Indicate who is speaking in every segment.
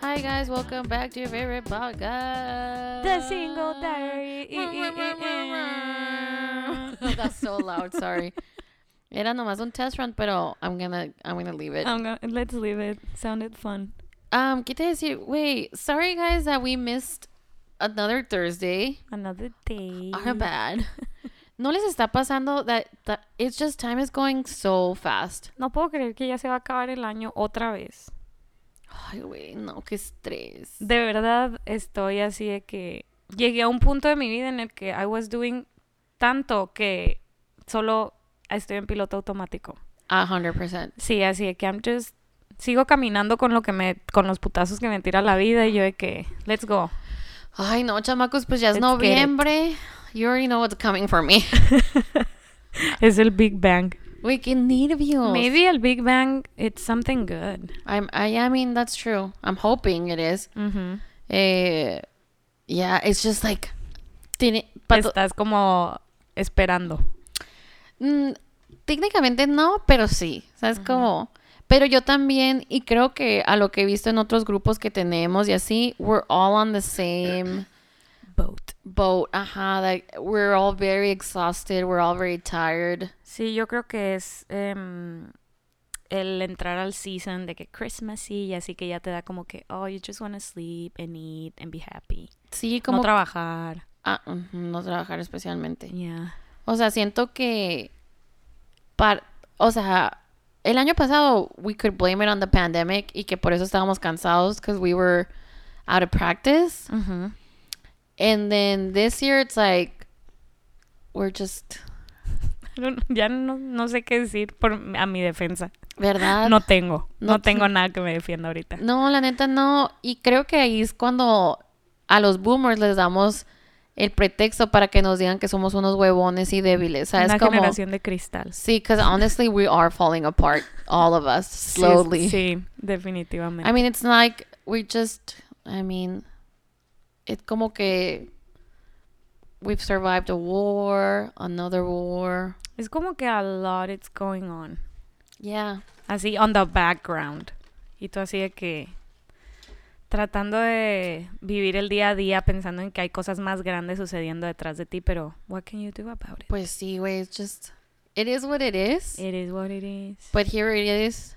Speaker 1: Hi guys, welcome back to your favorite podcast,
Speaker 2: The Single Diary. Eh, eh, eh, eh.
Speaker 1: That's so loud. Sorry. Era nomás un test run, pero I'm gonna I'm gonna leave it. Um,
Speaker 2: I'm gonna, let's leave it. Sounded fun.
Speaker 1: ¿qué te decir? Wait, sorry guys that we missed another Thursday.
Speaker 2: Another day.
Speaker 1: Our bad. No les está pasando that, that it's just time is going so fast.
Speaker 2: No puedo creer que ya se va a acabar el año otra vez.
Speaker 1: Ay, güey, no, qué estrés.
Speaker 2: De verdad estoy así de que llegué a un punto de mi vida en el que I was doing tanto que solo estoy en piloto automático.
Speaker 1: A hundred percent.
Speaker 2: Sí, así de que I'm just sigo caminando con lo que me con los putazos que me tira la vida y yo de que let's go.
Speaker 1: Ay, no, chamacos, pues ya es
Speaker 2: Let's get it.
Speaker 1: noviembre. You already know what's coming for me.
Speaker 2: es el Big Bang.
Speaker 1: Güey, qué nervios.
Speaker 2: Maybe el Big Bang it's something good.
Speaker 1: I'm, I, I mean, that's true. I'm hoping it is.
Speaker 2: Ujú.
Speaker 1: Eh, yeah, it's just like. Tiene, pa-
Speaker 2: Estás como esperando.
Speaker 1: Mm, técnicamente no, pero sí. O sea, es como. Pero yo también, y creo que a lo que he visto en otros grupos que tenemos y así, we're all on the same
Speaker 2: Boat.
Speaker 1: boat. Ajá, like, we're all very exhausted, we're all very tired.
Speaker 2: Sí, yo creo que es em, el entrar al season de que Christmas y así que ya te da como que, oh, you just want to sleep and eat and be happy.
Speaker 1: Sí,
Speaker 2: Como
Speaker 1: como.
Speaker 2: no trabajar.
Speaker 1: ah, ujú, no trabajar especialmente.
Speaker 2: Yeah.
Speaker 1: O sea, siento que par- o sea, el año pasado we could blame it on the pandemic y que por eso estábamos cansados because we were out of practice.
Speaker 2: Ujú.
Speaker 1: And then this year it's like we're just
Speaker 2: No- Ya no, no sé qué decir por, a mi defensa.
Speaker 1: ¿verdad?
Speaker 2: No tengo. No,
Speaker 1: no te-
Speaker 2: tengo nada que me defienda ahorita.
Speaker 1: No, la neta no. Y creo que ahí es cuando a los boomers les damos el pretexto para que nos digan que somos unos huevones y débiles. O sea,
Speaker 2: Una
Speaker 1: es como
Speaker 2: generación de cristal.
Speaker 1: Sí, because honestly we are falling apart, all of us,
Speaker 2: Sí,
Speaker 1: slowly.
Speaker 2: Sí, definitivamente.
Speaker 1: I mean, it's like we just. I mean, it como que we've survived a war, another war.
Speaker 2: es como que a lot it's going on.
Speaker 1: Yeah,
Speaker 2: así on the background. Y tú así de que tratando de vivir el día a día pensando en que hay cosas más grandes sucediendo detrás de ti, pero what can you do about it?
Speaker 1: pues sí, güey. It's just it is what it is.
Speaker 2: It is what it is.
Speaker 1: but here it is.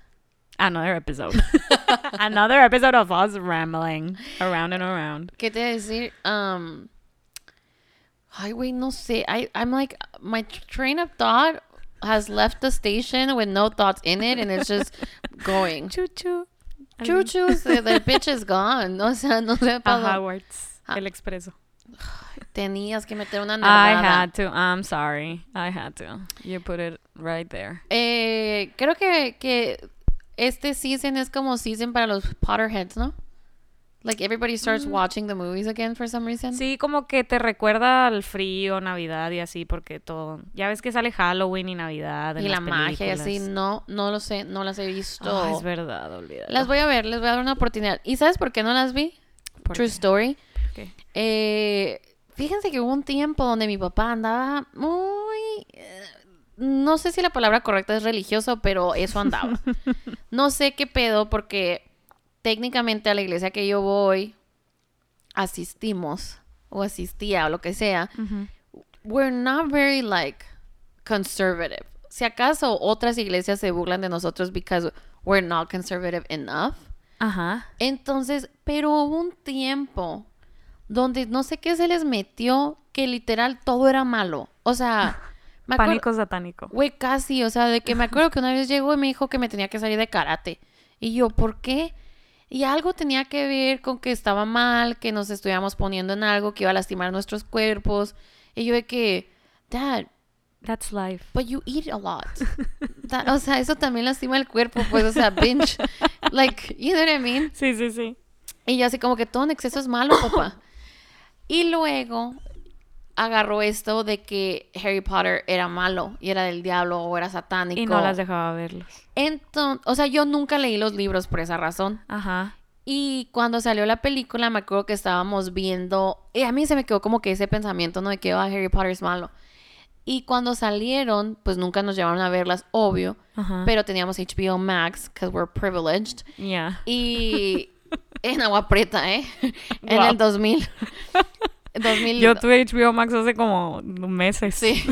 Speaker 2: Another episode. Another episode of us rambling around and around.
Speaker 1: ¿Qué te decir? Um. Ay, güey, no sé. I I'm like my train of thought has left the station with no thoughts in it, and it's just going.
Speaker 2: Chuchu.
Speaker 1: Choo choo, the, the bitch is gone. No sé, no sé. pa'
Speaker 2: A
Speaker 1: dónde.
Speaker 2: Hogwarts.
Speaker 1: Ah.
Speaker 2: El expreso.
Speaker 1: Tenías que meter una
Speaker 2: I
Speaker 1: nalgada.
Speaker 2: had to. I'm sorry. I had to. You put it right there.
Speaker 1: Eh, creo que, que este season es como season para los Potterheads, ¿no? Like everybody starts watching the movies again for some reason.
Speaker 2: Mm. Sí, como que te recuerda al frío, Navidad y así, porque todo. Ya ves que sale Halloween y Navidad. en
Speaker 1: y la
Speaker 2: las
Speaker 1: magia y así,
Speaker 2: películas.
Speaker 1: no, no lo sé, no las he visto.
Speaker 2: Ah, es verdad, olvídalo.
Speaker 1: las voy a ver, les voy a dar una oportunidad. ¿Y sabes por qué no las vi?
Speaker 2: ¿Por
Speaker 1: True
Speaker 2: qué?
Speaker 1: story.
Speaker 2: qué?
Speaker 1: Eh, fíjense que hubo un tiempo donde mi papá andaba muy... eh, No sé si la palabra correcta es religioso, pero eso andaba. no sé qué pedo porque técnicamente a la iglesia que yo voy asistimos o asistía o lo que sea.
Speaker 2: Ujú.
Speaker 1: We're not very like conservative. Si acaso otras iglesias se burlan de nosotros because we're not conservative enough.
Speaker 2: Ajá.
Speaker 1: Entonces, pero hubo un tiempo donde no sé qué se les metió, que literal todo era malo. O sea, me acuerdo-
Speaker 2: Pánico satánico.
Speaker 1: Güey, casi, o sea, de que me acuerdo que una vez llegó y me dijo que me tenía que salir de karate. Y yo, ¿por qué? Y algo tenía que ver con que estaba mal, que nos estuviéramos poniendo en algo que iba a lastimar nuestros cuerpos. Y yo de que, Dad,
Speaker 2: That's life.
Speaker 1: but you eat a lot. That- o sea, eso también lastima el cuerpo, pues, o sea, binge. Like, you know what I mean?
Speaker 2: Sí, sí, sí.
Speaker 1: Y yo así como que todo en exceso es malo, papá. Y luego agarró esto de que Harry Potter era malo y era del diablo o era satánico.
Speaker 2: Y no las dejaba verlos.
Speaker 1: Entonces, o sea, yo nunca leí los libros por esa razón.
Speaker 2: Ajá.
Speaker 1: Y cuando salió la película, me acuerdo que estábamos viendo. Y a mí se me quedó como que ese pensamiento, ¿no? De que "Ah, Harry Potter es malo. Y cuando salieron, pues nunca nos llevaron a verlas, obvio.
Speaker 2: Ajá.
Speaker 1: Pero teníamos HBO Max, because we're privileged.
Speaker 2: Ya.
Speaker 1: Y en agua prieta, ¿eh? En
Speaker 2: Wow.
Speaker 1: el 2000. 2000
Speaker 2: Yo tuve HBO Max hace como meses.
Speaker 1: Sí.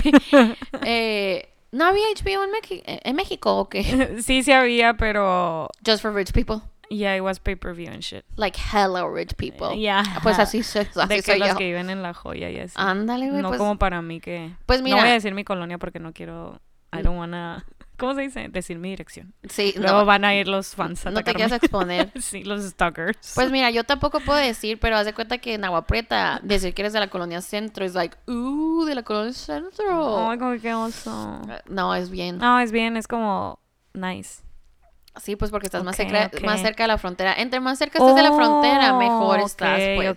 Speaker 1: Eh, no había HBO en, Mexi- en México, ¿o qué?
Speaker 2: sí, sí había, pero
Speaker 1: Just for rich people.
Speaker 2: yeah, it was pay-per-view and shit.
Speaker 1: Like hello rich people.
Speaker 2: Yeah.
Speaker 1: Pues así soy, así
Speaker 2: Eh, de que
Speaker 1: soy
Speaker 2: los
Speaker 1: yo.
Speaker 2: que viven en la joya y así.
Speaker 1: Ándale, güey.
Speaker 2: no
Speaker 1: pues,
Speaker 2: como para mí que
Speaker 1: pues
Speaker 2: no voy a
Speaker 1: mira,
Speaker 2: decir mi colonia porque no quiero I don't wanna ¿Cómo se dice? Decir mi dirección.
Speaker 1: sí,
Speaker 2: Luego
Speaker 1: no,
Speaker 2: van a ir los fans a
Speaker 1: no te
Speaker 2: atacarme.
Speaker 1: quieras exponer.
Speaker 2: sí, los stalkers.
Speaker 1: Pues mira, yo tampoco puedo decir, pero haz de cuenta que en Agua Prieta, decir que eres de la colonia centro es like, uh, de la colonia centro. Eh,
Speaker 2: Ay, Ah. como que oso.
Speaker 1: No, es bien.
Speaker 2: No, es bien, es como nice.
Speaker 1: Sí, pues porque estás más,
Speaker 2: Ok,
Speaker 1: cerca,
Speaker 2: ok.
Speaker 1: más cerca de la frontera. Entre más cerca estés de la frontera, mejor
Speaker 2: Oh,
Speaker 1: estás,
Speaker 2: ok,
Speaker 1: pues.
Speaker 2: ok,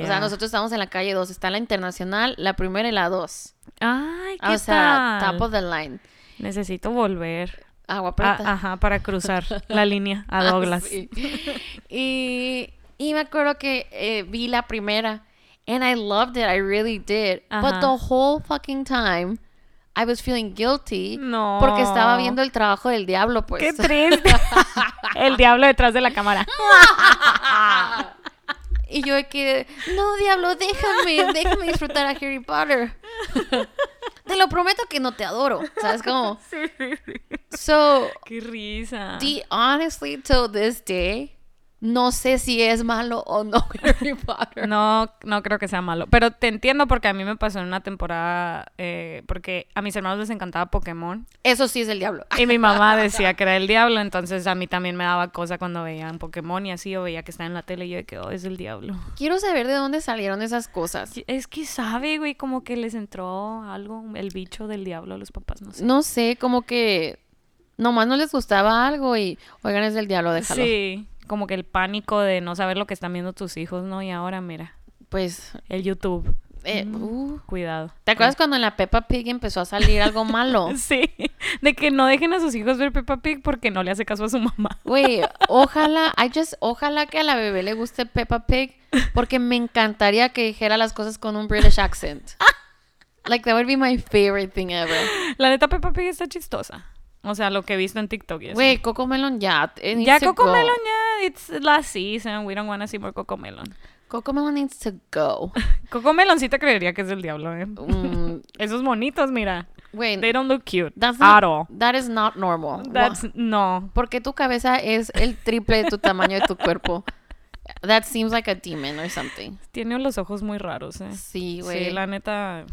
Speaker 1: O sea,
Speaker 2: ya.
Speaker 1: nosotros estamos en la calle 2, está la internacional, la primera y la 2.
Speaker 2: Ay, ¿qué
Speaker 1: Ah, O sea,
Speaker 2: tal?
Speaker 1: top of the line.
Speaker 2: Necesito volver.
Speaker 1: Agua
Speaker 2: Ah,
Speaker 1: Prieta.
Speaker 2: ajá, para cruzar la línea a
Speaker 1: Ah,
Speaker 2: Douglas.
Speaker 1: sí. Y, y me acuerdo que eh, vi la primera. And I loved it. I really did. But
Speaker 2: Ajá.
Speaker 1: the whole fucking time, I was feeling guilty.
Speaker 2: No.
Speaker 1: Porque estaba viendo el trabajo del diablo, pues.
Speaker 2: Qué triste. el diablo detrás de la cámara.
Speaker 1: y yo de que, no, diablo, déjame, déjame disfrutar a Harry Potter. te lo prometo que no te adoro. ¿Sabes cómo?
Speaker 2: Sí, sí, sí.
Speaker 1: So,
Speaker 2: Qué risa.
Speaker 1: the, honestly, till this day, no sé si es malo o no Harry Potter.
Speaker 2: No, no creo que sea malo. Pero te entiendo porque a mí me pasó en una temporada, eh, porque a mis hermanos les encantaba Pokémon
Speaker 1: Eso sí es el diablo. Ah,
Speaker 2: y mi mamá decía que era el diablo, entonces a mí también me daba cosa cuando veían Pokémon y así, o veía que estaba en la tele y yo de que, oh, es el diablo.
Speaker 1: Quiero saber de dónde salieron esas cosas.
Speaker 2: Es que sabe, güey, como que les entró algo, el bicho del diablo a los papás, no sé.
Speaker 1: No sé, como que nomás no les gustaba algo y, oigan, es del diablo, déjalo.
Speaker 2: Sí, como que el pánico de no saber lo que están viendo tus hijos, ¿no? Y ahora mira,
Speaker 1: Pues,
Speaker 2: el YouTube,
Speaker 1: eh,
Speaker 2: Mm.
Speaker 1: uh.
Speaker 2: cuidado.
Speaker 1: ¿te acuerdas cuando en la Peppa Pig empezó a salir algo malo?
Speaker 2: Sí, de que no dejen a sus hijos ver Peppa Pig porque no le hace caso a su mamá.
Speaker 1: Güey, ojalá, I just, ojalá que a la bebé le guste Peppa Pig, porque me encantaría que dijera las cosas con un British accent. Like, that would be my favorite thing ever.
Speaker 2: La neta Peppa Pig está chistosa. O sea, lo que he visto en TikTok y así.
Speaker 1: Güey, Coco Melon ya. it needs
Speaker 2: ya
Speaker 1: to
Speaker 2: Coco
Speaker 1: go.
Speaker 2: Melon ya, it's last season, we don't wanna see more Coco Melon.
Speaker 1: Coco Melon needs to go.
Speaker 2: Coco Melon sí te creería que es el diablo, ¿eh?
Speaker 1: Mm,
Speaker 2: Esos monitos, mira,
Speaker 1: Güey,
Speaker 2: they don't look cute
Speaker 1: That's
Speaker 2: at
Speaker 1: not,
Speaker 2: all.
Speaker 1: That is not normal.
Speaker 2: That's, no.
Speaker 1: Porque tu cabeza es el triple de tu tamaño de tu cuerpo. That seems like a demon or something.
Speaker 2: Tiene los ojos muy raros, ¿eh?
Speaker 1: Sí, güey.
Speaker 2: Sí, la neta,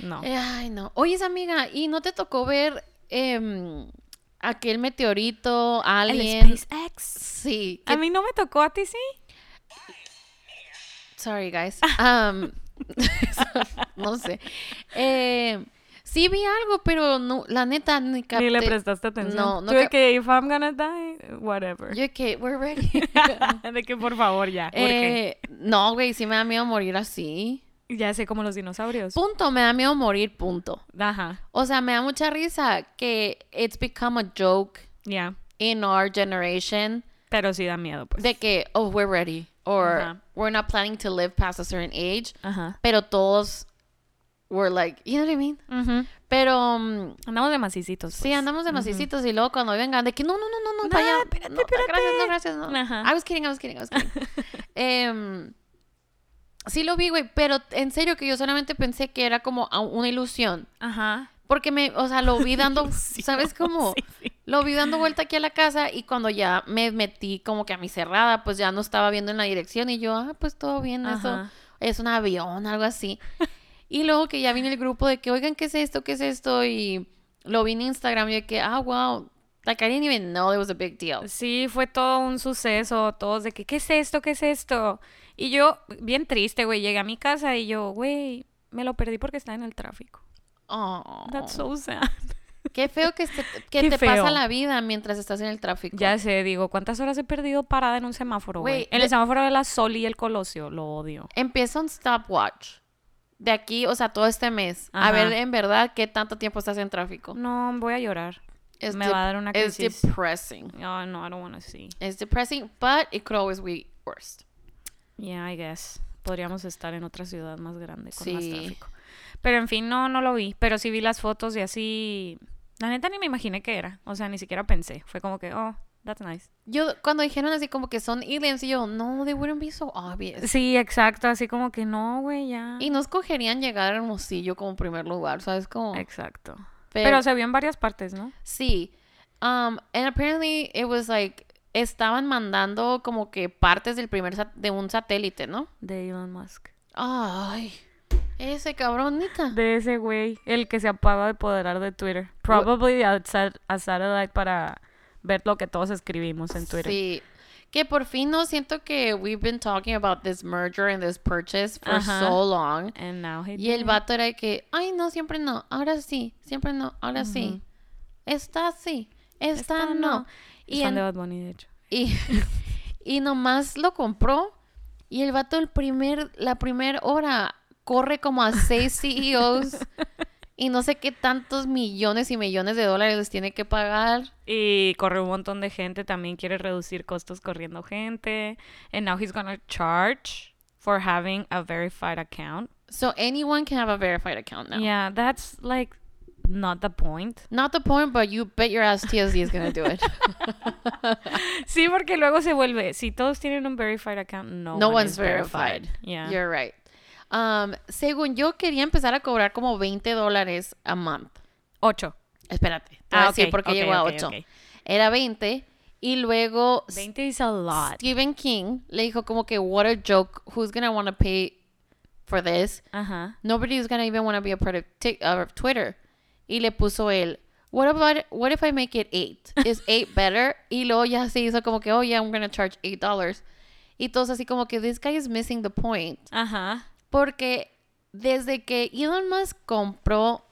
Speaker 2: no.
Speaker 1: Eh, Ay, no. Oye, amiga, ¿y no te tocó ver em, aquel meteorito, alien?
Speaker 2: SpaceX.
Speaker 1: Sí.
Speaker 2: A
Speaker 1: que-
Speaker 2: mí no me tocó, ¿a ti sí?
Speaker 1: Sorry, guys. Um, no sé. Eh, sí vi algo, pero no, la neta ni
Speaker 2: Ni le
Speaker 1: capté.
Speaker 2: prestaste atención.
Speaker 1: No, no
Speaker 2: Tú de
Speaker 1: ca-
Speaker 2: que, if I'm gonna die, whatever.
Speaker 1: Yo que, we're ready.
Speaker 2: de que, por favor, ya. urge.
Speaker 1: Eh, no, güey, sí me da miedo morir así.
Speaker 2: Ya sé, como los dinosaurios.
Speaker 1: Punto, me da miedo morir, punto.
Speaker 2: Ajá,
Speaker 1: O sea, me da mucha risa que it's become a joke
Speaker 2: ya.
Speaker 1: in our generation
Speaker 2: Pero sí da miedo, pues.
Speaker 1: de que, oh, we're ready, or
Speaker 2: Ajá.
Speaker 1: we're not planning to live past a certain age,
Speaker 2: Ajá.
Speaker 1: pero todos were like, you know what I mean? Pero um,
Speaker 2: Andamos de macicitos.
Speaker 1: sí,
Speaker 2: pues.
Speaker 1: andamos de macicitos y luego cuando vengan de que, no, no, no, no, no,
Speaker 2: No,
Speaker 1: para allá.
Speaker 2: espérate,
Speaker 1: no,
Speaker 2: espérate.
Speaker 1: Gracias, no, gracias, no.
Speaker 2: Ajá.
Speaker 1: I was kidding, I was kidding, I was kidding. Em, sí lo vi, güey, pero en serio que yo solamente pensé que era como a- una ilusión.
Speaker 2: Ajá.
Speaker 1: Porque me, o sea, lo vi dando,
Speaker 2: Sí,
Speaker 1: ¿sabes cómo?
Speaker 2: sí, sí.
Speaker 1: Lo vi dando vuelta aquí a la casa y cuando ya me metí como que a mi cerrada, pues ya no estaba viendo en la dirección y yo, ah, pues todo bien, eso
Speaker 2: Ajá.
Speaker 1: es un avión, algo así. Y luego que ya vino el grupo de que, oigan, ¿qué es esto? ¿Qué es esto? Y lo vi en Instagram y yo de que, ah, wow, like I didn't even know it was a big deal.
Speaker 2: Sí, fue todo un suceso, todos de que, ¿qué es esto? ¿Qué es esto? Y yo, bien triste, güey, llegué a mi casa y yo, güey, me lo perdí porque estaba en el tráfico.
Speaker 1: Oh,
Speaker 2: That's so sad.
Speaker 1: qué feo que, este- que
Speaker 2: Qué
Speaker 1: te
Speaker 2: feo.
Speaker 1: pasa la vida mientras estás en el tráfico.
Speaker 2: Ya sé, digo, ¿cuántas horas he perdido parada en un semáforo, güey?
Speaker 1: Güey,
Speaker 2: En
Speaker 1: de-
Speaker 2: el semáforo de la Sol y el Colosio, lo odio.
Speaker 1: Empieza un stopwatch. De aquí, o sea, todo este mes. A
Speaker 2: Ajá.
Speaker 1: ver, en verdad, qué tanto tiempo estás en tráfico. Este,
Speaker 2: No, voy a llorar.
Speaker 1: Es
Speaker 2: Me
Speaker 1: dep-
Speaker 2: va a dar una
Speaker 1: It's
Speaker 2: crisis.
Speaker 1: depressing.
Speaker 2: Oh, no, I don't want to see.
Speaker 1: It's depressing, but it could always be worse.
Speaker 2: Yeah, I guess. Podríamos estar en otra ciudad más grande con más
Speaker 1: Sí.
Speaker 2: tráfico. Pero en fin, no, no lo vi. Pero sí vi las fotos y así. La neta ni me imaginé que era. O sea, ni siquiera pensé. Fue como que, oh, that's nice.
Speaker 1: Yo cuando dijeron así como que son aliens y yo, no, they wouldn't be so obvious.
Speaker 2: Sí, exacto, así como que no, güey, ya.
Speaker 1: Y no escogerían llegar a Hermosillo como primer lugar, ¿sabes? Como...
Speaker 2: Exacto.
Speaker 1: pero-
Speaker 2: Pero, se vio en varias partes, ¿no?
Speaker 1: Sí. Um, and apparently it was like estaban mandando como que partes del primer sat- de un satélite, ¿no?
Speaker 2: De Elon Musk.
Speaker 1: Ay, ese cabrón neta.
Speaker 2: De ese güey, el que se acaba de apoderar de Twitter. Probably a, sat- a satellite para ver lo que todos escribimos en Twitter.
Speaker 1: Sí. Que por fin no siento que we've been talking about this merger and this purchase for
Speaker 2: Ajá.
Speaker 1: so long.
Speaker 2: And now he
Speaker 1: Y el
Speaker 2: did.
Speaker 1: vato era de que, ay, no, siempre no, ahora sí, siempre no, ahora sí. Está sí, está,
Speaker 2: Esta
Speaker 1: no.
Speaker 2: no. Es
Speaker 1: Y
Speaker 2: fan
Speaker 1: en-
Speaker 2: de Bad Bunny, de hecho.
Speaker 1: Y, y nomás lo compró. Y el vato el primer, la primera hora corre como a seis CEOs. y no sé qué tantos millones y millones de dólares les tiene que pagar.
Speaker 2: Y corre un montón de gente, también quiere reducir costos corriendo gente. And now he's gonna charge for having a verified account.
Speaker 1: So anyone can have a verified account now.
Speaker 2: Yeah, that's like not the point.
Speaker 1: Not the point, but you bet your ass TSD is gonna do it.
Speaker 2: Sí, porque luego se vuelve, si todos tienen un verified account, no,
Speaker 1: No
Speaker 2: one
Speaker 1: one's
Speaker 2: is
Speaker 1: verified.
Speaker 2: Yeah.
Speaker 1: You're right. Um, según yo, quería empezar a cobrar como 20 dólares a month.
Speaker 2: Ocho.
Speaker 1: Espérate. te voy a decir
Speaker 2: Ah, ok,
Speaker 1: por qué
Speaker 2: ok,
Speaker 1: llegó a
Speaker 2: ok,
Speaker 1: 8.
Speaker 2: ok.
Speaker 1: Era 20. Y luego
Speaker 2: 20 is a lot.
Speaker 1: Stephen King le dijo como que what a joke, who's gonna want to pay for this?
Speaker 2: Ajá.
Speaker 1: Nobody's gonna even want to be a part of, Tik- uh, of Twitter. Y le puso él, what about what if I make it 8? Is 8 better? Y luego ya se hizo como que, oh yeah, I'm gonna charge $8. Y todos así como que this guy is missing the point,
Speaker 2: Ajá.
Speaker 1: porque desde que Elon Musk compró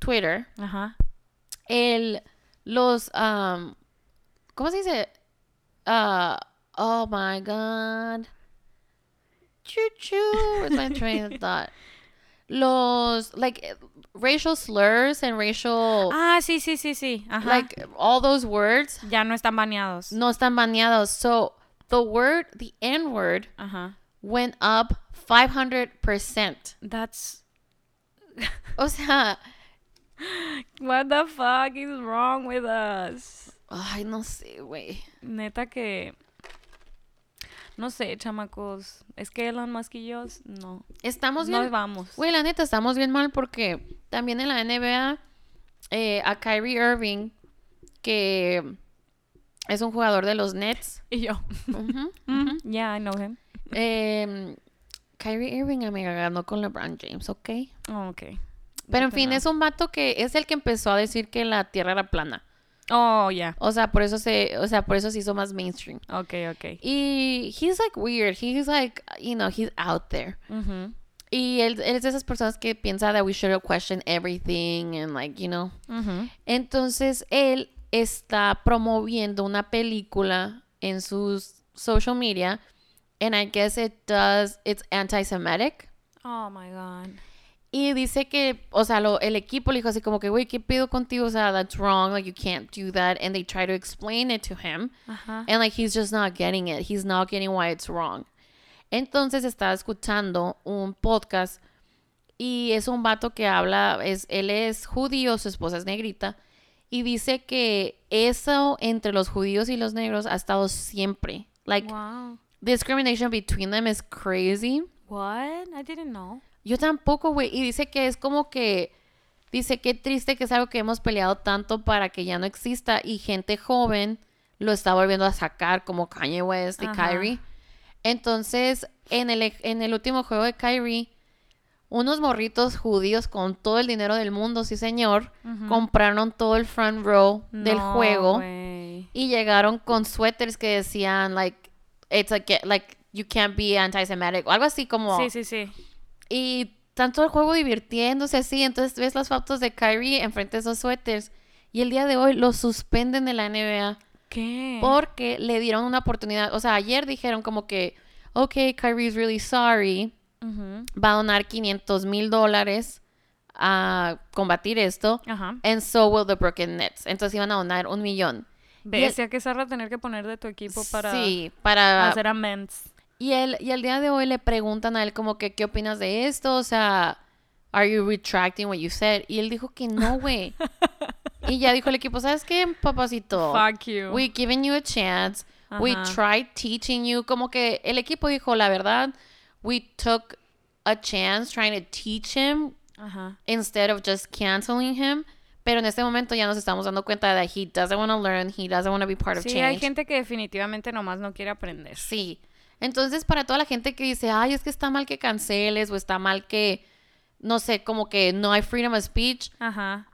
Speaker 1: Twitter,
Speaker 2: Ajá.
Speaker 1: el los um, ¿cómo se dice? Ah, oh my god. Choo choo. Where's my train of thought? Los like eh, racial slurs and racial
Speaker 2: Ah, sí, sí, sí, sí. Ajá.
Speaker 1: Oh. like all those words
Speaker 2: ya no están baneados.
Speaker 1: no están baneados. So the word the N word
Speaker 2: Ajá.
Speaker 1: went up 500%.
Speaker 2: That's
Speaker 1: O sea,
Speaker 2: What the fuck is wrong with us?
Speaker 1: ay no sé, güey.
Speaker 2: Neta que. No sé, chamacos. Es que Elon Musk y yo, no.
Speaker 1: Estamos bien
Speaker 2: No vamos.
Speaker 1: Güey, la neta, estamos bien mal porque también en la NBA eh, a Kyrie Irving, que es un jugador de los Nets.
Speaker 2: Y yo.
Speaker 1: ujú,
Speaker 2: Mm, Yeah, I know him.
Speaker 1: eh, Kyrie Irving, amiga, ganó con LeBron James, ¿ok?
Speaker 2: Oh, ok.
Speaker 1: Pero en
Speaker 2: Good to
Speaker 1: fin,
Speaker 2: know.
Speaker 1: es un vato que es el que empezó a decir que la Tierra era plana.
Speaker 2: Oh, yeah.
Speaker 1: O sea, por eso se, o sea, por eso se hizo más mainstream.
Speaker 2: Ok, ok.
Speaker 1: Y he's like weird, he's like, you know, he's out there.
Speaker 2: Ujú.
Speaker 1: Y él, él es de esas personas que piensa that we should question everything and like, you know.
Speaker 2: Ujú.
Speaker 1: Entonces él está promoviendo una película en sus social media and I guess it does it's anti-semitic
Speaker 2: Oh my god.
Speaker 1: y dice que o sea lo- el equipo le dijo así como que güey qué pedo contigo o sea that's wrong like you can't do that and they try to explain it to him
Speaker 2: Ajá.
Speaker 1: and like he's just not getting it he's not getting why it's wrong entonces estaba escuchando un podcast y es un vato que habla, es, él es judío, su esposa es negrita, y dice que eso entre los judíos y los negros ha estado siempre. Like,
Speaker 2: Wow.
Speaker 1: discrimination between them is crazy.
Speaker 2: What? I didn't know.
Speaker 1: Yo tampoco, güey. Y dice que es como que, dice que triste que es algo que hemos peleado tanto para que ya no exista y gente joven lo está volviendo a sacar, como Kanye West y
Speaker 2: Ajá.
Speaker 1: Kyrie. Entonces, en el, ej- en el último juego de Kyrie, unos morritos judíos con todo el dinero del mundo, sí señor, compraron todo el front row del
Speaker 2: No,
Speaker 1: juego
Speaker 2: güey.
Speaker 1: y llegaron con suéteres que decían, like, it's a, get- like, you can't be anti-Semitic, o algo así como...
Speaker 2: Sí, sí, sí.
Speaker 1: Y tanto el juego divirtiéndose así, entonces ves las fotos de Kyrie enfrente de esos suéteres. Y el día de hoy lo suspenden de la NBA
Speaker 2: ¿Qué?
Speaker 1: porque le dieron una oportunidad. O sea, ayer dijeron como que, ok, Kyrie's really sorry,
Speaker 2: Ujú.
Speaker 1: va a donar 500 mil dólares a combatir esto.
Speaker 2: Ajá.
Speaker 1: And so will the Brooklyn Nets. Entonces iban a donar un millón. Y el-
Speaker 2: Ves, ya que Sarra tener que poner de tu equipo para
Speaker 1: sí, ah, para
Speaker 2: hacer amends.
Speaker 1: Y él, y al día de hoy le preguntan a él como que, ¿qué opinas de esto? O sea, ¿are you retracting what you said? Y él dijo que no, güey. Y ya dijo el equipo, ¿sabes qué, papacito?
Speaker 2: Fuck you.
Speaker 1: We giving you a chance. We
Speaker 2: Ajá.
Speaker 1: tried teaching you. Como que el equipo dijo, la verdad, we took a chance trying to teach him
Speaker 2: Ajá.
Speaker 1: instead of just canceling him. Pero en este momento ya nos estamos dando cuenta de he doesn't want to learn, he doesn't want to be part of
Speaker 2: Sí,
Speaker 1: change.
Speaker 2: hay gente que definitivamente nomás no quiere aprender.
Speaker 1: Sí. Entonces, para toda la gente que dice, ay, es que está mal que canceles o está mal que, no sé, como que no hay freedom of speech,
Speaker 2: Ajá.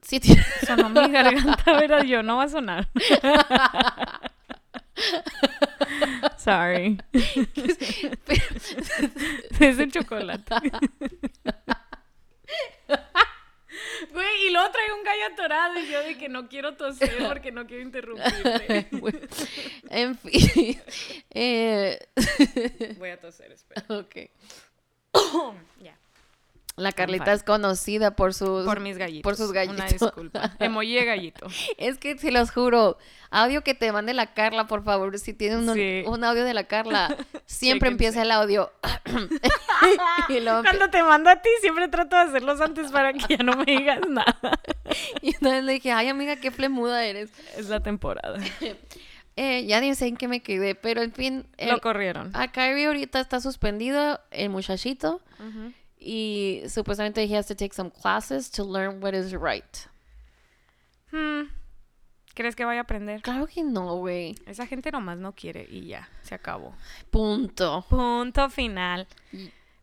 Speaker 1: sí ti-
Speaker 2: Sonó mi garganta, ¿verdad? Yo no va a sonar. Sorry. es el chocolate. Güey, y luego trae un gallo atorado y yo de que no quiero toser porque no quiero interrumpirte.
Speaker 1: en fin. Eh,
Speaker 2: Voy a toser, espera.
Speaker 1: ok.
Speaker 2: Ya.
Speaker 1: La Carlita es conocida por sus...
Speaker 2: Por mis gallitos.
Speaker 1: Por sus gallitos.
Speaker 2: Una disculpa. Emoji de gallito.
Speaker 1: Es que se los juro, audio que te mande la Carla, por favor, si tienen un,
Speaker 2: Sí.
Speaker 1: un audio de la Carla, siempre
Speaker 2: Chéquense.
Speaker 1: empieza el audio. y luego empie-
Speaker 2: Cuando te mando a ti, siempre trato de hacerlos antes para que ya no me digas nada.
Speaker 1: y una vez le dije, ay amiga, qué flemuda eres.
Speaker 2: Es la temporada.
Speaker 1: Eh, ya ni sé en qué me quedé, pero en fin, el, ah.
Speaker 2: Lo corrieron.
Speaker 1: a Kyrie ahorita está suspendido, el muchachito,
Speaker 2: Ujú.
Speaker 1: y supuestamente he has to take some classes to learn what is right.
Speaker 2: Hmm. ¿Crees que vaya a aprender?
Speaker 1: Claro que no, güey.
Speaker 2: Esa gente nomás no quiere y ya, se acabó.
Speaker 1: Punto.
Speaker 2: Punto final.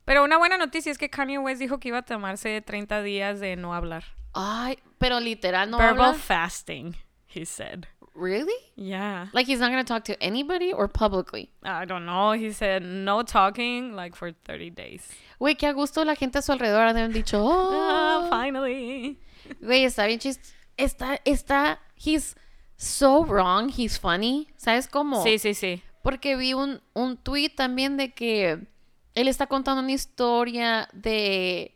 Speaker 2: Pero una buena noticia es que Kanye West dijo que iba a tomarse 30 días de no hablar.
Speaker 1: Ay, pero literal no
Speaker 2: Verbal
Speaker 1: habla.
Speaker 2: fasting, he said.
Speaker 1: Really?
Speaker 2: Yeah.
Speaker 1: Like he's not gonna talk to anybody or publicly.
Speaker 2: I don't know. He said no talking like for 30 days.
Speaker 1: Güey, qué a gusto la gente a su alrededor han de haber dicho,
Speaker 2: Ah,
Speaker 1: oh,
Speaker 2: finally.
Speaker 1: güey, está bien chist, está, está, he's so wrong, he's funny, ¿sabes cómo?
Speaker 2: Sí, sí, sí.
Speaker 1: Porque vi un, un tweet también de que él está contando una historia de,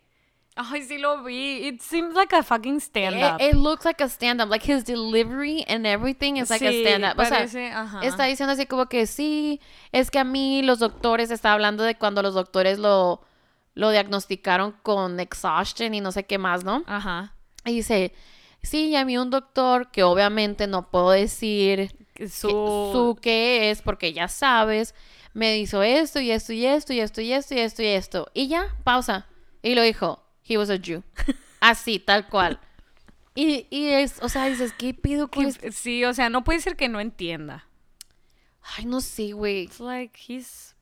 Speaker 2: Ay, sí lo vi. It seems like a fucking stand-up.
Speaker 1: eh, it, it looks like a stand-up, like his delivery and everything is like a
Speaker 2: Sí,
Speaker 1: stand-up, o sea,
Speaker 2: parece, ajá.
Speaker 1: está diciendo así como que sí, es que a mí los doctores, está hablando de cuando los doctores lo, lo diagnosticaron con exhaustion y no sé qué más, ¿no?
Speaker 2: Ajá.
Speaker 1: Y dice, sí, y a mí un doctor que obviamente no puedo decir
Speaker 2: Su...
Speaker 1: que- su qué es porque ya sabes, me hizo esto y esto y esto y esto y esto y esto y esto. Y ya, pausa. Y lo dijo, he was a Jew. Así, tal cual. Y, y es, o sea, dices, ¿qué pido con esto?
Speaker 2: que- Sí, o sea, no puede ser que no entienda.
Speaker 1: Ay, no sé, güey.
Speaker 2: It's like he's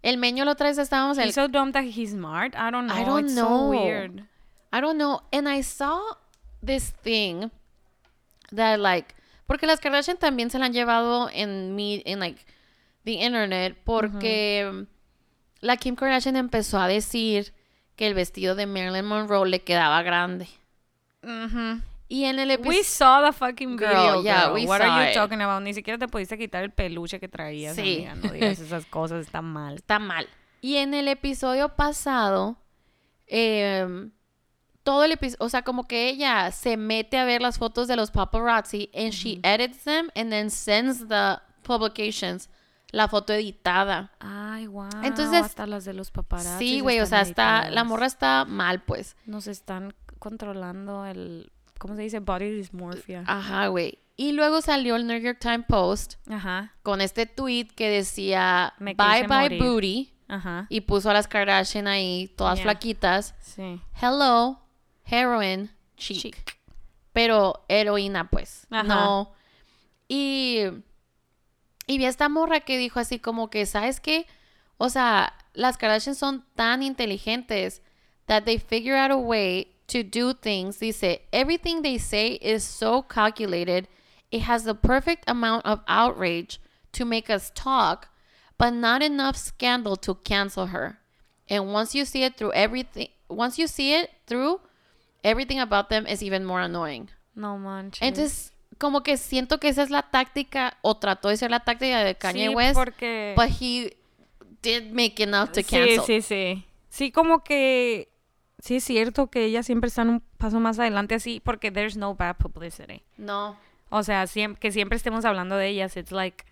Speaker 1: El meño la otra vez estábamos en el
Speaker 2: he's so dumb that he's smart. I don't know.
Speaker 1: I don't
Speaker 2: it's
Speaker 1: know.
Speaker 2: so weird.
Speaker 1: I don't know. And I saw this thing that like porque las Kardashian también se la han llevado en me en like the internet porque la Kim Kardashian empezó a decir que el vestido de Marilyn Monroe le quedaba grande.
Speaker 2: Mhm.
Speaker 1: Y en el
Speaker 2: We
Speaker 1: episodio
Speaker 2: saw the fucking
Speaker 1: Girl,
Speaker 2: video.
Speaker 1: yeah,
Speaker 2: girl.
Speaker 1: we
Speaker 2: What
Speaker 1: saw
Speaker 2: are you
Speaker 1: it.
Speaker 2: talking about? Ni siquiera te pudiste quitar el peluche que traías.
Speaker 1: Sí.
Speaker 2: amiga, No digas esas cosas, está mal.
Speaker 1: está mal. Y en el episodio pasado em, todo el episodio, o sea, como que ella se mete a ver las fotos de los paparazzi and she edits them and then sends the publications la foto editada.
Speaker 2: Ay, wow.
Speaker 1: Entonces-
Speaker 2: hasta las de los paparazzi.
Speaker 1: sí, güey, o sea, está la morra está mal, pues.
Speaker 2: Nos están controlando el ¿cómo se dice? Body dysmorphia.
Speaker 1: Ajá, güey. Y luego salió el New York Times Post
Speaker 2: Ajá.
Speaker 1: con este tweet que decía
Speaker 2: Me quise
Speaker 1: bye bye
Speaker 2: morir.
Speaker 1: booty
Speaker 2: Ajá.
Speaker 1: y puso a las Kardashian ahí todas
Speaker 2: Yeah.
Speaker 1: flaquitas.
Speaker 2: Sí.
Speaker 1: Hello, heroin, chic.
Speaker 2: Chic.
Speaker 1: pero heroína, pues.
Speaker 2: Ajá.
Speaker 1: No. Y, y vi a esta morra que dijo así como que, ¿sabes qué? O sea, las Kardashian son tan inteligentes that they figure out a way to do things. Dice, everything they say is so calculated. It has the perfect amount of outrage to make us talk, but not enough scandal to cancel her. And once you see it through everything, once you see it through, everything about them is even more annoying.
Speaker 2: No manches.
Speaker 1: Entonces, como que siento que esa es la táctica, o trató de ser la táctica de Kanye
Speaker 2: sí,
Speaker 1: West,
Speaker 2: porque
Speaker 1: but he did make enough to cancel.
Speaker 2: Sí, sí, sí. Sí, como que sí es cierto que ellas siempre están un paso más adelante así porque there's no bad publicity.
Speaker 1: No.
Speaker 2: O sea, siem- que siempre estemos hablando de ellas, it's like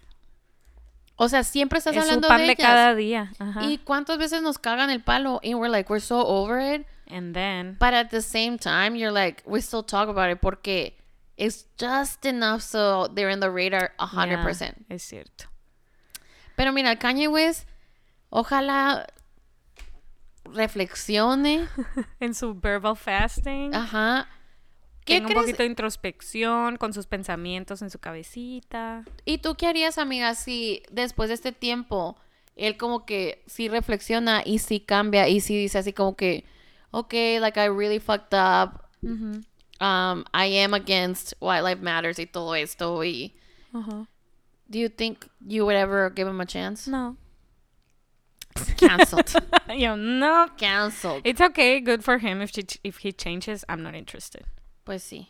Speaker 1: O sea, siempre estás
Speaker 2: es su
Speaker 1: hablando
Speaker 2: pan
Speaker 1: de
Speaker 2: de
Speaker 1: ellas.
Speaker 2: cada día. Ajá.
Speaker 1: Y cuántas veces nos cagan el palo y we're like, we're so over it.
Speaker 2: and then
Speaker 1: But at the same time, you're like, we still talk about it porque it's just enough so they're in the radar 100%.
Speaker 2: Yeah, es cierto.
Speaker 1: Pero mira, Kanye West, ojalá reflexione.
Speaker 2: en su verbal fasting.
Speaker 1: Ajá. ¿Qué
Speaker 2: Tenga un
Speaker 1: crees?
Speaker 2: poquito de introspección con sus pensamientos en su cabecita.
Speaker 1: ¿Y tú qué harías, amiga, si después de este tiempo él como que sí reflexiona y sí cambia y sí dice así como que, ok, like I really fucked up, um, I am against wildlife matters y todo esto y...
Speaker 2: Ajá.
Speaker 1: Do you think you would ever give him a chance?
Speaker 2: No.
Speaker 1: Cancelled.
Speaker 2: Yo, no.
Speaker 1: Cancelled.
Speaker 2: It's okay, good for him if, she, if he changes. I'm not interested.
Speaker 1: Pues sí.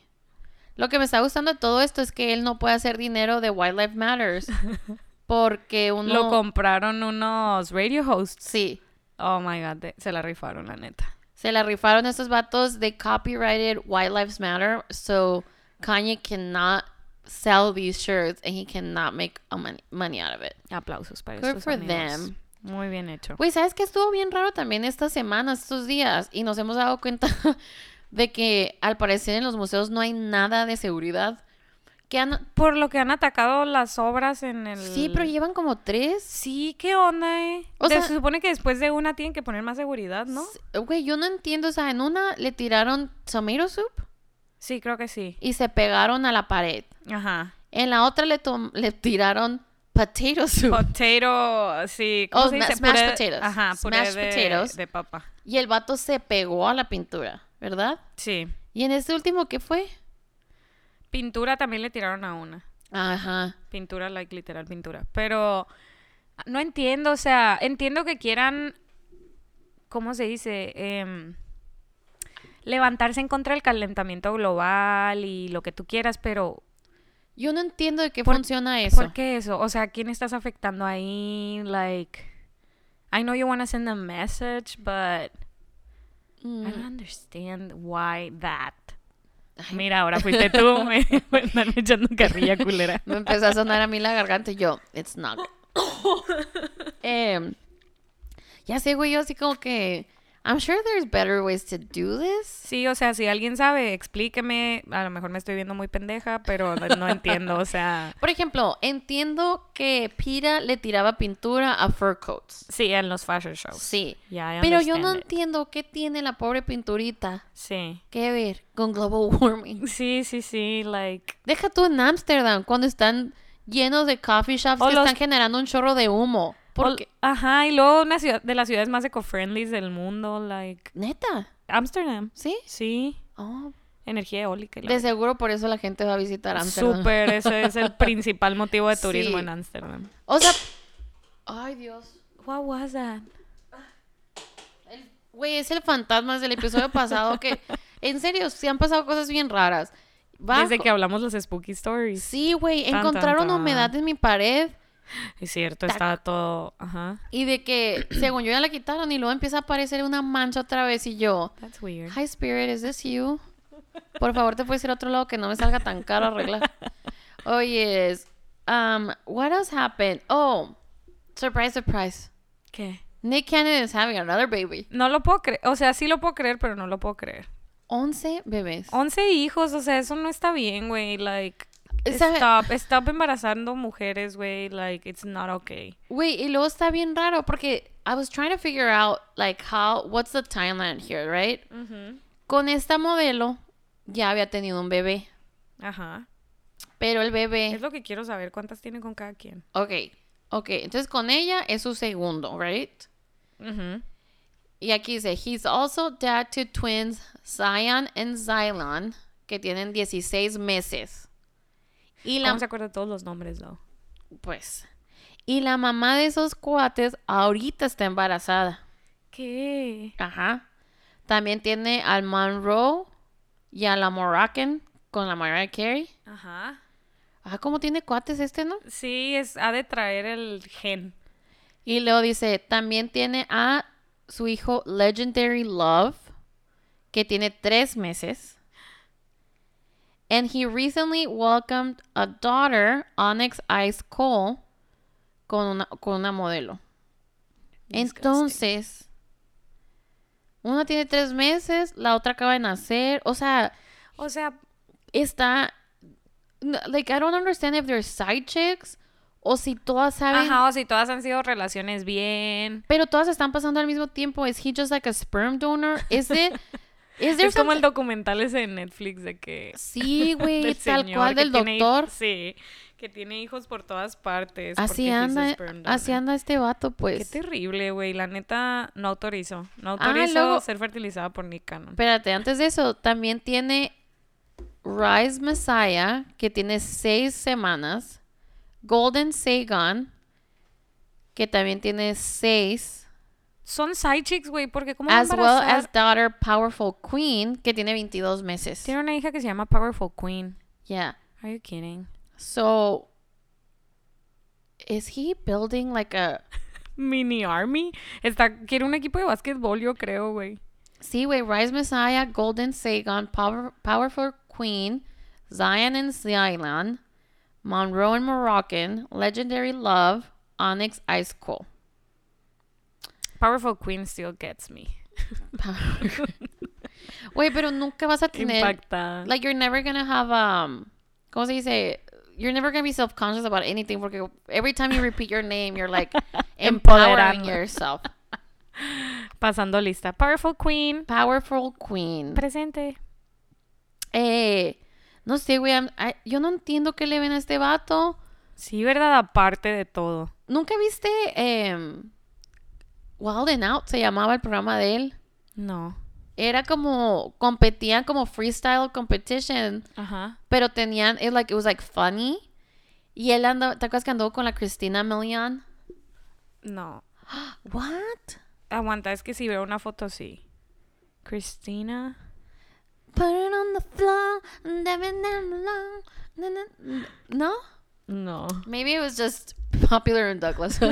Speaker 1: Lo que me está gustando de todo esto es que él no puede hacer dinero de Wildlife Matters. Porque uno.
Speaker 2: Lo compraron unos radio hosts.
Speaker 1: Sí.
Speaker 2: Oh my god, de- se la rifaron, la neta.
Speaker 1: Se la rifaron estos vatos. They copyrighted Wildlife Matter. So Kanye cannot sell these shirts and he cannot make a mon- money out of it.
Speaker 2: Aplausos para
Speaker 1: Good
Speaker 2: estos
Speaker 1: for
Speaker 2: amigos.
Speaker 1: them.
Speaker 2: Muy bien hecho.
Speaker 1: Güey, ¿sabes qué estuvo bien raro también esta semana, estos días? Y nos hemos dado cuenta de que al parecer en los museos no hay nada de seguridad. Que han...
Speaker 2: Por lo que han atacado las obras en el...
Speaker 1: Sí, pero llevan como tres.
Speaker 2: Sí, qué onda, eh.
Speaker 1: O
Speaker 2: De-
Speaker 1: sea-
Speaker 2: se supone que después de una tienen que poner más seguridad, ¿no?
Speaker 1: Güey, yo no entiendo. O sea, en una le tiraron tomato soup
Speaker 2: Sí, creo que sí.
Speaker 1: y se pegaron a la pared.
Speaker 2: Ajá.
Speaker 1: En la otra le, tom- le tiraron potato soup.
Speaker 2: Potato, sí.
Speaker 1: Oh,
Speaker 2: se
Speaker 1: ma-
Speaker 2: dice?
Speaker 1: smashed
Speaker 2: Puré-
Speaker 1: potatoes.
Speaker 2: Ajá, puré
Speaker 1: Smashed
Speaker 2: de,
Speaker 1: potatoes.
Speaker 2: de papa.
Speaker 1: y el vato se pegó a la pintura, ¿verdad?
Speaker 2: Sí.
Speaker 1: Y en este último, ¿qué fue?
Speaker 2: Pintura también le tiraron a una.
Speaker 1: Ajá.
Speaker 2: Pintura, like literal pintura. Pero no entiendo, o sea, entiendo que quieran, ¿cómo se dice? Em, levantarse en contra del calentamiento global y lo que tú quieras, pero
Speaker 1: Yo no entiendo de qué
Speaker 2: Por-
Speaker 1: funciona eso.
Speaker 2: ¿por qué eso? O sea, ¿quién estás afectando ahí? Like, I know you want to send a message, but
Speaker 1: Mm.
Speaker 2: I don't understand why that.
Speaker 1: Ay,
Speaker 2: Mira, ahora fuiste tú, me me andan echando carrilla culera.
Speaker 1: Me empezó a sonar a mí la garganta y yo, it's not. good". Em, ya sé, güey, yo así como que, I'm sure there's better ways to do this.
Speaker 2: Sí, o sea, si alguien sabe, explíqueme. A lo mejor me estoy viendo muy pendeja, pero no no entiendo, o sea.
Speaker 1: Por ejemplo, entiendo que Pira le tiraba pintura a fur coats.
Speaker 2: Sí, en los fashion shows.
Speaker 1: Sí.
Speaker 2: Yeah, I
Speaker 1: Pero yo no
Speaker 2: understand it.
Speaker 1: entiendo qué tiene la pobre pinturita
Speaker 2: Sí.
Speaker 1: que ver con global warming.
Speaker 2: Sí, sí, sí, like.
Speaker 1: Deja tú en Ámsterdam cuando están llenos de coffee shops
Speaker 2: O
Speaker 1: que
Speaker 2: los-
Speaker 1: están generando un chorro de humo.
Speaker 2: ol-
Speaker 1: Porque,
Speaker 2: Ajá, y luego una ciudad de las ciudades más eco-friendly del mundo, like.
Speaker 1: neta,
Speaker 2: Amsterdam.
Speaker 1: ¿sí?
Speaker 2: Sí,
Speaker 1: Oh,
Speaker 2: energía eólica. y la
Speaker 1: de seguro por eso la gente va a visitar
Speaker 2: verdad.
Speaker 1: Ámsterdam.
Speaker 2: Súper, ese es el principal motivo de turismo
Speaker 1: Sí.
Speaker 2: en Amsterdam.
Speaker 1: O sea, ay Dios.
Speaker 2: What was that?
Speaker 1: El- Güey, es el fantasma del episodio pasado que, en serio, se han pasado cosas bien raras. Bajo-
Speaker 2: Desde que hablamos los spooky stories.
Speaker 1: Sí, güey,
Speaker 2: Tan, tan,
Speaker 1: encontraron
Speaker 2: tan.
Speaker 1: humedad en mi pared
Speaker 2: Es cierto,
Speaker 1: Tac.
Speaker 2: estaba todo. Ajá.
Speaker 1: y de que, según yo, ya la quitaron y luego empieza a aparecer una mancha otra vez y yo,
Speaker 2: That's weird.
Speaker 1: Hi Spirit, ¿es this you? Por favor, te puedes ir a otro lado que no me salga tan caro arreglar. Oh, yes. Um, what else happened? Oh, surprise, surprise.
Speaker 2: ¿Qué?
Speaker 1: Nick Cannon is having another baby.
Speaker 2: No lo puedo creer. O sea, sí lo puedo creer, pero no lo puedo creer.
Speaker 1: 11 bebés.
Speaker 2: 11 hijos, o sea, eso no está bien, güey. Like,
Speaker 1: ¿Sabe?
Speaker 2: stop, stop embarazando mujeres, güey. Like, it's not okay.
Speaker 1: Wait, y luego está bien raro porque I was trying to figure out like how what's the timeline here, right?
Speaker 2: Mm.
Speaker 1: Con esta modelo ya había tenido un bebé,
Speaker 2: Ajá.
Speaker 1: pero el
Speaker 2: Es
Speaker 1: bebé,
Speaker 2: lo que quiero saber, cuántas tiene con cada quien.
Speaker 1: ok, ok, entonces con ella es su segundo, right?
Speaker 2: Ujú.
Speaker 1: Y aquí dice, he's also dad to twins Zion and Zylon que tienen 16 meses. Y la
Speaker 2: ¿Cómo se acuerda de todos los nombres, though?
Speaker 1: pues y la mamá de esos cuates ahorita está embarazada.
Speaker 2: ¿Qué?
Speaker 1: Ajá. También tiene al Monroe y a la Moroccan con la Mariah Carey.
Speaker 2: Ajá.
Speaker 1: Ah, ¿cómo tiene cuates este, no?
Speaker 2: Sí, es, ha de traer el gen.
Speaker 1: Y luego dice, también tiene a su hijo Legendary Love, que tiene tres meses. And he recently welcomed a daughter, Onyx Ice Cole, con una, con una modelo.
Speaker 2: Disgusting.
Speaker 1: Entonces, Una tiene tres meses, la otra acaba de nacer. O sea,
Speaker 2: O sea,
Speaker 1: está. no, Like, I don't understand if they're side chicks o si todas saben.
Speaker 2: ajá, o si todas han sido relaciones bien.
Speaker 1: Pero todas están pasando al mismo tiempo. ¿Es he just like a sperm donor? ¿Es de.? ¿Es
Speaker 2: Es como el documental ese de Netflix de que...
Speaker 1: Sí, güey,
Speaker 2: del
Speaker 1: tal
Speaker 2: señor
Speaker 1: cual
Speaker 2: que
Speaker 1: del
Speaker 2: tiene hij-
Speaker 1: doctor.
Speaker 2: sí, que tiene hijos por todas partes.
Speaker 1: Así
Speaker 2: porque he's a
Speaker 1: anda,
Speaker 2: sperm donor.
Speaker 1: así anda este vato,
Speaker 2: Qué
Speaker 1: pues.
Speaker 2: terrible, güey. La neta no autorizó. No
Speaker 1: Ah,
Speaker 2: autorizó
Speaker 1: luego-
Speaker 2: ser fertilizada por Nick Cannon.
Speaker 1: Espérate, antes de eso, también tiene Rise Messiah, que tiene seis semanas. Golden Sagan, que también tiene seis.
Speaker 2: Son side chicks, güey, porque como
Speaker 1: As well as Daughter Powerful Queen, que tiene 22 meses.
Speaker 2: Tiene una hija que se llama Powerful Queen.
Speaker 1: Yeah.
Speaker 2: Are you kidding?
Speaker 1: So, is he building like a...
Speaker 2: Mini Army. Está, quiere un equipo de básquetbol, yo creo, güey.
Speaker 1: Sí, güey, Rise Messiah, Golden Sagan, Power, Powerful Queen, Zion and Zion, Monroe and Moroccan, Legendary Love, Onyx Ice Cool.
Speaker 2: Powerful Queen still gets me.
Speaker 1: Power- Güey, pero nunca vas a tener...
Speaker 2: Impactada.
Speaker 1: Like, you're never gonna have, um... ¿Cómo se dice? You're never gonna be self-conscious about anything porque every time you repeat your name, you're like empowering
Speaker 2: Empoderando.
Speaker 1: yourself.
Speaker 2: Pasando lista. Powerful Queen.
Speaker 1: Powerful Queen.
Speaker 2: Presente.
Speaker 1: Eh, no sé, güey, I'm- I- yo no entiendo qué le ven a este vato.
Speaker 2: Sí, ¿verdad? Aparte de todo.
Speaker 1: ¿Nunca viste em, Wild and Out? Se llamaba el programa de él.
Speaker 2: No.
Speaker 1: Era como, competían como freestyle competition,
Speaker 2: Ajá.
Speaker 1: pero tenían, it, like, it was like funny. Y él andaba, ¿te acuerdas que andó con la Cristina Milian?
Speaker 2: No.
Speaker 1: What?
Speaker 2: Aguanta, es que si veo una foto, sí. Cristina.
Speaker 1: Put it on the floor, and then it along, na, na, na. No?
Speaker 2: No.
Speaker 1: Maybe it was just popular in Douglas.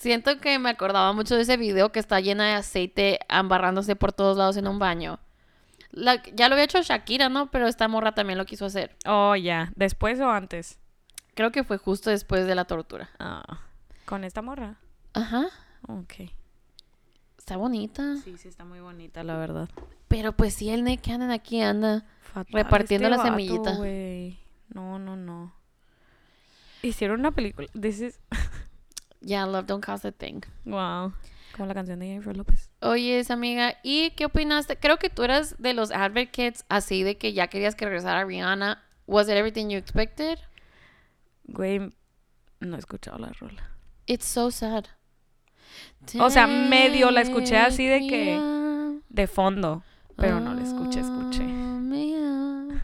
Speaker 1: Siento que me acordaba mucho de ese video que está llena de aceite embarrándose por todos lados en un baño. La- ya lo había hecho Shakira, ¿no? Pero esta morra también lo quiso hacer.
Speaker 2: Oh, ya. ¿Después o antes?
Speaker 1: Creo que fue justo después de la tortura.
Speaker 2: Ah. Con esta morra.
Speaker 1: Ajá.
Speaker 2: Ok.
Speaker 1: Está bonita.
Speaker 2: Sí, sí, está muy bonita, la verdad.
Speaker 1: Pero pues sí, el Nick Cannon aquí anda.
Speaker 2: Fatal este
Speaker 1: Repartiendo la
Speaker 2: vato,
Speaker 1: semillita.
Speaker 2: güey. No, no, no. Hicieron una película. This is.
Speaker 1: Ya, love don't cost a thing.
Speaker 2: Wow. Como la canción de Jennifer López.
Speaker 1: Oye, esa amiga, ¿y qué opinaste? Creo que tú eras de los advocates así de que ya querías que regresara Rihanna. Was it everything you expected?
Speaker 2: Güey, no he escuchado la rola.
Speaker 1: It's so sad.
Speaker 2: O sea, medio la escuché así de
Speaker 1: Take
Speaker 2: que-
Speaker 1: me out,
Speaker 2: De fondo. Pero no la escuché, escuché.
Speaker 1: oh, me out.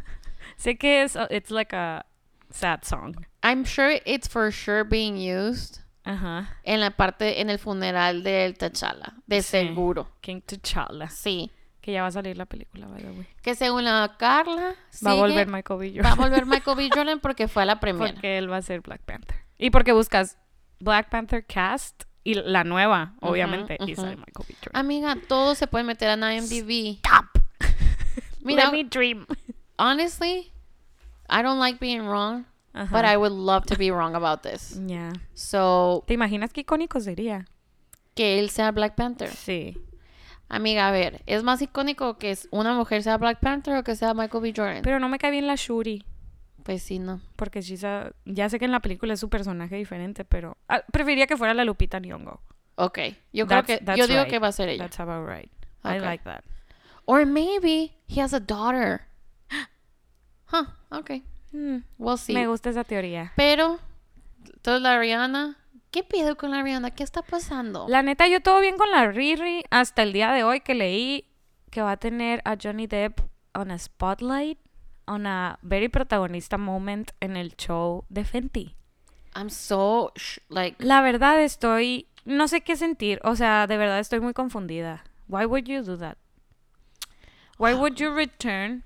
Speaker 2: Sé que es. uh, It's like a sad song.
Speaker 1: I'm sure it's for sure being used
Speaker 2: Ajá.
Speaker 1: en la parte en el funeral del T'Challa, de
Speaker 2: Sí.
Speaker 1: seguro.
Speaker 2: King T'Challa.
Speaker 1: Sí,
Speaker 2: Que ya va a salir la película, by the way.
Speaker 1: que según la Carla
Speaker 2: Va a
Speaker 1: sigue-
Speaker 2: volver Michael B.
Speaker 1: va a
Speaker 2: Jordan.
Speaker 1: volver Michael B. Jordan porque fue a la premiere.
Speaker 2: Porque él va a ser Black Panther. Y porque buscas Black Panther cast y la nueva,
Speaker 1: Ujú,
Speaker 2: obviamente, y
Speaker 1: ujú.
Speaker 2: sale Michael B. Jordan.
Speaker 1: Amiga, todos se pueden meter a IMDb.
Speaker 2: Stop.
Speaker 1: Mira,
Speaker 2: Let me dream.
Speaker 1: honestly, I don't like being wrong,
Speaker 2: Ajá. Mm.
Speaker 1: but I would love to be wrong about this.
Speaker 2: Ya.
Speaker 1: So,
Speaker 2: ¿Te imaginas qué icónico sería?
Speaker 1: que él sea Black Panther.
Speaker 2: Sí.
Speaker 1: Amiga, a ver, ¿es más icónico que es una mujer sea Black Panther o que sea Michael B. Jordan?
Speaker 2: Pero no me cae bien la Shuri.
Speaker 1: pues sí, no.
Speaker 2: Porque she's a- ya sé que en la película es su personaje diferente, pero ah, preferiría que fuera la Lupita Nyong'o.
Speaker 1: Ok, yo creo
Speaker 2: That's-
Speaker 1: que,
Speaker 2: that's
Speaker 1: yo digo
Speaker 2: right.
Speaker 1: que va a ser ella.
Speaker 2: That's about right. I
Speaker 1: Ok.
Speaker 2: like that.
Speaker 1: Or maybe he has a daughter. Huh, ok,
Speaker 2: Mm,
Speaker 1: we'll see.
Speaker 2: Me gusta esa teoría.
Speaker 1: Pero, entonces la Rihanna, ¿qué pedo con la Rihanna? ¿Qué está pasando?
Speaker 2: La neta, yo todo bien con la Riri hasta el día de hoy que leí que va a tener a Johnny Depp on a spotlight, on a very protagonista moment en el show de Fenty.
Speaker 1: I'm so, sh- like,
Speaker 2: La verdad estoy, no sé qué sentir, o sea, de verdad estoy muy confundida. Why would you do that? Why would you return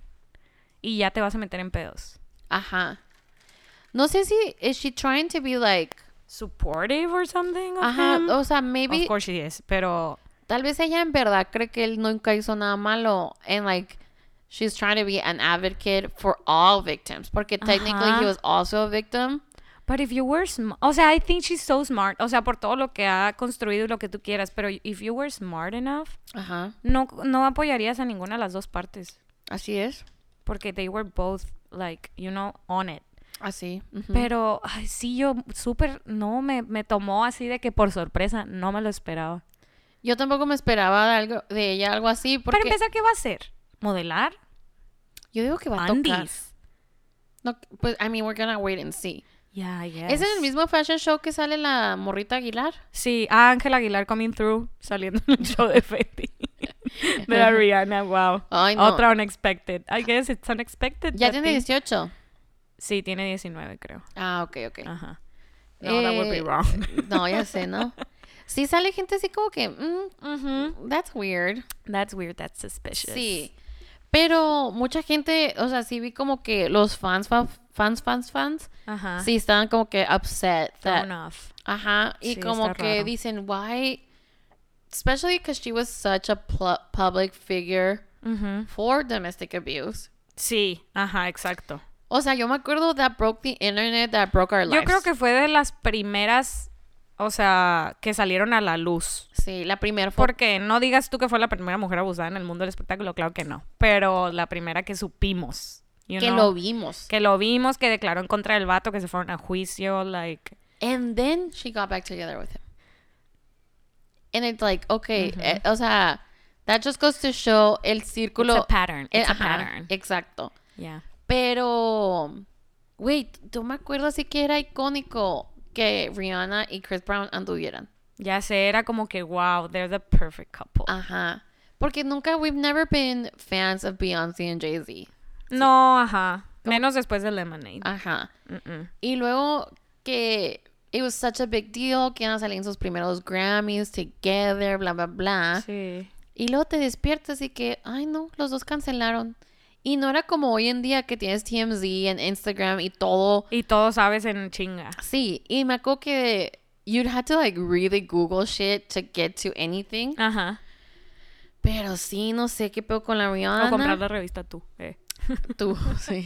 Speaker 2: y ya te vas a meter en pedos?
Speaker 1: Ajá. No sé si is she trying to be like,
Speaker 2: Supportive or something? Of
Speaker 1: ajá,
Speaker 2: him?
Speaker 1: o sea,
Speaker 2: Of
Speaker 1: maybe
Speaker 2: course she is, pero
Speaker 1: tal vez ella en verdad cree que él nunca hizo nada malo and like she's trying to be an advocate for all victims porque technically he
Speaker 2: Ajá.
Speaker 1: was also a victim.
Speaker 2: But if you were smart, o sea, I think she's so smart, o sea, por todo lo que ha construido y lo que tú quieras, pero if you were smart enough,
Speaker 1: Ajá.
Speaker 2: no, no apoyarías a ninguna de las dos partes,
Speaker 1: Así es.
Speaker 2: porque they were both like, you know, on it.
Speaker 1: Así. ujú.
Speaker 2: Pero ay, sí, yo súper, no, me, me tomó así de que por sorpresa, no me lo esperaba.
Speaker 1: Yo tampoco me esperaba de, algo, de ella algo así porque
Speaker 2: Para empezar, ¿qué va a hacer? ¿Modelar?
Speaker 1: yo digo que va a tocar.
Speaker 2: Andes.
Speaker 1: No, pues, I mean, we're gonna wait and see.
Speaker 2: Ya, ya.
Speaker 1: ¿Es en el mismo fashion show que sale la morrita Aguilar?
Speaker 2: Sí, a Ángel Aguilar coming through, saliendo en el show de Fetty. De la Rihanna, wow.
Speaker 1: Ay, no.
Speaker 2: Otra unexpected. I guess it's unexpected.
Speaker 1: Ya
Speaker 2: but
Speaker 1: tiene
Speaker 2: thi-
Speaker 1: 18.
Speaker 2: Sí, tiene 19, creo.
Speaker 1: Ah, ok, ok.
Speaker 2: Ajá. No, that would be
Speaker 1: Eh,
Speaker 2: wrong.
Speaker 1: No, ya sé, ¿no? Sí sale gente así como que, mm,
Speaker 2: Mhm.
Speaker 1: that's weird.
Speaker 2: That's weird, that's suspicious.
Speaker 1: Sí. Pero mucha gente, o sea, sí vi como que los fans, fa- fans, fans, fans,
Speaker 2: Ajá.
Speaker 1: sí estaban como que upset. That,
Speaker 2: Thrown off.
Speaker 1: Ajá, y
Speaker 2: Sí,
Speaker 1: como
Speaker 2: está
Speaker 1: que
Speaker 2: raro.
Speaker 1: dicen, why, especially because she was such a pl- public figure
Speaker 2: Ujú.
Speaker 1: for domestic abuse.
Speaker 2: Sí, ajá, exacto.
Speaker 1: O sea, yo me acuerdo that broke the internet, that broke our lives.
Speaker 2: Yo creo que fue de las primeras, o sea, que salieron a la luz.
Speaker 1: Sí, la primera fue...
Speaker 2: Porque no digas tú que fue la primera mujer abusada en el mundo del espectáculo, claro que no. Pero la primera que supimos. you
Speaker 1: que
Speaker 2: know,
Speaker 1: lo vimos.
Speaker 2: Que lo vimos, que declaró en contra del vato, que se fueron a juicio, like.
Speaker 1: And then she got back together with him. And it's like, okay,
Speaker 2: Mm-hmm.
Speaker 1: eh, o sea, that just goes to show el círculo...
Speaker 2: It's a pattern,
Speaker 1: eh,
Speaker 2: it's a
Speaker 1: ajá,
Speaker 2: pattern.
Speaker 1: Exacto.
Speaker 2: Yeah.
Speaker 1: Pero, wait, yo me acuerdo así que era icónico que Rihanna y Chris Brown anduvieran.
Speaker 2: Ya se era como que, wow, they're the perfect couple.
Speaker 1: Ah, Ajá. Porque nunca, we've never been fans of Beyoncé and Jay-Z.
Speaker 2: No, ajá. Menos después de Lemonade.
Speaker 1: Ajá.
Speaker 2: Mm-mm.
Speaker 1: Y luego que it was such a big deal que iban a salir en sus primeros Grammys together, bla, bla, bla.
Speaker 2: Sí.
Speaker 1: Y luego te despiertas y que, ay no, los dos cancelaron. Y no era como hoy en día que tienes TMZ en Instagram y todo.
Speaker 2: Y todos sabes en chinga.
Speaker 1: Sí, y me acuerdo que you'd have to like really Google shit to get to anything.
Speaker 2: Ajá.
Speaker 1: Pero sí, no sé qué pedo con la Rihanna.
Speaker 2: O comprar la revista tú. eh.
Speaker 1: Tú, sí.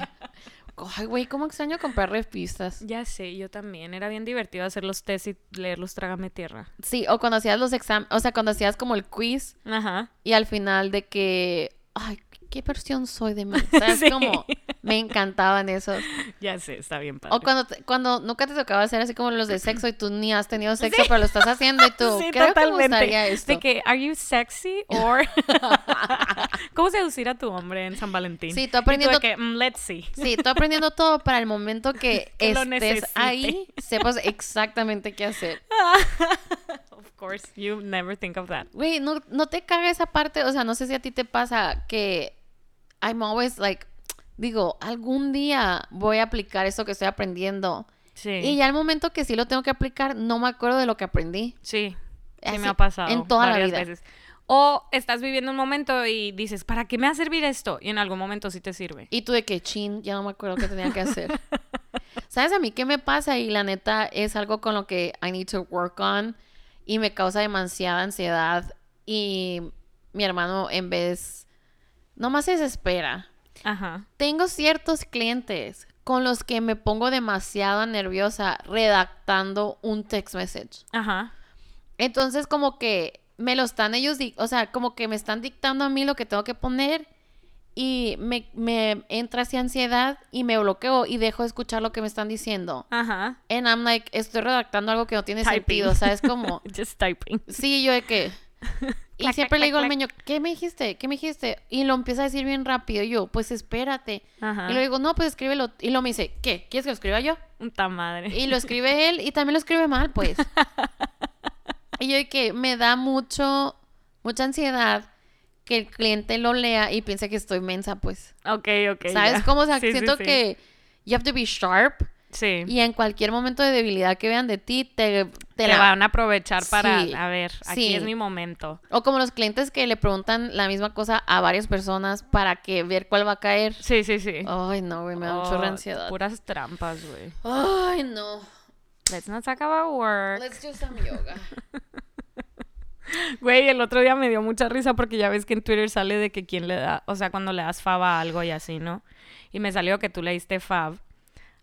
Speaker 1: Ay, güey, cómo extraño comprar revistas.
Speaker 2: Ya sé, yo también. Era bien divertido hacer los test y leerlos Trágame Tierra.
Speaker 1: Sí, o cuando hacías los exámenes, o sea, cuando hacías como el quiz
Speaker 2: Ajá.
Speaker 1: y al final de que, ay, ¿qué versión soy de mí? ¿Sabes
Speaker 2: Sí.
Speaker 1: cómo? Me encantaban esos.
Speaker 2: Ya sé, está bien padre.
Speaker 1: O cuando, te- cuando nunca te tocaba hacer así como los de sexo y tú ni has tenido sexo, pero lo estás haciendo y tú,
Speaker 2: sí,
Speaker 1: creo que me
Speaker 2: totalmente.
Speaker 1: gustaría esto.
Speaker 2: De que, ¿are you sexy? Or... ¿Cómo seducir a tu hombre en San Valentín?
Speaker 1: Sí, tú
Speaker 2: Y de
Speaker 1: aprendiendo-
Speaker 2: que, "Mm, let's see.
Speaker 1: Sí, tú aprendiendo todo para el momento que,
Speaker 2: Que lo
Speaker 1: estés
Speaker 2: necesite.
Speaker 1: ahí, sepas exactamente qué hacer.
Speaker 2: Of course, you never think of that.
Speaker 1: Güey, no, no te caga esa parte, o sea, no sé si a ti te pasa que I'm always like, digo, algún día voy a aplicar eso que estoy aprendiendo.
Speaker 2: Sí.
Speaker 1: Y ya al momento que sí lo tengo que aplicar, no me acuerdo de lo que aprendí.
Speaker 2: Sí, sí
Speaker 1: Así,
Speaker 2: me ha pasado.
Speaker 1: en toda la
Speaker 2: varias
Speaker 1: vida.
Speaker 2: veces. O estás viviendo un momento y dices, ¿para qué me va a servir esto? Y en algún momento sí te sirve.
Speaker 1: Y tú de que chin, ya no me acuerdo qué tenía que hacer. ¿Sabes a mí qué me pasa? Y la neta es algo con lo que I need to work on y me causa demasiada ansiedad. Y mi hermano en vez, nomás se desespera.
Speaker 2: Ajá.
Speaker 1: Tengo ciertos clientes con los que me pongo demasiado nerviosa redactando un text message.
Speaker 2: Ajá.
Speaker 1: Entonces como que me lo están ellos, di- o sea, como que me están dictando a mí lo que tengo que poner y me, me entra así ansiedad y me bloqueo y dejo de escuchar lo que me están diciendo.
Speaker 2: Ajá.
Speaker 1: And I'm like, estoy redactando algo que no tiene
Speaker 2: Typing.
Speaker 1: sentido, ¿sabes? Como,
Speaker 2: Just typing.
Speaker 1: sí, yo de qué. Y
Speaker 2: Clac,
Speaker 1: siempre
Speaker 2: clac,
Speaker 1: le digo al
Speaker 2: clac,
Speaker 1: meño, ¿qué me dijiste? ¿Qué me dijiste? Y lo empieza a decir bien rápido. y Yo, pues espérate.
Speaker 2: Ajá.
Speaker 1: Y le digo, no, pues escríbelo. Y lo me dice, ¿qué? ¿Quieres que lo escriba yo?
Speaker 2: Puta madre.
Speaker 1: Y lo escribe él y también lo escribe mal, pues. Y yo de que me da mucho, mucha ansiedad que el cliente lo lea y piense que estoy mensa, pues.
Speaker 2: Ok, ok.
Speaker 1: ¿Sabes
Speaker 2: ya.
Speaker 1: cómo? O sea,
Speaker 2: Sí, sí,
Speaker 1: siento
Speaker 2: sí.
Speaker 1: que you have to be sharp
Speaker 2: Sí.
Speaker 1: y en cualquier momento de debilidad que vean de ti, te, te
Speaker 2: te
Speaker 1: la...
Speaker 2: van a aprovechar para,
Speaker 1: Sí,
Speaker 2: a ver, aquí
Speaker 1: sí.
Speaker 2: es mi momento.
Speaker 1: O como los clientes que le preguntan la misma cosa a varias personas para que ver cuál va a caer.
Speaker 2: Sí, sí, sí.
Speaker 1: Ay, no, güey, Oh, me da un chorro de
Speaker 2: Oh,
Speaker 1: ansiedad.
Speaker 2: Puras trampas, güey.
Speaker 1: Ay, no.
Speaker 2: Let's not talk about work.
Speaker 1: Let's do some yoga.
Speaker 2: Güey, el otro día me dio mucha risa porque ya ves que en Twitter sale de que quién le da, o sea, cuando le das fab a algo y así, ¿no? Y me salió que tú le diste fab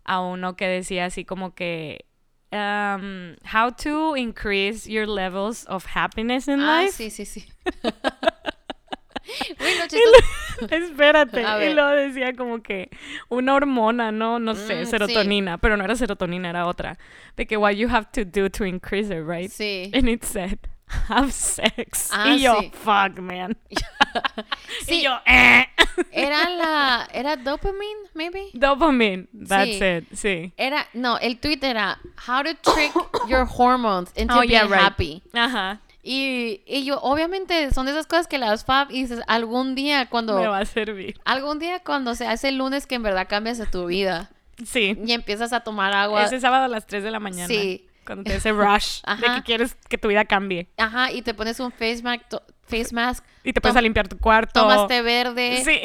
Speaker 2: a uno que decía así como que um, how to increase your levels of happiness in
Speaker 1: Ah,
Speaker 2: life.
Speaker 1: sí, sí, sí. Uy, no, chistoso.
Speaker 2: Espérate,
Speaker 1: A
Speaker 2: y
Speaker 1: ver.
Speaker 2: luego decía como que una hormona, no, no sé,
Speaker 1: Mm, sí.
Speaker 2: serotonina, pero no era serotonina, era otra. De que what you have to do to increase it, right?
Speaker 1: Sí.
Speaker 2: And it said, have sex.
Speaker 1: Ah,
Speaker 2: y yo,
Speaker 1: sí.
Speaker 2: fuck, man. Y
Speaker 1: Sí,
Speaker 2: yo, eh.
Speaker 1: era la... ¿Era dopamine, maybe?
Speaker 2: Dopamine, that's
Speaker 1: Sí.
Speaker 2: it, sí.
Speaker 1: Era... No, el tweet era how to trick your hormones into
Speaker 2: Oh,
Speaker 1: being
Speaker 2: yeah, right.
Speaker 1: happy.
Speaker 2: Ajá,
Speaker 1: Y, y yo, obviamente, son de esas cosas que las fab y dices, algún día cuando...
Speaker 2: me va a servir.
Speaker 1: Algún día cuando se hace el lunes que en verdad cambias a tu vida
Speaker 2: Sí,
Speaker 1: y empiezas a tomar agua.
Speaker 2: ese sábado a las 3 de la mañana.
Speaker 1: Sí.
Speaker 2: Cuando te ese rush de
Speaker 1: Ajá.
Speaker 2: que quieres que tu vida cambie.
Speaker 1: Ajá, y te pones un face mask, to- face mask
Speaker 2: Y te pones
Speaker 1: Tom-
Speaker 2: a limpiar tu cuarto.
Speaker 1: tomas té verde,
Speaker 2: Sí,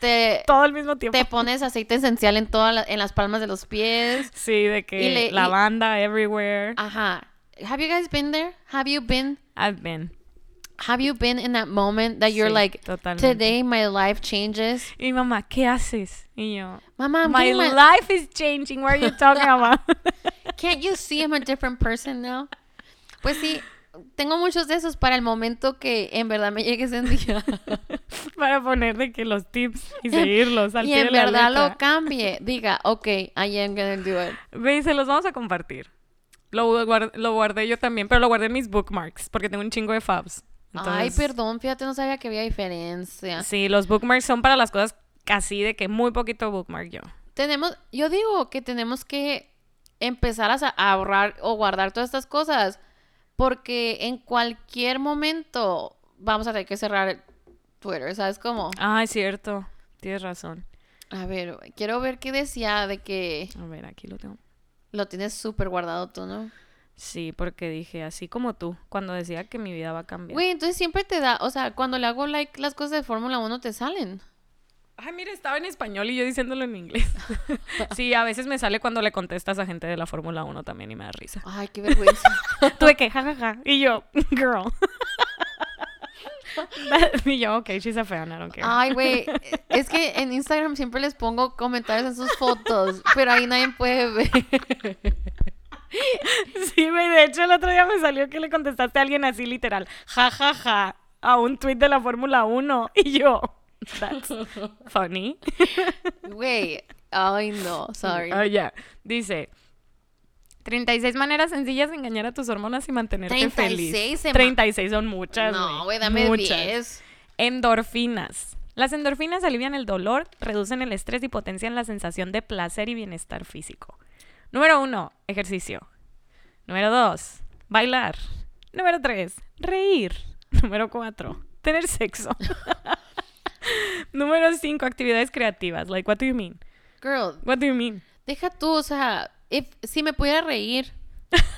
Speaker 1: te,
Speaker 2: todo al mismo tiempo.
Speaker 1: te pones aceite esencial en, todas la- en las palmas de los pies.
Speaker 2: Sí, de que
Speaker 1: Y Ah. le- y-
Speaker 2: lavanda everywhere.
Speaker 1: Ajá. Have you guys been there? Have you been
Speaker 2: I've been.
Speaker 1: have you been in that moment that you're
Speaker 2: Sí,
Speaker 1: like
Speaker 2: totalmente.
Speaker 1: today my life changes?
Speaker 2: Y mi mamá, ¿qué haces? Y yo,
Speaker 1: Mamá, I'm
Speaker 2: my
Speaker 1: getting my-
Speaker 2: life is changing. What are you talking about?
Speaker 1: Can't you see I'm a different person now? Pues sí, tengo muchos de esos para el momento que en verdad me llegue ese día.
Speaker 2: Para poner de que los tips y seguirlos al
Speaker 1: y
Speaker 2: pie
Speaker 1: en
Speaker 2: de la
Speaker 1: verdad
Speaker 2: letra.
Speaker 1: lo cambie. Diga, ok, I am gonna do it.
Speaker 2: Ve, se los vamos a compartir. Lo, guar- lo guardé yo también, pero lo guardé en mis bookmarks porque tengo un chingo de fabs.
Speaker 1: Ay,
Speaker 2: Entonces,
Speaker 1: perdón, fíjate, no sabía que había diferencia.
Speaker 2: Sí, los bookmarks son para las cosas casi de que muy poquito bookmark yo.
Speaker 1: Tenemos, yo digo que tenemos que empezar a, sa- a ahorrar o guardar todas estas cosas porque en cualquier momento vamos a tener que cerrar Twitter, ¿sabes cómo?
Speaker 2: Ay, cierto. Tienes razón.
Speaker 1: A ver, quiero ver qué decía de que
Speaker 2: A ver, aquí lo tengo.
Speaker 1: lo tienes súper guardado tú, ¿no?
Speaker 2: Sí, porque dije, así como tú, cuando decía que mi vida va a cambiar.
Speaker 1: Güey, entonces siempre te da, o sea, cuando le hago like, las cosas de Fórmula 1 te salen.
Speaker 2: Ay, mira, estaba en español y yo diciéndolo en inglés. sí, a veces me sale cuando le contestas a gente de la Fórmula 1 también y me da risa.
Speaker 1: Ay, qué vergüenza.
Speaker 2: Tuve que, jajaja. Y yo, girl. That- y yo, okay, she's a fan, I don't care.
Speaker 1: Ay, güey, es que en Instagram siempre les pongo comentarios en sus fotos, pero ahí nadie puede ver.
Speaker 2: Sí, güey, de hecho el otro día me salió que le contestaste a alguien así literal, jajaja, a un tweet de la Fórmula 1. Y yo, that's funny.
Speaker 1: Güey, ay no, sorry.
Speaker 2: Oh, yeah. Dice. 36 maneras sencillas de engañar a tus hormonas y mantenerte
Speaker 1: 36
Speaker 2: feliz.
Speaker 1: se ma-
Speaker 2: 36 son muchas.
Speaker 1: no, güey, dame
Speaker 2: Muchas.
Speaker 1: 10.
Speaker 2: Endorfinas. Las endorfinas alivian el dolor, reducen el estrés y potencian la sensación de placer y bienestar físico. Número 1, ejercicio. Número 2, bailar. Número 3, reír. Número 4, tener sexo. Número 5, actividades creativas. Like, what do you mean?
Speaker 1: Girl,
Speaker 2: What do you mean?
Speaker 1: deja tú, o sea, if- si me pudiera reír.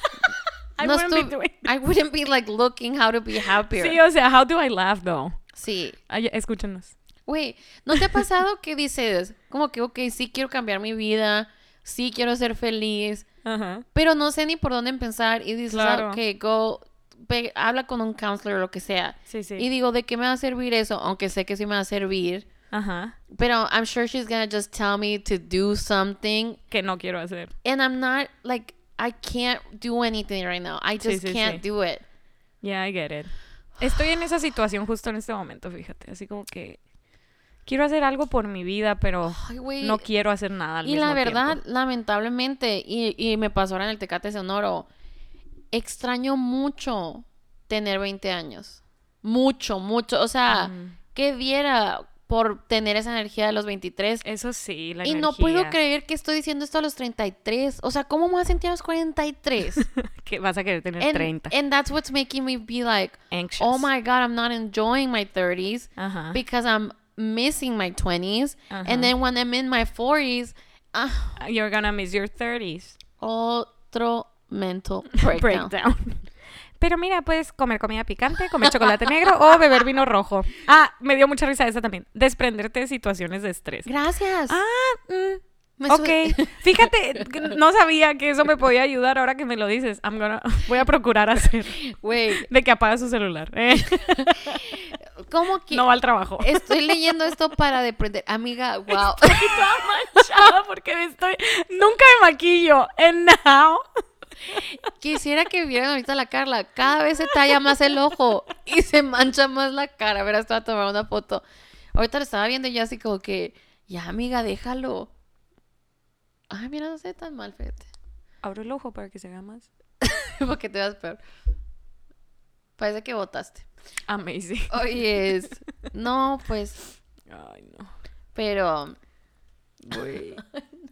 Speaker 2: I
Speaker 1: no
Speaker 2: wouldn't
Speaker 1: estu-
Speaker 2: be doing
Speaker 1: I wouldn't be like looking how to be happier.
Speaker 2: Sí, o sea, how do I laugh though?
Speaker 1: Sí.
Speaker 2: Ay, escúchenos.
Speaker 1: Güey, ¿no te ha pasado que dices, como que, ok, sí quiero cambiar mi vida, sí quiero ser feliz,
Speaker 2: Ajá.
Speaker 1: pero no sé ni por dónde empezar y dices, ah,
Speaker 2: Claro.
Speaker 1: ok, go, ve- habla con un counselor o lo que sea.
Speaker 2: Sí, sí.
Speaker 1: Y digo, ¿de qué me va a servir eso? Aunque sé que sí me va a servir,
Speaker 2: Ajá.
Speaker 1: pero I'm sure she's gonna just tell me to do something
Speaker 2: Que no quiero hacer.
Speaker 1: and I'm not like I can't do anything right now. I just
Speaker 2: sí,
Speaker 1: can't
Speaker 2: sí.
Speaker 1: do it.
Speaker 2: Yeah, I get it. Estoy en esa situación justo en este momento, fíjate. Así como que quiero hacer algo por mi vida, pero
Speaker 1: Ay, güey.
Speaker 2: no quiero hacer nada. Al
Speaker 1: Y
Speaker 2: mismo
Speaker 1: la verdad,
Speaker 2: tiempo.
Speaker 1: lamentablemente, y, y me pasó ahora en el Tecate Sonoro, extraño mucho tener 20 años. Mucho, mucho. O sea,
Speaker 2: Mm.
Speaker 1: que diera por tener esa energía de los 23.
Speaker 2: Eso sí, la
Speaker 1: y no puedo
Speaker 2: energía.
Speaker 1: creer que estoy diciendo esto a los 33. O sea, ¿cómo me voy a sentir a los 43?
Speaker 2: Que vas a querer tener
Speaker 1: and,
Speaker 2: 30.
Speaker 1: and that's what's making me be like,
Speaker 2: Anxious.
Speaker 1: oh my God, I'm not enjoying my 30s.
Speaker 2: Ajá.
Speaker 1: because I'm missing my 20s.
Speaker 2: Ajá.
Speaker 1: And then when I'm in my 40s, ah,
Speaker 2: You're gonna miss your 30s.
Speaker 1: otro mental breakdown.
Speaker 2: Pero mira, puedes comer comida picante, comer chocolate negro o beber vino rojo. Ah, me dio mucha risa esa también. Desprenderte de situaciones de estrés.
Speaker 1: Gracias.
Speaker 2: Ah, mm,
Speaker 1: Me
Speaker 2: Ok,
Speaker 1: sube-
Speaker 2: fíjate, que no sabía que eso me podía ayudar ahora que me lo dices. I'm gonna- voy a procurar hacer
Speaker 1: Güey,
Speaker 2: de que apaga su celular. eh,
Speaker 1: ¿cómo que
Speaker 2: no va al trabajo.
Speaker 1: estoy leyendo esto para deprender? Amiga, wow.
Speaker 2: Estoy toda manchada porque me estoy nunca me maquillo. And now
Speaker 1: Quisiera que vieran ahorita la Carla. Cada vez se talla más el ojo y se mancha más la cara. Verás, estaba tomando una foto. Ahorita lo estaba viendo y yo así como que, ya amiga, déjalo. Ay, mira, no se ve tan mal, fíjate.
Speaker 2: abro el ojo para que se vea más.
Speaker 1: Porque te vas peor. Parece que votaste.
Speaker 2: Amazing.
Speaker 1: Oye, es. No, pues,
Speaker 2: Ay no.
Speaker 1: pero.
Speaker 2: Güey.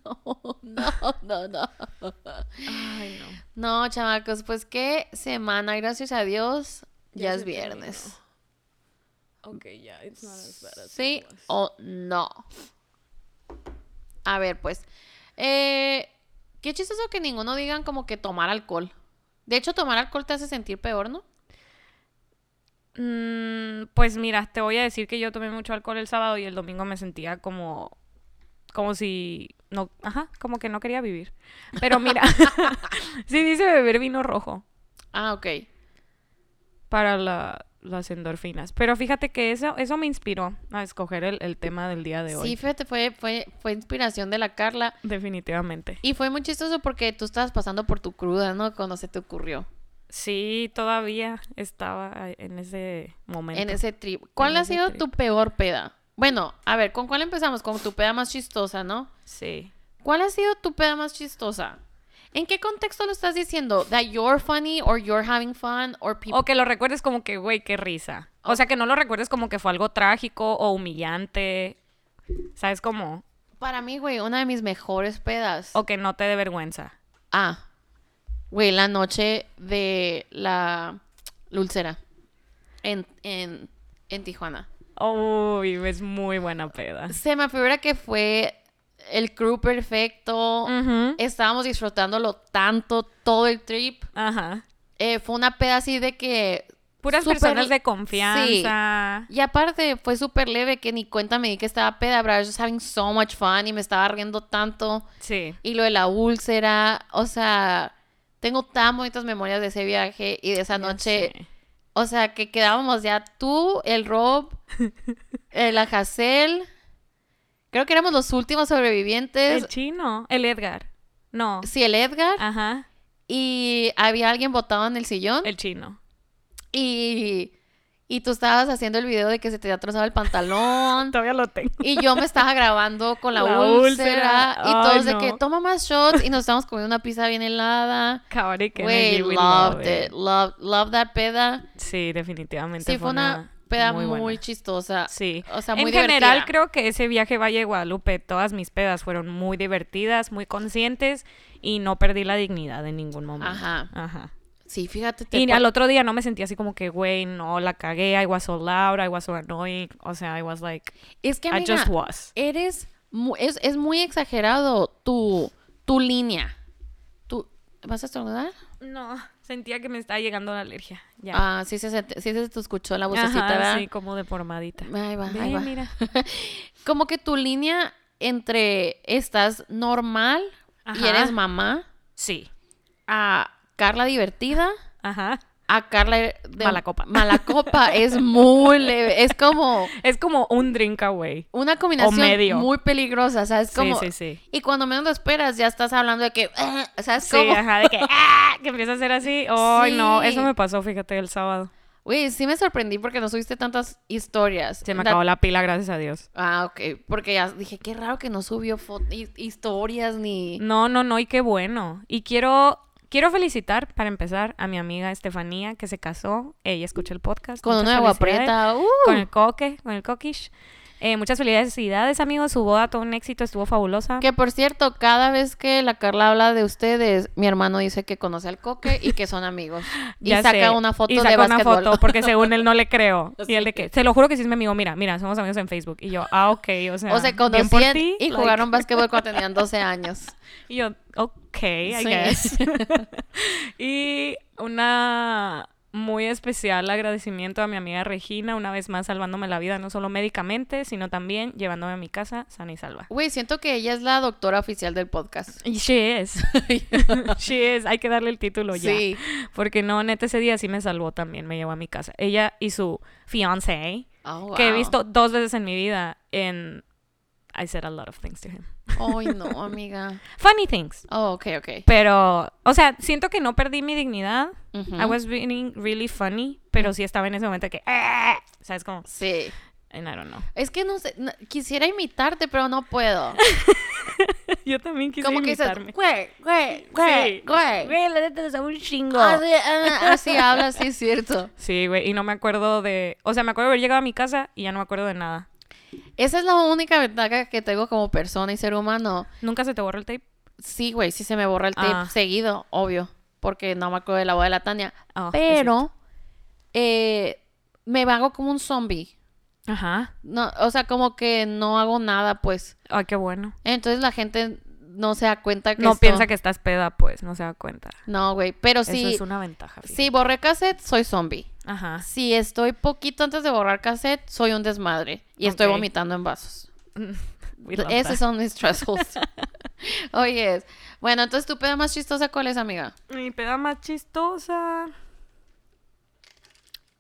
Speaker 1: No, no, no, no.
Speaker 2: Ay no.
Speaker 1: No, chamacos, pues qué semana, gracias a Dios. Ya,
Speaker 2: Ya
Speaker 1: es
Speaker 2: se
Speaker 1: viernes.
Speaker 2: Okay, yeah, it's not as bad as
Speaker 1: ¿Sí
Speaker 2: it was.
Speaker 1: o no? A ver, pues. eh, qué chistoso que ninguno digan como que tomar alcohol. De hecho, tomar alcohol te hace sentir peor, ¿no?
Speaker 2: Mm, pues mira, te voy a decir que yo tomé mucho alcohol el sábado y el domingo me sentía como como si no, ajá, como que no quería vivir. Pero mira, sí dice beber vino rojo
Speaker 1: Ah, ok.
Speaker 2: para la- las endorfinas. Pero fíjate que eso, eso me inspiró a escoger el, el tema del día de hoy.
Speaker 1: Sí, fíjate, fue, fue, fue inspiración de la Carla.
Speaker 2: Definitivamente.
Speaker 1: Y fue muy chistoso porque tú estabas pasando por tu cruda, ¿no? Cuando se te ocurrió.
Speaker 2: Sí, todavía estaba en ese momento.
Speaker 1: En ese trip. ¿Cuál
Speaker 2: En
Speaker 1: ha
Speaker 2: ese
Speaker 1: sido
Speaker 2: trip.
Speaker 1: tu peor peda? Bueno, a ver, ¿con cuál empezamos? Con tu peda más chistosa, ¿no?
Speaker 2: Sí.
Speaker 1: ¿Cuál ha sido tu peda más chistosa? ¿En qué contexto lo estás diciendo? That you're funny or you're having fun or people
Speaker 2: O que lo recuerdes como que, güey, qué risa. O sea, que no lo recuerdes como que fue algo trágico o humillante. ¿Sabes cómo?
Speaker 1: Para mí, güey, una de mis mejores pedas.
Speaker 2: O que no te dé vergüenza.
Speaker 1: Ah, güey, la noche de la, la úlcera en, en, en Tijuana.
Speaker 2: Uy, es muy buena peda.
Speaker 1: Se me figura que fue el crew perfecto.
Speaker 2: Ujú.
Speaker 1: Estábamos disfrutándolo tanto, todo el trip.
Speaker 2: Ajá.
Speaker 1: Eh, fue una peda así de que...
Speaker 2: Puras
Speaker 1: súper-
Speaker 2: personas de confianza.
Speaker 1: Y aparte fue súper leve que ni cuenta me di que estaba peda, but I was just having so much fun y me estaba riendo tanto.
Speaker 2: Sí.
Speaker 1: Y lo de la úlcera, o sea, tengo tan bonitas memorias de ese viaje y de esa noche.
Speaker 2: Ya sé.
Speaker 1: O sea, que quedábamos ya tú, el Rob, el Ajacel. Creo que éramos los últimos sobrevivientes.
Speaker 2: El chino. El Edgar. No.
Speaker 1: sí, el Edgar.
Speaker 2: Ajá.
Speaker 1: Y había alguien botado en el sillón.
Speaker 2: El chino.
Speaker 1: Y, y tú estabas haciendo el video de que se te había trozado el pantalón.
Speaker 2: Todavía lo tengo.
Speaker 1: Y yo me estaba grabando con la,
Speaker 2: La
Speaker 1: úlcera,
Speaker 2: úlcera.
Speaker 1: y todos
Speaker 2: Ay,
Speaker 1: de que
Speaker 2: no.
Speaker 1: toma más shots y nos estamos comiendo una pizza bien helada.
Speaker 2: Chaotic
Speaker 1: Güey,
Speaker 2: energy, we
Speaker 1: loved
Speaker 2: love it.
Speaker 1: it. Loved, loved that peda.
Speaker 2: Sí, definitivamente.
Speaker 1: Sí, fue una peda muy,
Speaker 2: buena.
Speaker 1: chistosa.
Speaker 2: Sí.
Speaker 1: Ah, O sea,
Speaker 2: en
Speaker 1: muy
Speaker 2: general
Speaker 1: divertida.
Speaker 2: creo que ese viaje a Valle de Guadalupe, todas mis pedas fueron muy divertidas, muy conscientes y no perdí la dignidad en ningún momento.
Speaker 1: Ajá.
Speaker 2: Ajá.
Speaker 1: Sí, fíjate. te
Speaker 2: Y
Speaker 1: pa-
Speaker 2: al otro día no me sentí así como que, güey, no, la cagué, I was so loud, I was so annoying, o sea, I was like,
Speaker 1: es que,
Speaker 2: I
Speaker 1: amiga, eh,
Speaker 2: just was.
Speaker 1: eres... mu- Es, es muy exagerado tu, tu línea. Tu, ¿Vas a estornudar?
Speaker 2: No, sentía que me estaba llegando la alergia. Ya.
Speaker 1: Ah, sí se, sent- sí se te escuchó la
Speaker 2: Ajá,
Speaker 1: vocecita, ¿verdad?
Speaker 2: sí, como de formadita.
Speaker 1: Ahí va,
Speaker 2: Ve,
Speaker 1: ahí va.
Speaker 2: mira.
Speaker 1: como que tu línea entre estás normal y
Speaker 2: Ajá.
Speaker 1: eres mamá
Speaker 2: Sí.
Speaker 1: a Carla divertida
Speaker 2: Ajá.
Speaker 1: a Carla de
Speaker 2: Mala copa.
Speaker 1: mala copa es muy leve es como
Speaker 2: Es como un drink away.
Speaker 1: una combinación
Speaker 2: medio.
Speaker 1: muy peligrosa sabes como
Speaker 2: Sí, sí, sí.
Speaker 1: y cuando menos lo esperas ya estás hablando de que "Ah", sabes
Speaker 2: Sí,
Speaker 1: como
Speaker 2: ajá, de que, ¡ah! que empieza a hacer así. Ay, no, eso
Speaker 1: Sí.
Speaker 2: me pasó, fíjate, el sábado.
Speaker 1: Güey, sí me sorprendí porque no subiste tantas historias
Speaker 2: Se me
Speaker 1: Da-
Speaker 2: acabó la pila, gracias a Dios.
Speaker 1: ah ok porque ya dije qué raro que no subió fo- hi- historias ni
Speaker 2: No, no, no, y qué bueno. Y quiero, quiero felicitar, para empezar, a mi amiga Estefanía, que se casó. Ella escucha el podcast.
Speaker 1: con
Speaker 2: Muchas
Speaker 1: una agua
Speaker 2: felicidades.
Speaker 1: preta ¡uh!
Speaker 2: Con el coque, con el coquish. Eh, muchas felicidades, amigos. Su boda, todo un éxito, estuvo fabulosa.
Speaker 1: Que por cierto, cada vez que la Carla habla de ustedes, mi hermano dice que conoce al coque y que son amigos. Y
Speaker 2: Ya
Speaker 1: saca
Speaker 2: sé.
Speaker 1: una foto
Speaker 2: Y
Speaker 1: de
Speaker 2: saca una
Speaker 1: básquetbol.
Speaker 2: foto, porque según él no le creo.
Speaker 1: Sí.
Speaker 2: Y él de que, se lo juro que sí es mi amigo. Mira, mira, somos amigos en Facebook. Y yo, ah, ok, o sea,
Speaker 1: o se
Speaker 2: bien por
Speaker 1: conocían
Speaker 2: ti,
Speaker 1: y
Speaker 2: like.
Speaker 1: jugaron básquetbol cuando tenían 12 años.
Speaker 2: Y yo, ok, I
Speaker 1: Sí.
Speaker 2: guess. y una muy especial agradecimiento a mi amiga Regina, una vez más salvándome la vida, no solo médicamente, sino también llevándome a mi casa sana y salva.
Speaker 1: Güey, siento que ella es la doctora oficial del podcast.
Speaker 2: Y she is. she is. Hay que darle el título ya.
Speaker 1: Sí.
Speaker 2: Porque no, neta, ese día sí me salvó también, me llevó a mi casa. Ella y su fiancé,
Speaker 1: Oh,
Speaker 2: que he
Speaker 1: wow.
Speaker 2: visto dos veces en mi vida, en... I said a lot of things to him.
Speaker 1: Ay, no, amiga.
Speaker 2: Funny things.
Speaker 1: Oh, ok, ok.
Speaker 2: Pero, o sea, siento que no perdí mi dignidad.
Speaker 1: Ujú.
Speaker 2: I was being really funny, pero sí estaba en ese momento que... "Ah", ¿Sabes cómo?
Speaker 1: Sí.
Speaker 2: And I don't know.
Speaker 1: Es que no sé, no- quisiera imitarte, pero no puedo.
Speaker 2: Yo también quise
Speaker 1: Como que dices,
Speaker 2: imitarme.
Speaker 1: güey, güey, güey,
Speaker 2: Sí.
Speaker 1: güey.
Speaker 2: Güey, la neta, está un chingo.
Speaker 1: Así, ah, así habla, sí, es cierto.
Speaker 2: Sí, güey, y no me acuerdo de... O sea, me acuerdo de haber llegado a mi casa y ya no me acuerdo de nada.
Speaker 1: Esa es la única ventaja que tengo como persona y ser humano.
Speaker 2: ¿Nunca se te borró el tape?
Speaker 1: Sí, güey, sí se me borra el tape
Speaker 2: Ah.
Speaker 1: seguido, obvio. Porque no me acuerdo de la voz de la Tania.
Speaker 2: Ah, es
Speaker 1: pero eh, me hago como un zombie.
Speaker 2: cierto. Ajá.
Speaker 1: No, o sea, como que no hago nada, pues.
Speaker 2: Ay, qué bueno.
Speaker 1: Entonces la gente no se da cuenta que
Speaker 2: No
Speaker 1: esto-
Speaker 2: piensa que estás peda, pues, no se da cuenta.
Speaker 1: No, güey, pero sí...
Speaker 2: Eso es una Ah. ventaja. fíjate.
Speaker 1: Si borré cassette, soy zombie.
Speaker 2: Ajá.
Speaker 1: Si estoy poquito antes de borrar cassette, soy un desmadre. Y estoy
Speaker 2: Ok.
Speaker 1: vomitando en vasos.
Speaker 2: We love
Speaker 1: Esos
Speaker 2: that.
Speaker 1: son mis thresholds. Oye, bueno, entonces tu peda más chistosa, ¿cuál es, amiga?
Speaker 2: Mi peda más chistosa.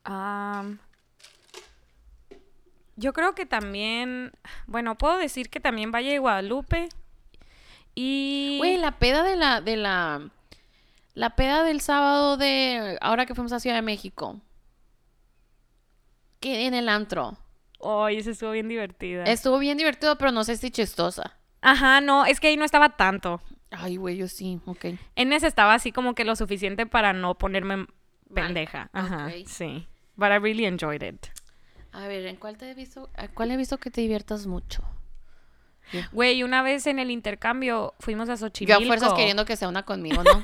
Speaker 2: Am, yo creo que también... Bueno, puedo decir que también Valle de Guadalupe y...
Speaker 1: Güey, la peda de la, de la. La peda del sábado de. Ahora que fuimos a Ciudad de México. Que en el antro.
Speaker 2: Ay, esa estuvo bien divertida.
Speaker 1: Estuvo bien divertido, pero no sé si chistosa.
Speaker 2: Ajá, no, es que ahí no estaba tanto.
Speaker 1: Ay, güey, yo sí, ok.
Speaker 2: En ese estaba así como que lo suficiente para no ponerme pendeja. Ajá,
Speaker 1: ok.
Speaker 2: sí. But I really enjoyed it.
Speaker 1: A ver, ¿en cuál te he visto? ¿A cuál he visto que te diviertas mucho?
Speaker 2: Güey, una vez en el intercambio fuimos a Xochimilco.
Speaker 1: Yo a fuerzas queriendo que se una conmigo, ¿no?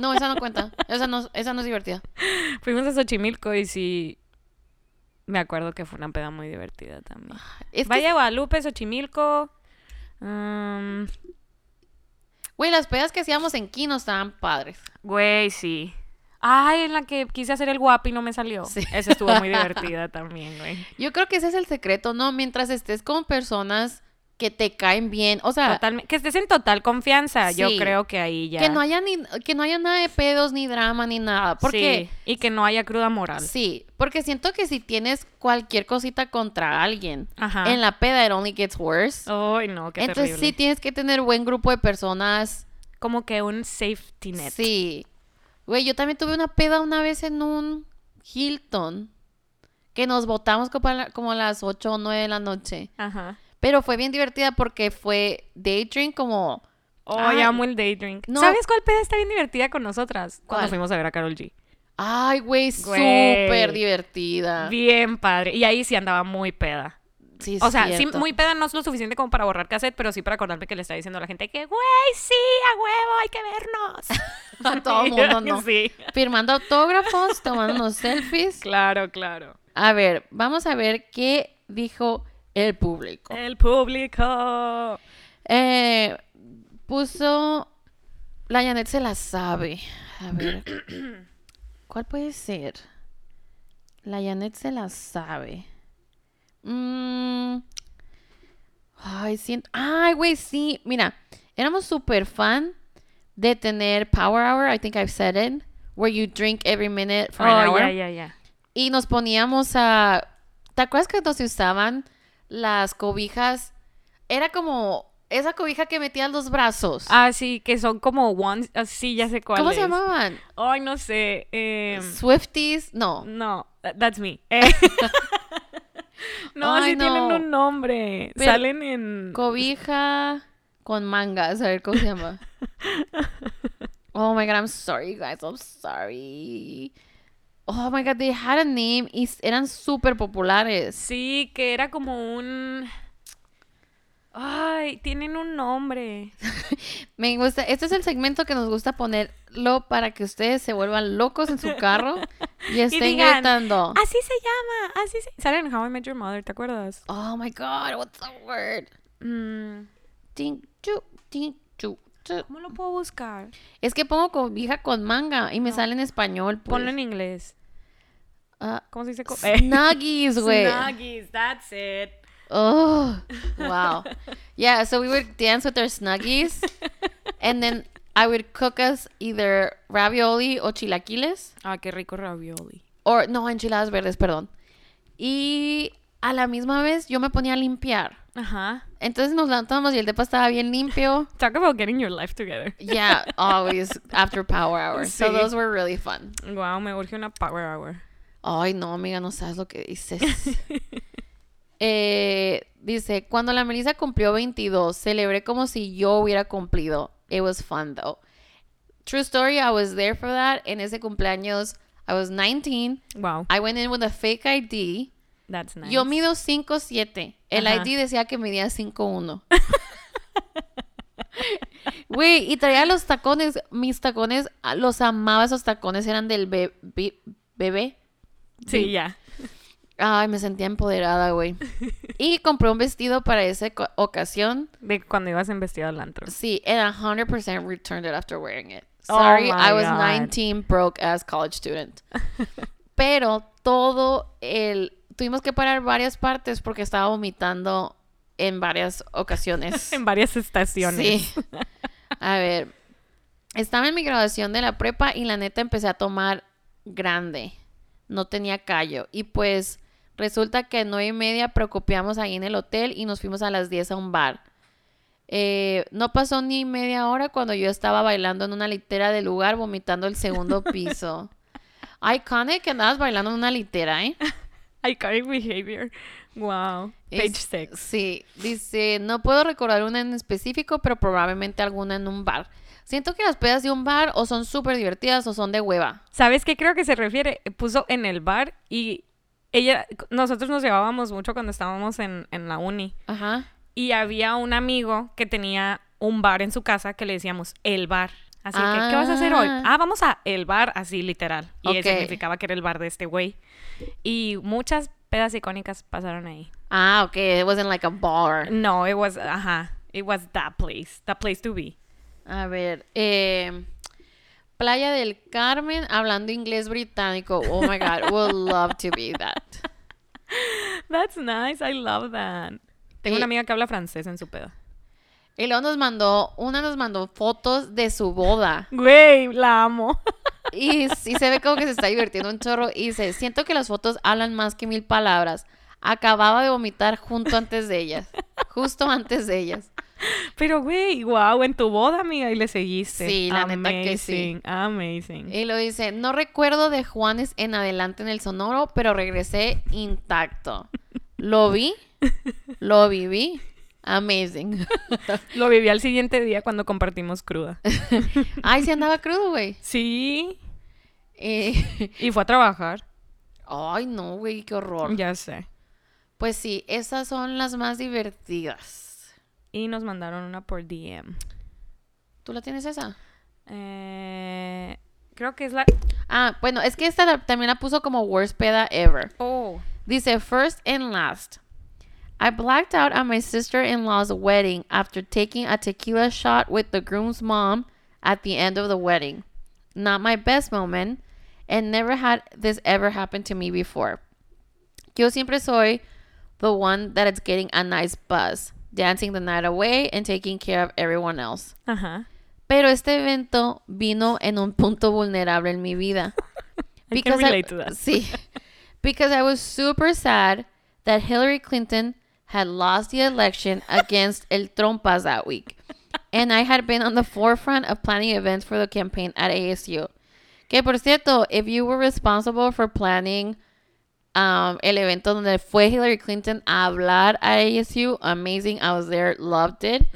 Speaker 1: No, esa no cuenta. Esa no, esa no es divertida.
Speaker 2: Fuimos a Xochimilco y sí... Me acuerdo que fue una peda muy divertida también.
Speaker 1: Ah, Es que,
Speaker 2: Valle de Guadalupe, Xochimilco... mm,
Speaker 1: güey, las pedas que hacíamos en Kino estaban padres.
Speaker 2: Güey, sí. Ay, en la que quise hacer el guapi y no me salió.
Speaker 1: Sí.
Speaker 2: Esa estuvo muy divertida también, güey.
Speaker 1: Yo creo que ese es el secreto, ¿no? Mientras estés con personas que te caen bien, o sea,
Speaker 2: Totalme- que estés en total confianza. Yo
Speaker 1: Ah. Sí.
Speaker 2: creo que ahí ya.
Speaker 1: que no haya ni, que no haya nada de pedos ni drama ni nada, porque
Speaker 2: Sí, y que no haya cruda
Speaker 1: sí,
Speaker 2: moral.
Speaker 1: porque siento que si tienes cualquier cosita contra alguien
Speaker 2: Ajá.
Speaker 1: en la peda it only gets worse.
Speaker 2: Ay, no, qué
Speaker 1: Entonces
Speaker 2: terrible.
Speaker 1: sí tienes que tener buen grupo de personas.
Speaker 2: Como que un safety net.
Speaker 1: Sí. Güey, yo también tuve una peda una vez en un Hilton que nos votamos como a, la- como a las 8 o 9 de la noche.
Speaker 2: Ajá.
Speaker 1: Pero fue bien divertida porque fue day drink como...
Speaker 2: Oh,
Speaker 1: Ay.
Speaker 2: amo el day drink.
Speaker 1: Ah. No.
Speaker 2: ¿Sabes cuál peda está bien divertida con nosotras? Cuando
Speaker 1: ¿Cuál?
Speaker 2: fuimos a ver a Carol G.
Speaker 1: Ay, güey,
Speaker 2: Güey.
Speaker 1: súper divertida.
Speaker 2: Bien padre. Y ahí sí andaba muy
Speaker 1: Ah.
Speaker 2: peda.
Speaker 1: Sí, es
Speaker 2: O sea, sí,
Speaker 1: cierto.
Speaker 2: muy peda no es lo suficiente como para borrar cassette, pero sí para acordarme que le está diciendo a la gente que, güey, sí, a huevo, hay que vernos.
Speaker 1: A todo mundo, no.
Speaker 2: Sí.
Speaker 1: Firmando autógrafos, tomándonos selfies.
Speaker 2: Claro, claro.
Speaker 1: A ver, vamos a ver qué dijo el público.
Speaker 2: El público.
Speaker 1: Eh, puso. La Janet se la sabe. A ver. ¿Cuál puede ser? La Janet se la sabe. Mm. Ay, siento. Ay, güey, sí. Mira, éramos súper fan de tener Power Hour. I think I've said it. Where you drink every minute for an
Speaker 2: Oh,
Speaker 1: hour.
Speaker 2: ya, ya, ya.
Speaker 1: Y nos poníamos a. ¿Te acuerdas cuando se usaban las cobijas? Era como esa cobija que metías los brazos.
Speaker 2: Ah, sí, que son como ones. ah, sí, ya sé cuál
Speaker 1: ¿Cómo
Speaker 2: es.
Speaker 1: se llamaban?
Speaker 2: Ay, no sé. em, mm,
Speaker 1: Swifties. No.
Speaker 2: no, tha- that's me. Eh. no,
Speaker 1: Ay,
Speaker 2: sí tienen
Speaker 1: no.
Speaker 2: un nombre.
Speaker 1: Pero-
Speaker 2: Salen en.
Speaker 1: Cobija con mangas. A ver cómo se llama. Oh my god, I'm sorry, guys. I'm sorry. Oh my god, they had a name y s- eran súper populares.
Speaker 2: Sí, que era como un. Ay, tienen un nombre.
Speaker 1: Me gusta. Este es el segmento que nos gusta ponerlo para que ustedes se vuelvan locos en su carro y estén
Speaker 2: digan,
Speaker 1: gritando.
Speaker 2: Así se llama, así se. Salen en How I Met Your Mother, ¿te acuerdas?
Speaker 1: Oh my god, what's the word?
Speaker 2: Mm,
Speaker 1: Ting, chu, ting, chu, chu.
Speaker 2: ¿Cómo lo puedo buscar?
Speaker 1: Es que pongo cobija con manga y me sale en español. pues.
Speaker 2: Ponlo en inglés.
Speaker 1: Ah,
Speaker 2: ¿Cómo se dice? Co- Eh,
Speaker 1: Snuggies, güey.
Speaker 2: Snuggies, that's it.
Speaker 1: Oh, wow. Yeah, so we would dance with our snuggies, and then I would cook us either ravioli o chilaquiles,
Speaker 2: Ah, qué rico ravioli.
Speaker 1: or no, enchiladas verdes, perdón. Y a la misma vez yo me ponía a limpiar.
Speaker 2: Ajá.
Speaker 1: Entonces nos levantábamos y el depa estaba bien limpio.
Speaker 2: Talk about getting your life together.
Speaker 1: Yeah, always after power hour. So
Speaker 2: Sí.
Speaker 1: those were really fun.
Speaker 2: Wow, me urge una power hour.
Speaker 1: Ay, no, amiga, no sabes lo que dices. Eh, dice, cuando la Melissa cumplió 22, celebré como si yo hubiera cumplido. It was fun, though. True story, I was there for that. En ese cumpleaños, I was 19.
Speaker 2: Wow,
Speaker 1: I went in with a fake ID.
Speaker 2: that's nice.
Speaker 1: Yo mido 5'7". El
Speaker 2: Ajá.
Speaker 1: ID decía que medía 5'1". Güey, y traía los tacones. Mis tacones, ah, los amaba. Esos tacones eran del be- be- bebé.
Speaker 2: Sí, ya.
Speaker 1: Ay, me sentía empoderada, güey. Y compré un vestido para esa co- ocasión.
Speaker 2: De cuando ibas en vestido al antro.
Speaker 1: Sí, and 100% returned it after wearing it.
Speaker 2: Oh
Speaker 1: Sorry,
Speaker 2: my
Speaker 1: I was
Speaker 2: God.
Speaker 1: 19 broke as college student. Pero todo el... Tuvimos que parar varias partes porque estaba vomitando en varias ocasiones.
Speaker 2: En varias estaciones.
Speaker 1: Sí. A ver. Estaba en mi graduación de la prepa y la neta empecé a tomar grande. No tenía callo. Y pues resulta que a nueve y media preocupamos ahí en el hotel y nos fuimos a las 10 a un bar. Eh, no pasó ni media hora cuando yo estaba bailando en una litera del lugar vomitando el segundo piso. Iconic que andabas bailando en una litera, ¿eh?
Speaker 2: Iconic behavior. Wow. Page
Speaker 1: Es-
Speaker 2: 6.
Speaker 1: Sí, dice, no puedo recordar una en específico, pero probablemente alguna en un bar. Siento que las pedas de un bar o son súper divertidas o son de hueva.
Speaker 2: ¿Sabes qué creo que se refiere? Puso en el bar y ella, nosotros nos llevábamos mucho cuando estábamos en, en la uni.
Speaker 1: Ajá.
Speaker 2: Y había un amigo que tenía un bar en su casa que le decíamos el bar. Así que, ¿qué vas a hacer hoy?
Speaker 1: Ah.
Speaker 2: Ah, vamos a el bar, así literal. Y
Speaker 1: Ok.
Speaker 2: eso significaba que era el bar de este güey. Y muchas pedas icónicas pasaron ahí.
Speaker 1: Ah, ok, it wasn't like a bar.
Speaker 2: No, it was, ajá, it was that place, that place to be.
Speaker 1: A ver, eh, Playa del Carmen hablando inglés británico. Oh my God, would love to be that.
Speaker 2: That's nice, I love that. Tengo
Speaker 1: Y-
Speaker 2: una amiga que habla francés en su peda.
Speaker 1: Y luego nos mandó, una nos mandó fotos de su boda.
Speaker 2: Güey, la amo.
Speaker 1: Y sí se ve como que se está divirtiendo un chorro. Y dice, siento que las fotos hablan más que mil palabras. Acababa de vomitar junto antes de ellas. Justo antes de ellas.
Speaker 2: Pero güey, wow, en tu boda, amiga, y le seguiste.
Speaker 1: Sí, la neta que sí. Eh.
Speaker 2: Amazing, amazing.
Speaker 1: Y lo dice, no recuerdo de Juanes en adelante en el sonoro, pero regresé intacto. Lo vi, lo viví. Amazing.
Speaker 2: Lo viví al siguiente día cuando compartimos cruda.
Speaker 1: Ay, se andaba crudo, güey.
Speaker 2: Sí.
Speaker 1: Eh,
Speaker 2: Y fue a trabajar.
Speaker 1: Ay, no, güey, qué horror.
Speaker 2: Ya sé.
Speaker 1: Pues sí, esas son las más divertidas.
Speaker 2: Y nos mandaron una por DM.
Speaker 1: ¿Tú la tienes esa?
Speaker 2: Eh, creo que es la...
Speaker 1: Ah, bueno, es que esta la- también la puso como worst peda ever.
Speaker 2: Oh.
Speaker 1: Dice first and last. I blacked out at my sister-in-law's wedding after taking a tequila shot with the groom's mom at the end of the wedding. Not my best moment, and never had this ever happened to me before. Yo siempre soy the one that is getting a nice buzz, dancing the night away and taking care of everyone else.
Speaker 2: Ajá.
Speaker 1: Pero este evento vino en un punto vulnerable en mi vida.
Speaker 2: I can relate to that.
Speaker 1: Sí. Because I was super sad that Hillary Clinton had lost the election against El Trompas that week. And I had been on the forefront of planning events for the campaign at ASU. Que por cierto, if you were responsible for planning um, el evento donde fue Hillary Clinton a hablar a ASU, amazing, I was there, loved it.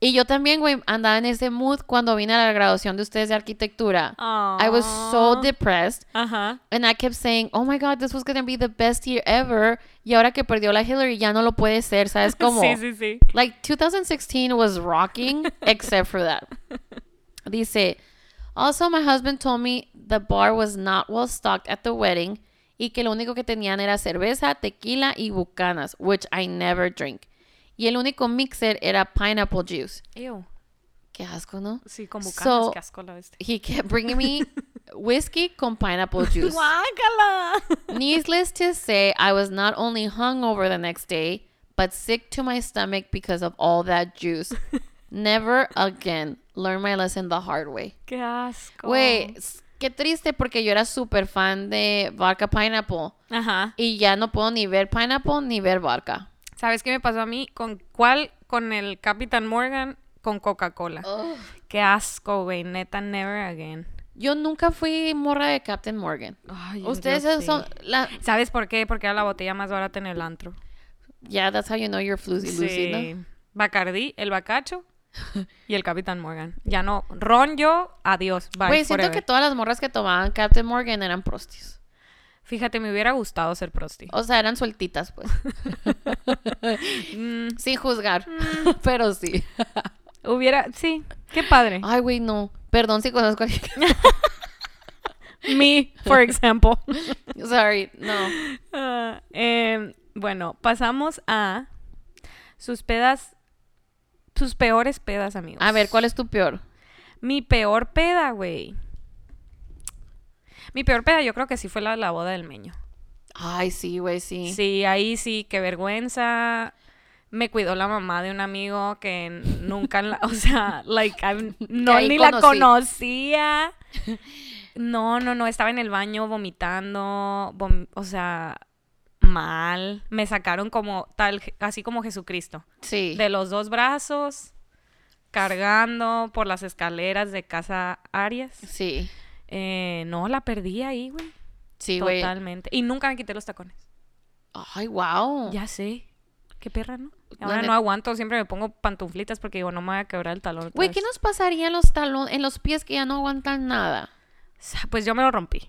Speaker 1: Y yo también, güey, andaba en ese mood cuando vine a la graduación de ustedes de arquitectura. I was so
Speaker 2: Aw.
Speaker 1: depressed.
Speaker 2: Ajá.
Speaker 1: And I kept saying, oh my God, this was going to be the best year ever. Y ahora que perdió la Hillary, ya no lo puede ser, ¿sabes cómo?
Speaker 2: Sí, sí, sí.
Speaker 1: Like 2016 was rocking, except for that. Dice, also my husband told me the bar was not well stocked at the wedding y que lo único que tenían era cerveza, tequila y bucanas, which I never drink. Y el único mixer era pineapple juice.
Speaker 2: Ew.
Speaker 1: Qué asco, ¿no?
Speaker 2: Sí, con bucanas,
Speaker 1: So-
Speaker 2: qué asco la bestia.
Speaker 1: He kept bringing me Whiskey con pineapple juice.
Speaker 2: ¡Guácala!
Speaker 1: Needless to say, I was not only hungover the next day, but sick to my stomach because of all that juice. Never again. Learn my lesson the hard way.
Speaker 2: ¡Qué asco!
Speaker 1: Güey, s- qué triste porque yo era súper fan de vodka pineapple
Speaker 2: Ajá.
Speaker 1: y ya no puedo ni ver pineapple ni ver vodka.
Speaker 2: ¿Sabes qué me pasó a mí? ¿Con cuál? Con el Capitán Morgan con Coca-Cola. ¡Qué asco, güey! Neta, never again.
Speaker 1: Yo nunca fui morra de Captain Morgan.
Speaker 2: Ay,
Speaker 1: Ustedes
Speaker 2: yo
Speaker 1: son
Speaker 2: sí.
Speaker 1: la
Speaker 2: ¿Sabes por qué? Porque era la botella más barata en el antro.
Speaker 1: Yeah, that's how you know you're floozy
Speaker 2: Pues,
Speaker 1: Lucy, ¿no?
Speaker 2: Bacardí, el Bacacho y el Capitán Morgan. Ya no. Ron, yo, adiós. Bye.
Speaker 1: Güey, siento
Speaker 2: forever.
Speaker 1: que todas las morras que tomaban Captain Morgan eran prostis.
Speaker 2: Fíjate, me hubiera gustado ser prosti.
Speaker 1: O sea, eran sueltitas, pues. Mm, Sin juzgar,
Speaker 2: Mm.
Speaker 1: pero sí.
Speaker 2: Hubiera, sí, qué padre.
Speaker 1: Ay, güey, no. Perdón si conozco a alguien.
Speaker 2: Me, por ejemplo.
Speaker 1: Sorry, no.
Speaker 2: Ah, eh, bueno, pasamos a sus pedas, sus peores pedas, amigos.
Speaker 1: A ver, ¿cuál es tu peor?
Speaker 2: Mi peor peda, güey. Mi peor peda yo creo que sí fue la de la boda del meño.
Speaker 1: Ay, sí, güey, sí.
Speaker 2: Sí, ahí sí, qué vergüenza. Me cuidó la mamá de un amigo que n- nunca, en la- o sea, like, I've- no,
Speaker 1: ahí
Speaker 2: ni la
Speaker 1: conocí.
Speaker 2: conocía. No, no, no, estaba en el baño vomitando, vom- o sea, mal. Me sacaron como tal, así como Jesucristo,
Speaker 1: Sí.
Speaker 2: de los dos brazos, cargando por las escaleras de casa Arias.
Speaker 1: Sí.
Speaker 2: Eh, no, la perdí ahí, güey.
Speaker 1: Sí, güey.
Speaker 2: Totalmente. Y nunca me quité los tacones.
Speaker 1: Ay, wow.
Speaker 2: Ya sé. Qué perra, ¿no?
Speaker 1: La
Speaker 2: Ahora no
Speaker 1: neta.
Speaker 2: aguanto, siempre me pongo pantuflitas porque digo, no me voy a quebrar el talón. otra
Speaker 1: Güey,
Speaker 2: vez.
Speaker 1: ¿qué nos pasaría en los talones, en los pies que ya no aguantan nada?
Speaker 2: Sa- Pues yo me lo rompí.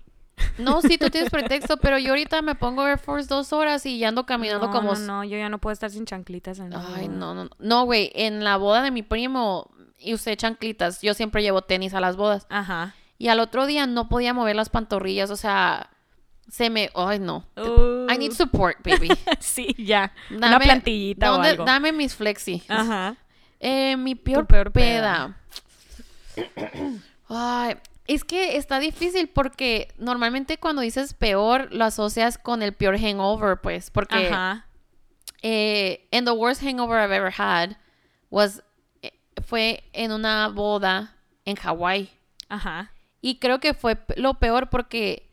Speaker 1: No, sí, tú tienes pretexto, pero yo ahorita me pongo Air Force dos horas y ya ando caminando
Speaker 2: no,
Speaker 1: como...
Speaker 2: No, no, yo ya no puedo estar sin chanclitas. En la
Speaker 1: Ay,
Speaker 2: boda.
Speaker 1: no, no, no. No, güey, en la boda de mi primo y usted chanclitas, yo siempre llevo tenis a las bodas.
Speaker 2: Ajá.
Speaker 1: Y al otro día no podía mover las pantorrillas, o sea, se me... Ay, no. I need
Speaker 2: Uh,
Speaker 1: support, baby.
Speaker 2: sí, ya. Una
Speaker 1: Dame-
Speaker 2: plantillita o
Speaker 1: ¿dónde-
Speaker 2: algo.
Speaker 1: Dame mis flexi.
Speaker 2: Ajá.
Speaker 1: Eh, mi peor,
Speaker 2: peor
Speaker 1: peda. Ay, es que está difícil porque normalmente cuando dices peor lo asocias con el peor hangover, pues, porque
Speaker 2: Ajá.
Speaker 1: eh, and the worst hangover I've ever had was eh, fue en una boda en Hawái
Speaker 2: Ajá.
Speaker 1: y creo que fue p- lo peor porque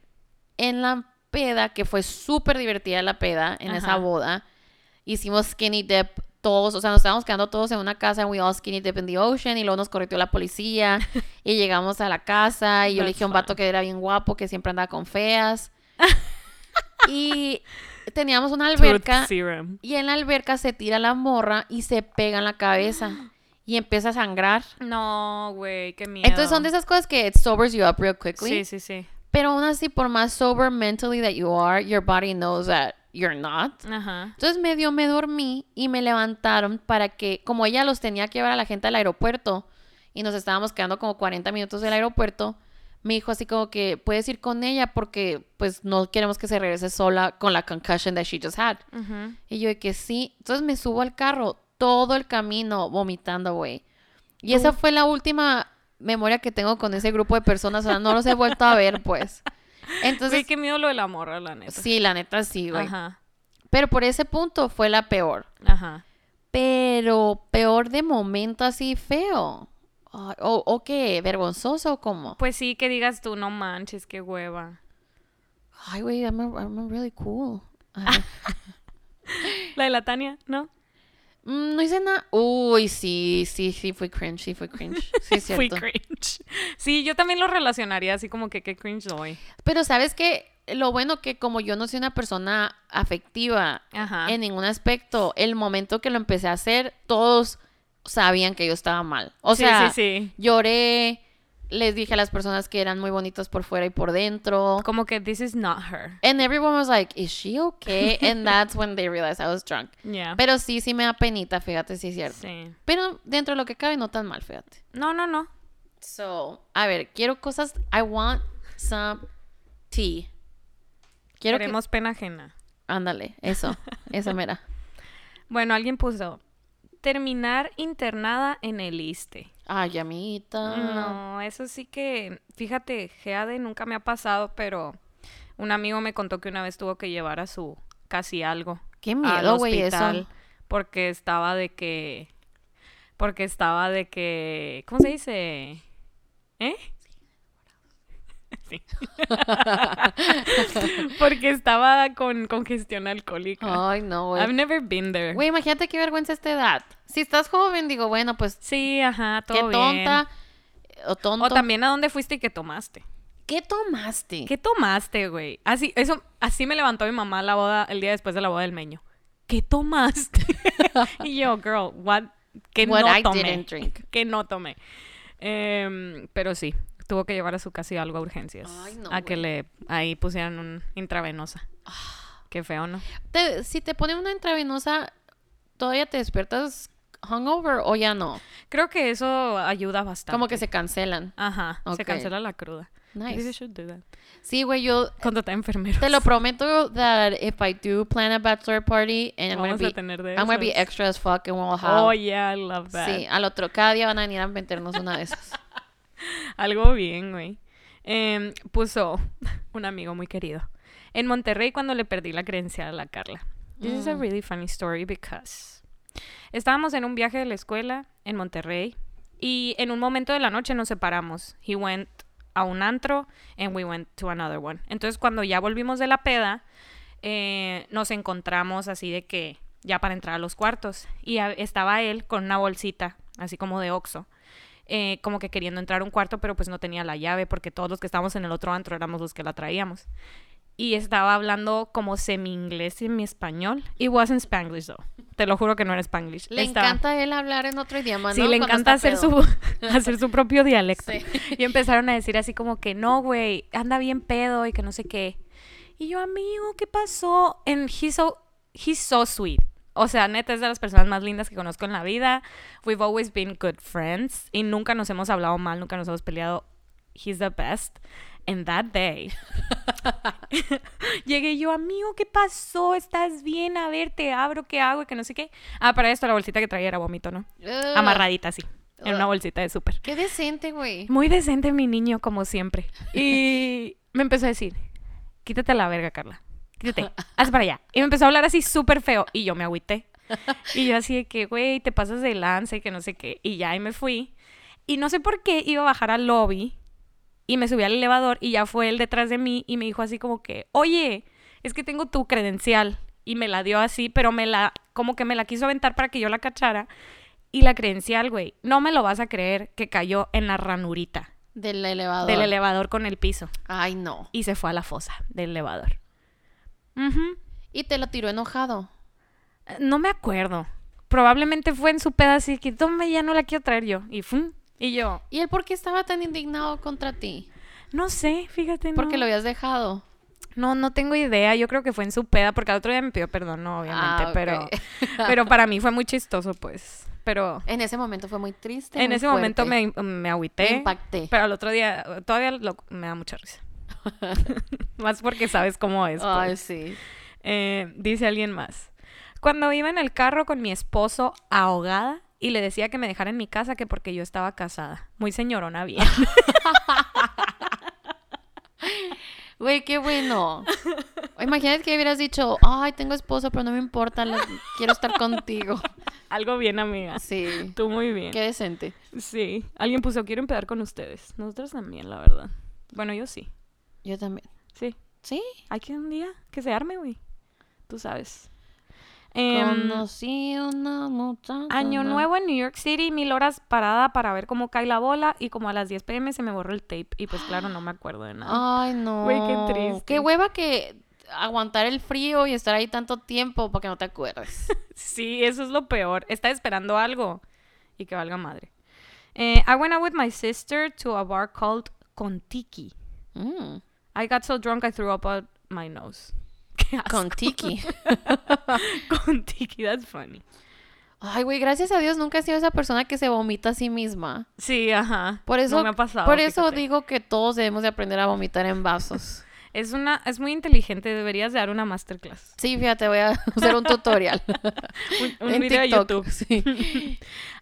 Speaker 1: en la peda que fue súper divertida la peda en esa
Speaker 2: Ajá.
Speaker 1: boda hicimos skinny dip todos, o sea, nos estábamos quedando todos en una casa and we all skinny dip in the ocean y luego nos correteó la policía y llegamos a la casa y yo le
Speaker 2: That's
Speaker 1: dije a un vato que era bien guapo que siempre andaba con feas y teníamos una alberca
Speaker 2: Truth serum.
Speaker 1: y en la alberca se tira la morra y se pega en la cabeza y empieza a sangrar.
Speaker 2: No, güey, qué miedo.
Speaker 1: Entonces son de esas cosas que it sobers you up real quickly.
Speaker 2: Sí, sí, sí.
Speaker 1: Pero aún así, por más sober mentally that you are, your body knows that you're not.
Speaker 2: Ajá.
Speaker 1: Entonces medio me dormí y me levantaron para que, como ella los tenía que llevar a la gente al aeropuerto y nos estábamos quedando como 40 minutos del aeropuerto, me dijo así como que puedes ir con ella porque pues no queremos que se regrese sola con la concussion that she just had.
Speaker 2: Ujú.
Speaker 1: Y yo de que sí. Entonces me subo al carro todo el camino vomitando, güey. Y
Speaker 2: Tú.
Speaker 1: esa fue la última memoria que tengo con ese grupo de personas. O sea, no los he vuelto a ver, pues.
Speaker 2: Güey,
Speaker 1: Entonces,
Speaker 2: qué miedo lo de la morra, la neta.
Speaker 1: sí, la neta sí, güey.
Speaker 2: Ajá.
Speaker 1: Pero por ese punto fue la peor.
Speaker 2: Ajá.
Speaker 1: Pero peor de momento así feo. Ay, ¿O o qué? ¿Vergonzoso o cómo?
Speaker 2: Pues sí, que digas tú, no manches, qué hueva.
Speaker 1: Ay, güey, I'm, a- I'm a really cool. Ay.
Speaker 2: La de la Tania, ¿no?
Speaker 1: Mm, no hice nada. Uy, sí, sí, sí, fui cringe, sí, fui cringe. Sí, es cierto.
Speaker 2: Fui cringe. Sí, yo también lo relacionaría así como que qué cringe doy.
Speaker 1: Pero sabes que lo bueno que como yo no soy una persona afectiva
Speaker 2: Ajá.
Speaker 1: en ningún aspecto, el momento que lo empecé a hacer, todos sabían que yo estaba mal. O
Speaker 2: Sí,
Speaker 1: sea,
Speaker 2: sí, sí.
Speaker 1: lloré, les dije a las personas que eran muy bonitas por fuera y por dentro.
Speaker 2: Como que this is not her.
Speaker 1: And everyone was like, "Is she okay?" And that's when they realized I was drunk.
Speaker 2: Yeah.
Speaker 1: Pero sí, sí me da penita, fíjate, sí es cierto.
Speaker 2: Sí.
Speaker 1: Pero dentro de lo que cabe no tan mal, fíjate.
Speaker 2: No, no, no.
Speaker 1: So, a ver, quiero cosas. I want some tea. Quiero que
Speaker 2: Queremos pena ajena.
Speaker 1: Ándale, eso, esa mera.
Speaker 2: Bueno, alguien puso terminar internada en el ISTE.
Speaker 1: Ay, amita.
Speaker 2: No, eso sí que, fíjate, Geade E nunca me ha pasado, pero un amigo me contó que una vez tuvo que llevar a su casi algo.
Speaker 1: Qué
Speaker 2: al
Speaker 1: miedo, güey,
Speaker 2: hospital
Speaker 1: eso.
Speaker 2: Porque estaba de que, porque estaba de que, ¿cómo se dice? ¿Eh? Sí. porque estaba con congestión alcohólica.
Speaker 1: Ay, no, Oh, güey.
Speaker 2: I've never been there.
Speaker 1: Güey, imagínate qué vergüenza esta edad. Si estás joven, digo, bueno, pues
Speaker 2: Sí, ajá, todo
Speaker 1: qué
Speaker 2: bien.
Speaker 1: tonta. O tonto.
Speaker 2: O también a dónde fuiste y qué tomaste.
Speaker 1: ¿Qué tomaste?
Speaker 2: ¿Qué tomaste, güey? Así, eso, así me levantó mi mamá la boda, el día después de la boda del meño. ¿Qué tomaste? y yo, girl, what, que
Speaker 1: What
Speaker 2: no
Speaker 1: I
Speaker 2: tomé.
Speaker 1: didn't drink.
Speaker 2: Que no tomé. Em, pero sí, tuvo que llevar a su casa y algo a urgencias.
Speaker 1: Ay, no,
Speaker 2: a
Speaker 1: güey. Ah.
Speaker 2: que le, ahí pusieran un intravenosa. Qué feo, ¿no?
Speaker 1: Te- si te ponen una intravenosa, ¿todavía te despiertas hungover o ya no?
Speaker 2: Creo que eso ayuda bastante.
Speaker 1: Como que se cancelan.
Speaker 2: Ajá,
Speaker 1: Ok.
Speaker 2: se cancela la cruda. Maybe we
Speaker 1: Nice.
Speaker 2: should do that.
Speaker 1: Sí, güey, yo
Speaker 2: Cuando está enfermero.
Speaker 1: te lo prometo that if I do plan a bachelor party and I'm gonna
Speaker 2: Vamos a
Speaker 1: be,
Speaker 2: tener de
Speaker 1: I'm gonna be
Speaker 2: esas.
Speaker 1: extra as fuck and we'll have...
Speaker 2: Oh, yeah, I love that.
Speaker 1: sí, al otro, cada día van a venir a meternos una de esas.
Speaker 2: Algo bien, güey. Em, puso un amigo muy querido. En Monterrey cuando le perdí la credencial a la Carla. This is a really funny story because estábamos en un viaje de la escuela en Monterrey y en un momento de la noche nos separamos. He went a un antro and we went to another one. Entonces cuando ya volvimos de la peda, eh, nos encontramos así de que ya para entrar a los cuartos y a- estaba él con una bolsita así como de Oxxo eh, como que queriendo entrar a un cuarto, pero pues no tenía la llave porque todos los que estábamos en el otro antro éramos los que la traíamos. Y estaba hablando como semi-inglés y mi español. It wasn't Spanglish, though. Te lo juro que no era Spanglish.
Speaker 1: Le
Speaker 2: Estaba-
Speaker 1: encanta él hablar en otro idioma, ¿no?
Speaker 2: Sí, le
Speaker 1: Cuando
Speaker 2: encanta
Speaker 1: está
Speaker 2: hacer
Speaker 1: pedo.
Speaker 2: su, hacer su propio dialecto.
Speaker 1: Sí.
Speaker 2: Y empezaron a decir así como que no, güey, anda bien pedo y que no sé qué. Y yo, amigo, ¿qué pasó? And he's so, he's so sweet. O sea, neta es de las personas más lindas que conozco en la vida. We've always been good friends. Y nunca nos hemos hablado mal, nunca nos hemos peleado. He's the best. And that day. Llegué yo, amigo, ¿qué pasó? ¿Estás bien? A ver, te abro, ¿qué hago? Y que no sé qué. Ah, para esto la bolsita que traía era vómito, ¿no?
Speaker 1: Ugh,
Speaker 2: amarradita así, en una
Speaker 1: Ugh.
Speaker 2: bolsita de súper.
Speaker 1: Qué decente, güey.
Speaker 2: Muy decente mi niño, como siempre. Y me empezó a decir, quítate la verga, Carla. Quítate, haz para allá. Y me empezó a hablar así súper feo. Y yo me agüité. Y yo así de que, güey, te pasas de lanza y que no sé qué. Y ya, y me fui. Y no sé por qué iba a bajar al lobby. Y me subí al elevador y ya fue él detrás de mí y me dijo así como que, oye, es que tengo tu credencial. Y me la dio así, pero me la, como que me la quiso aventar para que yo la cachara. Y la credencial, güey, no me lo vas a creer que cayó en la ranurita
Speaker 1: Del elevador.
Speaker 2: del elevador con el piso
Speaker 1: Ay, no.
Speaker 2: y se fue a la fosa del elevador. Ujú.
Speaker 1: Y te lo tiró enojado.
Speaker 2: Eh, No me acuerdo. Probablemente fue en su pedacito que tome, ya no la quiero traer yo. Y fum. Y yo,
Speaker 1: ¿Y él por qué estaba tan indignado contra ti?
Speaker 2: no sé, fíjate. No.
Speaker 1: Porque lo habías dejado.
Speaker 2: no, no tengo idea. Yo creo que fue en su peda, porque al otro día me pidió perdón, no, obviamente.
Speaker 1: Ah, ok.
Speaker 2: pero, pero para mí fue muy chistoso, pues. Pero
Speaker 1: En ese momento fue muy triste.
Speaker 2: en
Speaker 1: muy
Speaker 2: ese momento
Speaker 1: fuerte.
Speaker 2: me, me agüité.
Speaker 1: Me impacté.
Speaker 2: Pero al otro día eh, todavía lo- me da mucha risa. Más porque sabes cómo es. pues.
Speaker 1: Ay, sí.
Speaker 2: Eh, dice alguien más. Cuando iba en el carro con mi esposo ahogada y le decía que me dejara en mi casa que porque yo estaba casada. Muy señorona bien.
Speaker 1: Güey, qué bueno. Imagínate que hubieras dicho, ay, tengo esposo, pero no me importa, la- quiero estar contigo.
Speaker 2: Algo bien, amiga.
Speaker 1: Sí.
Speaker 2: Tú muy bien.
Speaker 1: Qué decente.
Speaker 2: Sí. Alguien puso, quiero empezar con ustedes. Nosotros también, la verdad. Bueno, yo sí.
Speaker 1: Yo también.
Speaker 2: Sí.
Speaker 1: Sí.
Speaker 2: Hay que un día que se arme, güey. Tú sabes. Em,
Speaker 1: Conocí una muchacha.
Speaker 2: Año
Speaker 1: ¿no?
Speaker 2: nuevo en New York City, mil horas parada para ver cómo cae la bola y como a las 10 pm se me borró el tape y pues claro, no me acuerdo de nada.
Speaker 1: Ay, no.
Speaker 2: Güey, qué triste.
Speaker 1: Qué hueva que aguantar el frío y estar ahí tanto tiempo para que no te acuerdes.
Speaker 2: Sí, eso es lo peor. Está esperando algo y que valga madre. Eh, I went out with my sister to a bar called Contiki.
Speaker 1: Mm,
Speaker 2: I got so drunk I threw up out my nose. Qué asco.
Speaker 1: con Tiki.
Speaker 2: Contiki, that's funny.
Speaker 1: Ay, güey, gracias a Dios nunca he sido esa persona que se vomita a sí misma.
Speaker 2: Sí, ajá.
Speaker 1: Por eso,
Speaker 2: no me ha pasado.
Speaker 1: por eso
Speaker 2: fíjate.
Speaker 1: digo que todos debemos de aprender a vomitar en vasos.
Speaker 2: Es una, es muy inteligente. Deberías de dar una masterclass.
Speaker 1: Sí, fíjate, voy a hacer un tutorial
Speaker 2: Un, un
Speaker 1: en
Speaker 2: video de
Speaker 1: TikTok.
Speaker 2: YouTube.
Speaker 1: Sí.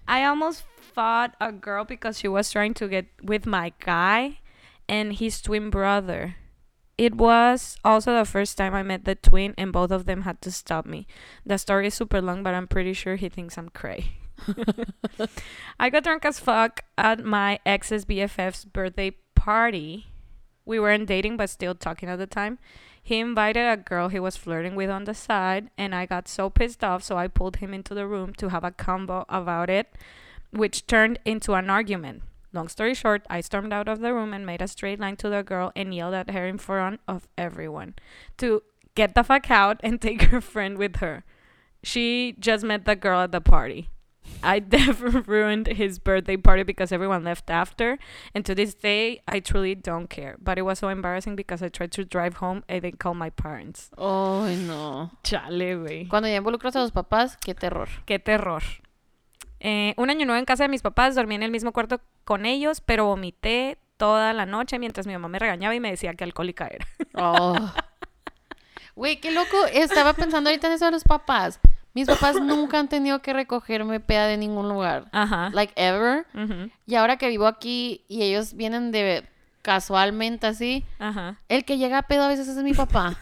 Speaker 2: I almost fought a girl because she was trying to get with my guy and his twin brother. It was also the first time I met the twin, and both of them had to stop me. The story is super long, but I'm pretty sure he thinks I'm cray. I got drunk as fuck at my ex's BFF's birthday party. We weren't dating, but still talking at the time. He invited a girl he was flirting with on the side, and I got so pissed off, so I pulled him into the room to have a combo about it, which turned into an argument. Long story short, I stormed out of the room and made a straight line to the girl and yelled at her in front of everyone to get the fuck out and take her friend with her. She just met the girl at the party. I definitely ruined his birthday party because everyone left after. And to this day, I truly don't care. But it was so embarrassing because I tried to drive home and they called my parents.
Speaker 1: Oh, no.
Speaker 2: Chale, güey.
Speaker 1: Cuando ya involucras a los papás, qué terror.
Speaker 2: Qué terror. Eh, un año nuevo en casa de mis papás, dormí en el mismo cuarto con ellos, pero vomité toda la noche mientras mi mamá me regañaba y me decía que alcohólica era.
Speaker 1: Oh. Güey, qué loco. Estaba pensando ahorita en eso de los papás. Mis papás nunca han tenido que recogerme peda de ningún lugar.
Speaker 2: Ajá.
Speaker 1: Like ever.
Speaker 2: Ujú.
Speaker 1: Y ahora que vivo aquí y ellos vienen de casualmente así,
Speaker 2: Ajá.
Speaker 1: el que llega a pedo a veces es mi papá.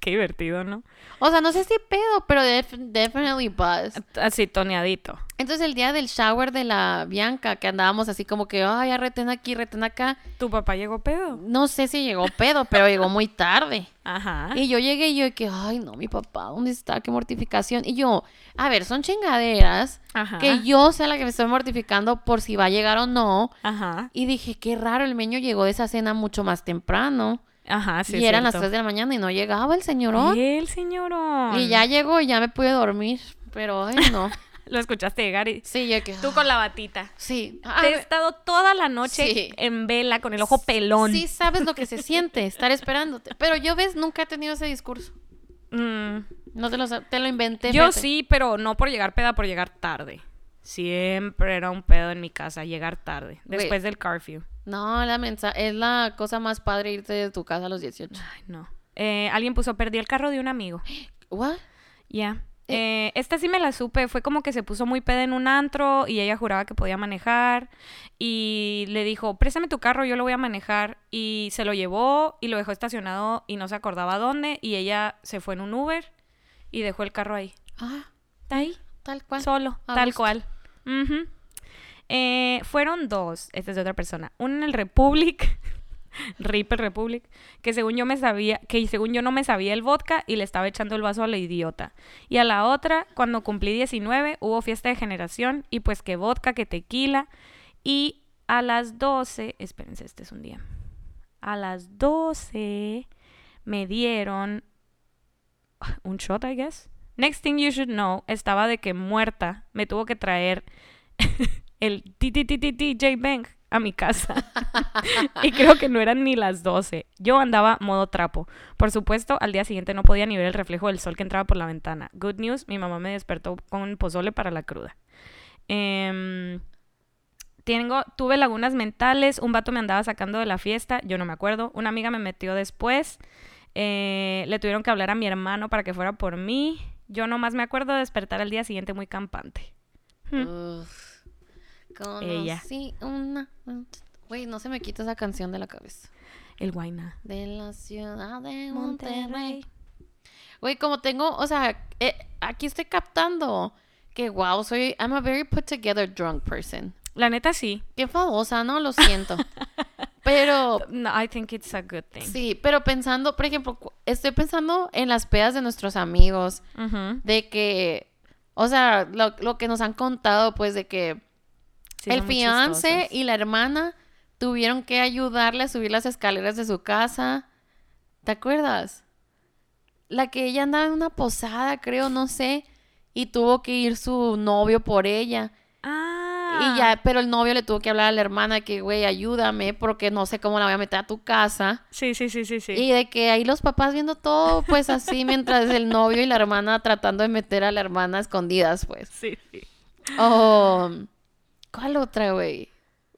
Speaker 2: Qué divertido, ¿no?
Speaker 1: O sea, no sé si pedo, pero def- definitely buzz.
Speaker 2: Así toneadito.
Speaker 1: Entonces el día del shower de la Bianca, que andábamos así como que, ay, ya retén aquí, retén acá.
Speaker 2: ¿Tu papá llegó pedo?
Speaker 1: No sé si llegó pedo, pero llegó muy tarde.
Speaker 2: Ajá.
Speaker 1: Y yo llegué y yo de que, ay, no, mi papá, ¿dónde está? Qué mortificación. Y yo, a ver, son chingaderas
Speaker 2: Ajá.
Speaker 1: que yo sea la que me estoy mortificando por si va a llegar o no.
Speaker 2: Ajá.
Speaker 1: Y dije, qué raro, el meño llegó de esa cena mucho más temprano.
Speaker 2: Ajá, sí.
Speaker 1: y
Speaker 2: es
Speaker 1: eran las
Speaker 2: cierto.
Speaker 1: 3 de la mañana y no llegaba el señorón.
Speaker 2: Y el señorón.
Speaker 1: Y ya llegó y ya me pude dormir. Pero, ay, no.
Speaker 2: Lo escuchaste llegar y...
Speaker 1: Sí, yo de que... "Ah,
Speaker 2: Tú con la batita.
Speaker 1: Sí. A
Speaker 2: Te he
Speaker 1: ver,
Speaker 2: estado toda la noche
Speaker 1: Sí.
Speaker 2: en vela con el ojo pelón.
Speaker 1: Sí sabes lo que se siente estar esperándote. Pero yo, ves, nunca he tenido ese discurso.
Speaker 2: Mm.
Speaker 1: No te lo, sab- te lo inventé.
Speaker 2: Yo
Speaker 1: fíjate.
Speaker 2: sí, pero no por llegar peda, por llegar tarde. Siempre era un pedo en mi casa, llegar tarde,
Speaker 1: Güey.
Speaker 2: después del curfew.
Speaker 1: No, la mensa es la cosa más padre irte de tu casa a los 18.
Speaker 2: Ay, no. Eh, alguien puso, perdí el carro de un amigo.
Speaker 1: ¿What?
Speaker 2: Ya. Eh, esta sí me la supe, fue como que se puso muy peda en un antro y ella juraba que podía manejar y le dijo, préstame tu carro, yo lo voy a manejar y se lo llevó y lo dejó estacionado y no se acordaba dónde y ella se fue en un Uber y dejó el carro ahí.
Speaker 1: Ah,
Speaker 2: Está ahí.
Speaker 1: tal cual.
Speaker 2: Solo,
Speaker 1: A
Speaker 2: tal
Speaker 1: gusto.
Speaker 2: cual. Ujú. Eh, fueron dos, esta es de otra persona. Una en el Republic, Ripper Republic, que según yo me sabía, que según yo no me sabía el vodka y le estaba echando el vaso a la idiota. Y a la otra, cuando cumplí 19, hubo fiesta de generación y pues que vodka, que tequila. Y a las 12, espérense, este es un día. A las 12 me dieron un shot, I guess. Next thing you should know, estaba de que muerta. Me tuvo que traer el TTTTJ Bang a mi casa. y creo que no eran ni las 12. Yo andaba modo trapo. Por supuesto, al día siguiente no podía ni ver el reflejo del sol que entraba por la ventana. Good news, mi mamá me despertó con pozole para la cruda. Em, tengo, tuve lagunas mentales, un vato me andaba sacando de la fiesta, yo no me acuerdo, una amiga me metió después, eh, le tuvieron que hablar a mi hermano para que fuera por mí, yo nomás me acuerdo de despertar al día siguiente muy campante. Hmm.
Speaker 1: Uf.
Speaker 2: Ella.
Speaker 1: Conocí una... Güey, no se me quita esa canción de la cabeza.
Speaker 2: El guayna.
Speaker 1: De la ciudad de Monterrey. Güey, como tengo... O sea, eh, aquí estoy captando que, wow, soy... I'm a very put together drunk person.
Speaker 2: La neta sí.
Speaker 1: Qué famosa, ¿no? Lo siento. Pero...
Speaker 2: No, I think it's a good thing.
Speaker 1: Oh. Sí, pero pensando, por ejemplo, cu- estoy pensando en las pedas de nuestros amigos,
Speaker 2: Ujú.
Speaker 1: de que, o sea, lo, lo que nos han contado, pues de que
Speaker 2: Sí,
Speaker 1: el
Speaker 2: son muy
Speaker 1: fiance
Speaker 2: chistosas.
Speaker 1: y la hermana tuvieron que ayudarle a subir las escaleras de su casa. ¿Te acuerdas? La que ella andaba en una posada, creo, no sé, y tuvo que ir su novio por ella.
Speaker 2: Ah.
Speaker 1: Y ya, pero el novio le tuvo que hablar a la hermana que, güey, ayúdame porque no sé cómo la voy a meter a tu casa.
Speaker 2: Sí, sí, sí, sí, sí.
Speaker 1: Y de que ahí los papás viendo todo, pues así, mientras el novio y la hermana tratando de meter a la hermana a escondidas, pues.
Speaker 2: Sí, sí.
Speaker 1: Oh, ¿Cuál otra, güey?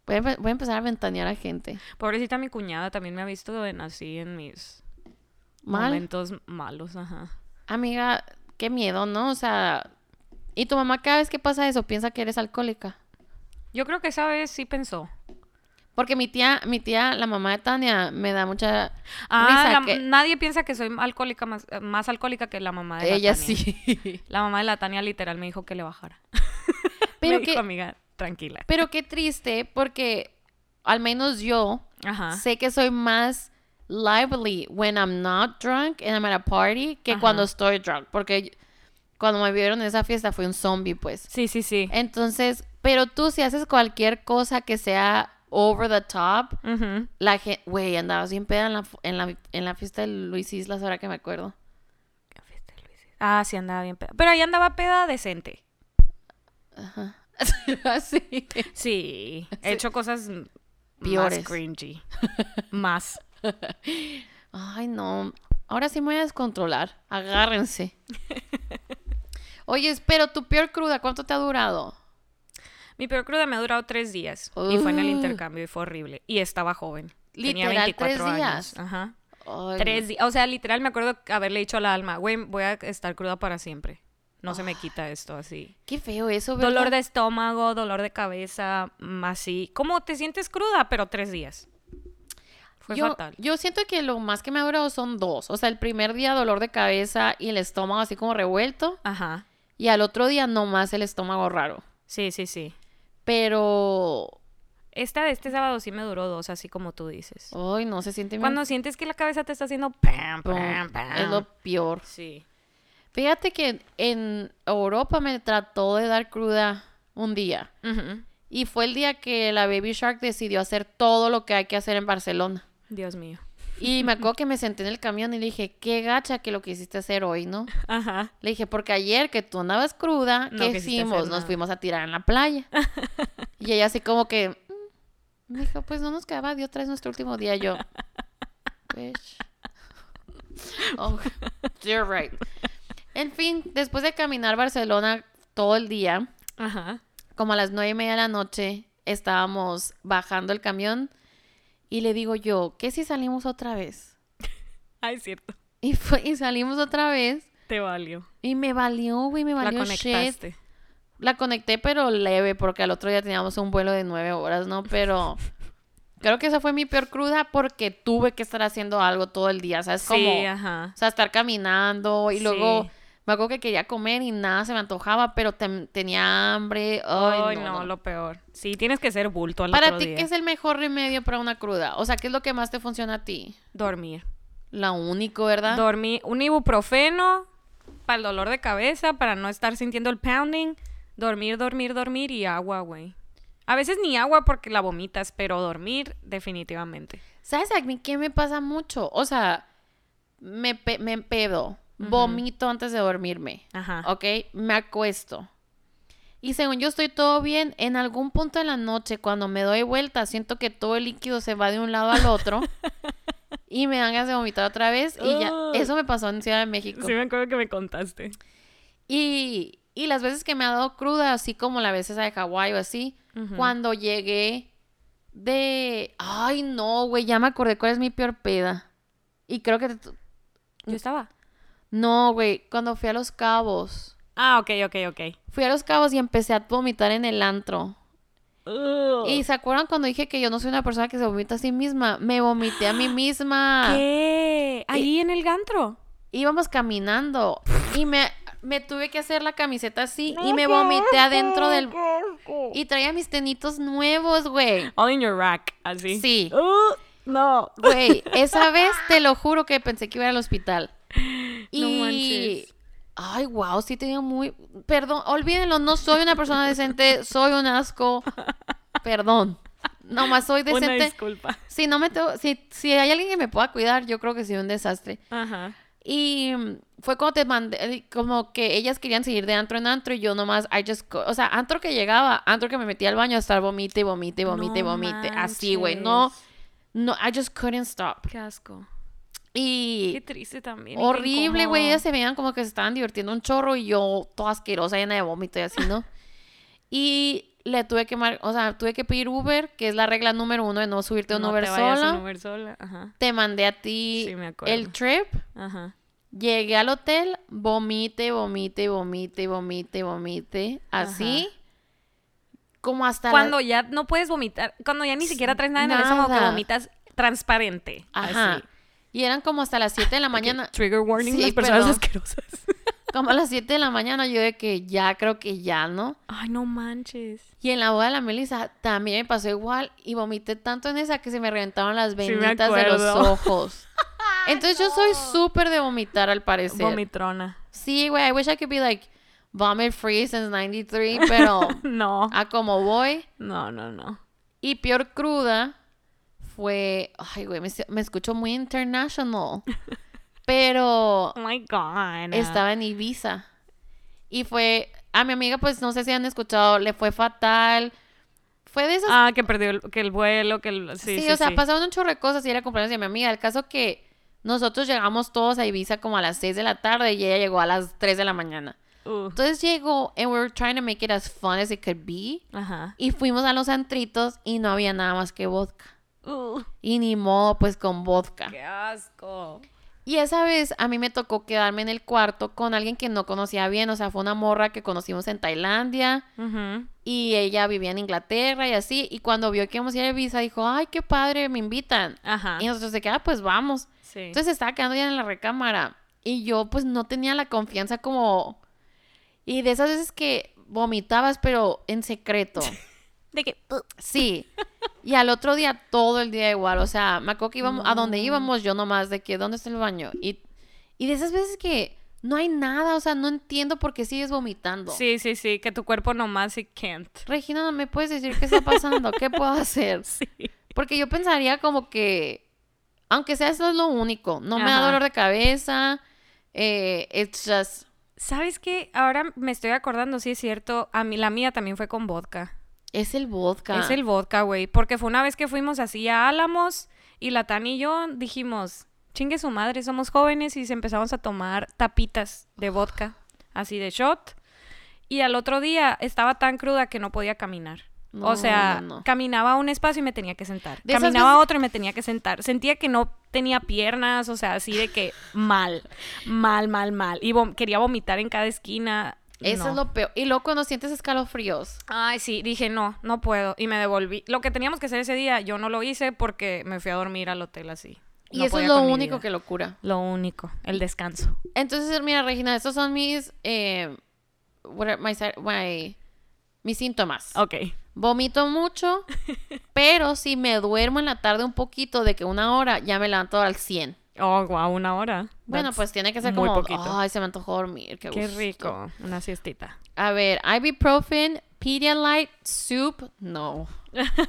Speaker 1: Voy a, empe- voy a empezar a ventanear a gente.
Speaker 2: Pobrecita mi cuñada también me ha visto en así en mis
Speaker 1: Mal.
Speaker 2: momentos malos, ajá.
Speaker 1: Amiga, qué miedo, ¿no? O sea, ¿y tu mamá cada vez que pasa eso piensa que eres alcohólica?
Speaker 2: Yo creo que esa vez sí pensó.
Speaker 1: Porque mi tía, mi tía, la mamá de Tania, me da mucha
Speaker 2: Ah,
Speaker 1: risa
Speaker 2: la-
Speaker 1: que
Speaker 2: nadie piensa que soy alcohólica más, más alcohólica que la mamá de la
Speaker 1: ella
Speaker 2: Tania.
Speaker 1: sí.
Speaker 2: La mamá de la Tania literal me dijo que le bajara.
Speaker 1: Pero
Speaker 2: me
Speaker 1: que-
Speaker 2: dijo, amiga, tranquila.
Speaker 1: Pero qué triste, porque al menos yo
Speaker 2: Ajá.
Speaker 1: sé que soy más lively when I'm not drunk and I'm at a party que
Speaker 2: Ajá.
Speaker 1: cuando estoy drunk. Porque cuando me vieron en esa fiesta fui un zombie, pues.
Speaker 2: Sí, sí, sí.
Speaker 1: Entonces, pero tú si haces cualquier cosa que sea over the top,
Speaker 2: Ujú.
Speaker 1: la gente, güey, andaba sin peda en la, fu- en, la, en la fiesta de Luis Islas, ahora que me acuerdo.
Speaker 2: Ah, sí, andaba bien peda. Pero ahí andaba peda decente.
Speaker 1: Ajá. Ah, Así.
Speaker 2: Sí, he hecho cosas m-
Speaker 1: Peores.
Speaker 2: más cringy. más.
Speaker 1: Ay, no. Ahora sí me voy a descontrolar. Agárrense. Oye, pero tu peor cruda, ¿cuánto te ha durado?
Speaker 2: Mi peor cruda me ha durado tres días. Y fue en el
Speaker 1: Uh.
Speaker 2: intercambio y fue horrible. Y estaba joven. Tenía
Speaker 1: Literal,
Speaker 2: 24
Speaker 1: tres
Speaker 2: años.
Speaker 1: días.
Speaker 2: Ajá.
Speaker 1: Ay,
Speaker 2: Tres días. O sea, literal me acuerdo haberle dicho a la alma, güey, voy a estar cruda para siempre. No se
Speaker 1: Ah.
Speaker 2: me quita esto así.
Speaker 1: Qué feo eso, ¿verdad?
Speaker 2: Dolor de estómago, dolor de cabeza, mm, así. ¿Cómo te sientes cruda? Pero tres días. Fue
Speaker 1: yo,
Speaker 2: fatal.
Speaker 1: Yo siento que lo más que me ha durado son dos. O sea, el primer día dolor de cabeza y el estómago así como revuelto.
Speaker 2: Ajá.
Speaker 1: Y al otro día nomás el estómago raro.
Speaker 2: Sí, sí, sí.
Speaker 1: Pero...
Speaker 2: Esta de este sábado sí me duró dos, así como tú dices.
Speaker 1: Ay, no se siente bien
Speaker 2: Cuando sientes que la cabeza te está haciendo pam,
Speaker 1: feo.
Speaker 2: pam, pam.
Speaker 1: Es lo peor.
Speaker 2: Sí.
Speaker 1: Fíjate que en Europa me trató de dar cruda un día.
Speaker 2: Ujú.
Speaker 1: Y fue el día que la Baby Shark decidió hacer todo lo que hay que hacer en Barcelona.
Speaker 2: Dios mío.
Speaker 1: Y me acuerdo que me senté en el camión y le dije, qué gacha que lo quisiste hacer hoy, ¿no?
Speaker 2: Ajá.
Speaker 1: Le dije, porque ayer que tú andabas cruda,
Speaker 2: No
Speaker 1: ¿qué
Speaker 2: quisiste
Speaker 1: hicimos?
Speaker 2: hacer
Speaker 1: Nos
Speaker 2: nada".
Speaker 1: fuimos a tirar en la playa. y ella así como que, "Mm". me dijo, pues no nos quedaba Dios otra vez nuestro último día. Yo, "Bitch". Oh, you're right. En fin, después de caminar Barcelona todo el día,
Speaker 2: Ajá.
Speaker 1: como a las nueve y media de la noche estábamos bajando el camión y le digo yo, ¿qué si salimos otra vez?
Speaker 2: Ay, es cierto.
Speaker 1: Y, fue- y salimos otra vez
Speaker 2: Te valió.
Speaker 1: y me valió, güey, me
Speaker 2: La
Speaker 1: valió shit.
Speaker 2: conectaste.
Speaker 1: La conecté pero leve porque al otro día teníamos un vuelo de nueve horas, ¿no? Pero creo que esa fue mi peor cruda porque tuve que estar haciendo algo todo el día, ¿sabes? Como,
Speaker 2: Sí,
Speaker 1: o
Speaker 2: ajá.
Speaker 1: sea, estar caminando y luego...
Speaker 2: Sí.
Speaker 1: Me acuerdo que quería comer y nada se me antojaba, pero tem- tenía hambre. Ay,
Speaker 2: Ay, no,
Speaker 1: no, no.
Speaker 2: lo peor. Sí, tienes que ser bulto al
Speaker 1: Para
Speaker 2: otro
Speaker 1: ti,
Speaker 2: día.
Speaker 1: ¿qué es el mejor remedio para una cruda? O sea, ¿qué es lo que más te funciona a ti?
Speaker 2: Dormir.
Speaker 1: La único, ¿verdad?
Speaker 2: Dormir. Un ibuprofeno para el dolor de cabeza, para no estar sintiendo el pounding. Dormir, dormir, dormir y agua, güey. A veces ni agua porque la vomitas, pero dormir definitivamente.
Speaker 1: ¿Sabes a mí qué me pasa mucho? O sea, me, pe- me pedo, vomito antes de dormirme,
Speaker 2: Ajá.
Speaker 1: ¿ok? Me acuesto. Y según yo estoy todo bien, en algún punto de la noche, cuando me doy vuelta, siento que todo el líquido se va de un lado al otro y me dan ganas de vomitar otra vez. Y ya,
Speaker 2: Ugh.
Speaker 1: eso me pasó en Ciudad de México.
Speaker 2: Sí, me acuerdo que me contaste.
Speaker 1: Y, y las veces que me ha dado cruda, así como la vez esa de Hawái o así,
Speaker 2: Ujú.
Speaker 1: cuando llegué de... Ay, no, güey, ya me acordé cuál es mi peor peda. Y creo que... te-
Speaker 2: Yo estaba.
Speaker 1: No, güey, cuando fui a Los Cabos.
Speaker 2: Ah, ok, ok, ok.
Speaker 1: Fui a Los Cabos y empecé a vomitar en el antro.
Speaker 2: Ugh.
Speaker 1: ¿Y se acuerdan cuando dije que yo no soy una persona que se vomita a sí misma? Me vomité a mí misma.
Speaker 2: ¿Qué? Ahí en el gantro.
Speaker 1: íbamos caminando y me, me tuve que hacer la camiseta así y me vomité adentro del... Y traía mis tenitos nuevos, güey.
Speaker 2: All in your rack, así.
Speaker 1: Sí.
Speaker 2: Ugh, no.
Speaker 1: Güey, esa vez te lo juro que pensé que iba a ir al hospital. Y...
Speaker 2: manches.
Speaker 1: Ay, wow, sí tenía muy... Perdón, olvídenlo, no soy una persona decente, soy un asco. Perdón. Nomás soy
Speaker 2: Una
Speaker 1: decente.
Speaker 2: disculpa.
Speaker 1: Si no me tengo... Si, si hay alguien que me pueda cuidar, yo creo que soy un desastre.
Speaker 2: Ajá.
Speaker 1: Y mm, fue cuando te mandé, eh, como que ellas querían seguir de antro en antro y yo nomás, I just, go- o sea, antro que llegaba, antro que me metía al baño a estar vomite, y vomite, y vomite, y
Speaker 2: No
Speaker 1: vomite, así, güey, no,
Speaker 2: manches.
Speaker 1: no, I just couldn't stop.
Speaker 2: Qué asco. Qué
Speaker 1: Y
Speaker 2: triste también. y qué
Speaker 1: horrible, güey,
Speaker 2: incómodo.
Speaker 1: ellas se veían como que se estaban divirtiendo un chorro y yo toda asquerosa, llena de vómito y así, ¿no? y le tuve que, mar- o sea, tuve que pedir Uber, que es la regla número uno de no subirte a un
Speaker 2: No
Speaker 1: Uber
Speaker 2: te vayas en
Speaker 1: sola.
Speaker 2: Uber sola. Ajá.
Speaker 1: Te mandé a ti
Speaker 2: Sí, me acuerdo.
Speaker 1: el trip.
Speaker 2: Ajá.
Speaker 1: Llegué al hotel, vomite, vomite, vomite, vomite, vomite, así. como hasta... la-
Speaker 2: Cuando ya no puedes vomitar, cuando ya ni siquiera traes nada en el estómago, que
Speaker 1: Nada.
Speaker 2: vomitas transparente.
Speaker 1: Ajá.
Speaker 2: así.
Speaker 1: Y eran como hasta las 7 de la
Speaker 2: Ok,
Speaker 1: mañana.
Speaker 2: Trigger warning,
Speaker 1: Sí,
Speaker 2: las personas
Speaker 1: perdón.
Speaker 2: asquerosas.
Speaker 1: Como a las 7 de la mañana yo de que ya creo que ya, ¿no?
Speaker 2: Ay, no manches.
Speaker 1: Y en la boda de la Melissa también me pasó igual y vomité tanto en esa que se me reventaban las
Speaker 2: me
Speaker 1: venitas de los
Speaker 2: acuerdo.
Speaker 1: ojos. Entonces yo soy súper de vomitar al parecer.
Speaker 2: Vomitrona.
Speaker 1: sí, güey, I wish I could be like vomit free since 93, pero
Speaker 2: No,
Speaker 1: a como voy.
Speaker 2: no, no, no.
Speaker 1: Y peor cruda fue, ay, güey, me, se- me escucho muy international. Pero
Speaker 2: Oh my God.
Speaker 1: estaba en Ibiza. Y fue, a mi amiga, pues no sé si han escuchado, le fue fatal. Fue de esas
Speaker 2: Ah, que perdió el, que el vuelo, que el... Sí,
Speaker 1: Sí,
Speaker 2: sí,
Speaker 1: o sea,
Speaker 2: sí.
Speaker 1: pasaron un chorro de cosas y era cumpleaños de mi amiga. El caso que nosotros llegamos todos a Ibiza como a las 6 de la tarde y ella llegó a las 3 de la mañana.
Speaker 2: Uh,
Speaker 1: Entonces llegó and we were trying to make it as fun as it could be.
Speaker 2: ajá.
Speaker 1: Y fuimos a los antritos y no había nada más que vodka.
Speaker 2: Uh,
Speaker 1: Y ni modo, pues con vodka.
Speaker 2: qué asco.
Speaker 1: Y esa vez a mí me tocó quedarme en el cuarto con alguien que no conocía bien. O sea, fue una morra que conocimos en Tailandia
Speaker 2: Ujú.
Speaker 1: y ella vivía en Inglaterra y así. Y cuando vio que íbamos a ir a Ibiza, dijo, ay, qué padre, me invitan.
Speaker 2: Ajá.
Speaker 1: Y nosotros de que, ah, pues vamos.
Speaker 2: Sí.
Speaker 1: Entonces estaba quedando ya en la recámara y yo pues no tenía la confianza como... Y de esas veces que vomitabas pero en secreto.
Speaker 2: de que... uh,
Speaker 1: Sí. Y al otro día todo el día igual. O sea, me acuerdo que íbamos, a donde
Speaker 2: No.
Speaker 1: íbamos yo nomás de que, ¿dónde está el baño? Y, y de esas veces que no hay nada, o sea, no entiendo por qué sigues vomitando.
Speaker 2: Sí, sí, sí, que tu cuerpo nomás y can't.
Speaker 1: Regina, ¿me puedes decir qué está pasando? ¿Qué puedo hacer?
Speaker 2: Sí.
Speaker 1: Porque yo pensaría como que, aunque sea eso es lo único, no me da
Speaker 2: Ajá.
Speaker 1: dolor de cabeza, eh, it's just,
Speaker 2: ¿Sabes qué? Ahora me estoy acordando, sí es cierto, a mí, la mía también fue con vodka.
Speaker 1: es el vodka.
Speaker 2: Es el vodka, güey. Porque fue una vez que fuimos así a Álamos y la Tani y yo dijimos, chingue su madre, somos jóvenes y se empezamos a tomar tapitas de vodka, así de shot. Y al otro día estaba tan cruda que no podía caminar.
Speaker 1: No,
Speaker 2: o sea,
Speaker 1: no, no.
Speaker 2: caminaba a un espacio y me tenía que sentar.
Speaker 1: De esas
Speaker 2: caminaba a
Speaker 1: veces-
Speaker 2: otro y me tenía que sentar. Sentía que no tenía piernas, o sea, así de que mal, mal, mal, mal. Y vom- quería vomitar en cada esquina.
Speaker 1: Eso
Speaker 2: No.
Speaker 1: es lo peor. Y luego cuando sientes escalofríos.
Speaker 2: Ay, sí, dije no, no puedo. Y me devolví. Lo que teníamos que hacer ese día, yo no lo hice porque me fui a dormir al hotel así.
Speaker 1: Y eso
Speaker 2: No
Speaker 1: es
Speaker 2: podía
Speaker 1: lo
Speaker 2: con mi
Speaker 1: único
Speaker 2: vida.
Speaker 1: que lo cura.
Speaker 2: Lo único, el descanso.
Speaker 1: Entonces, mira, Regina, estos son mis, eh, what are my, si- my- mis síntomas.
Speaker 2: Ok.
Speaker 1: Vomito mucho, pero si me duermo en la tarde un poquito, de que una hora, ya me levanto al 100.
Speaker 2: Oh, wow, una hora.
Speaker 1: Bueno,
Speaker 2: That's
Speaker 1: pues tiene que ser
Speaker 2: muy
Speaker 1: como,
Speaker 2: poquito.
Speaker 1: ay, se me antojó dormir, qué,
Speaker 2: Qué
Speaker 1: gusto".
Speaker 2: rico, una siestita.
Speaker 1: A ver, ibuprofen, Pedialyte, soup, no.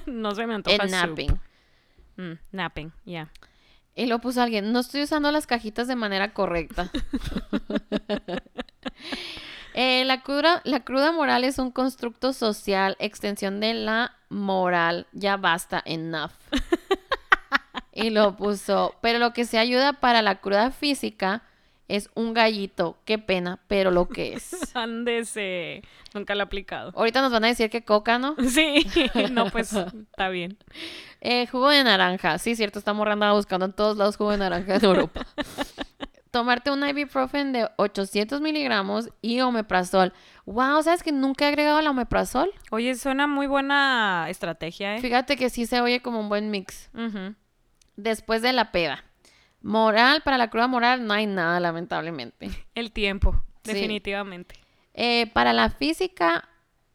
Speaker 2: no se me antoja
Speaker 1: En
Speaker 2: soup.
Speaker 1: napping.
Speaker 2: Mm, napping, ya.
Speaker 1: Y lo puso alguien, no estoy usando las cajitas de manera correcta. Eh, la, cruda, la cruda moral es un constructo social, extensión de la moral. Ya basta, enough. y lo puso, pero lo que se ayuda para la cruda física es un gallito. Qué pena, pero lo que es.
Speaker 2: Ándese. Nunca lo he aplicado.
Speaker 1: Ahorita nos van a decir que coca, ¿no?
Speaker 2: Sí, no, pues está bien.
Speaker 1: Eh, jugo de naranja. Sí, cierto, esta morra andaba buscando en todos lados jugo de naranja en Europa. Tomarte un ibuprofen de 800 miligramos y omeprazol. Wow, ¿sabes que nunca he agregado el omeprazol?
Speaker 2: Oye, suena muy buena estrategia, ¿eh?
Speaker 1: Fíjate que sí se oye como un buen mix.
Speaker 2: Ujú.
Speaker 1: Después de la peda. Moral, para la cruda moral no hay nada, lamentablemente.
Speaker 2: El tiempo,
Speaker 1: Sí.
Speaker 2: definitivamente.
Speaker 1: Eh, para la física,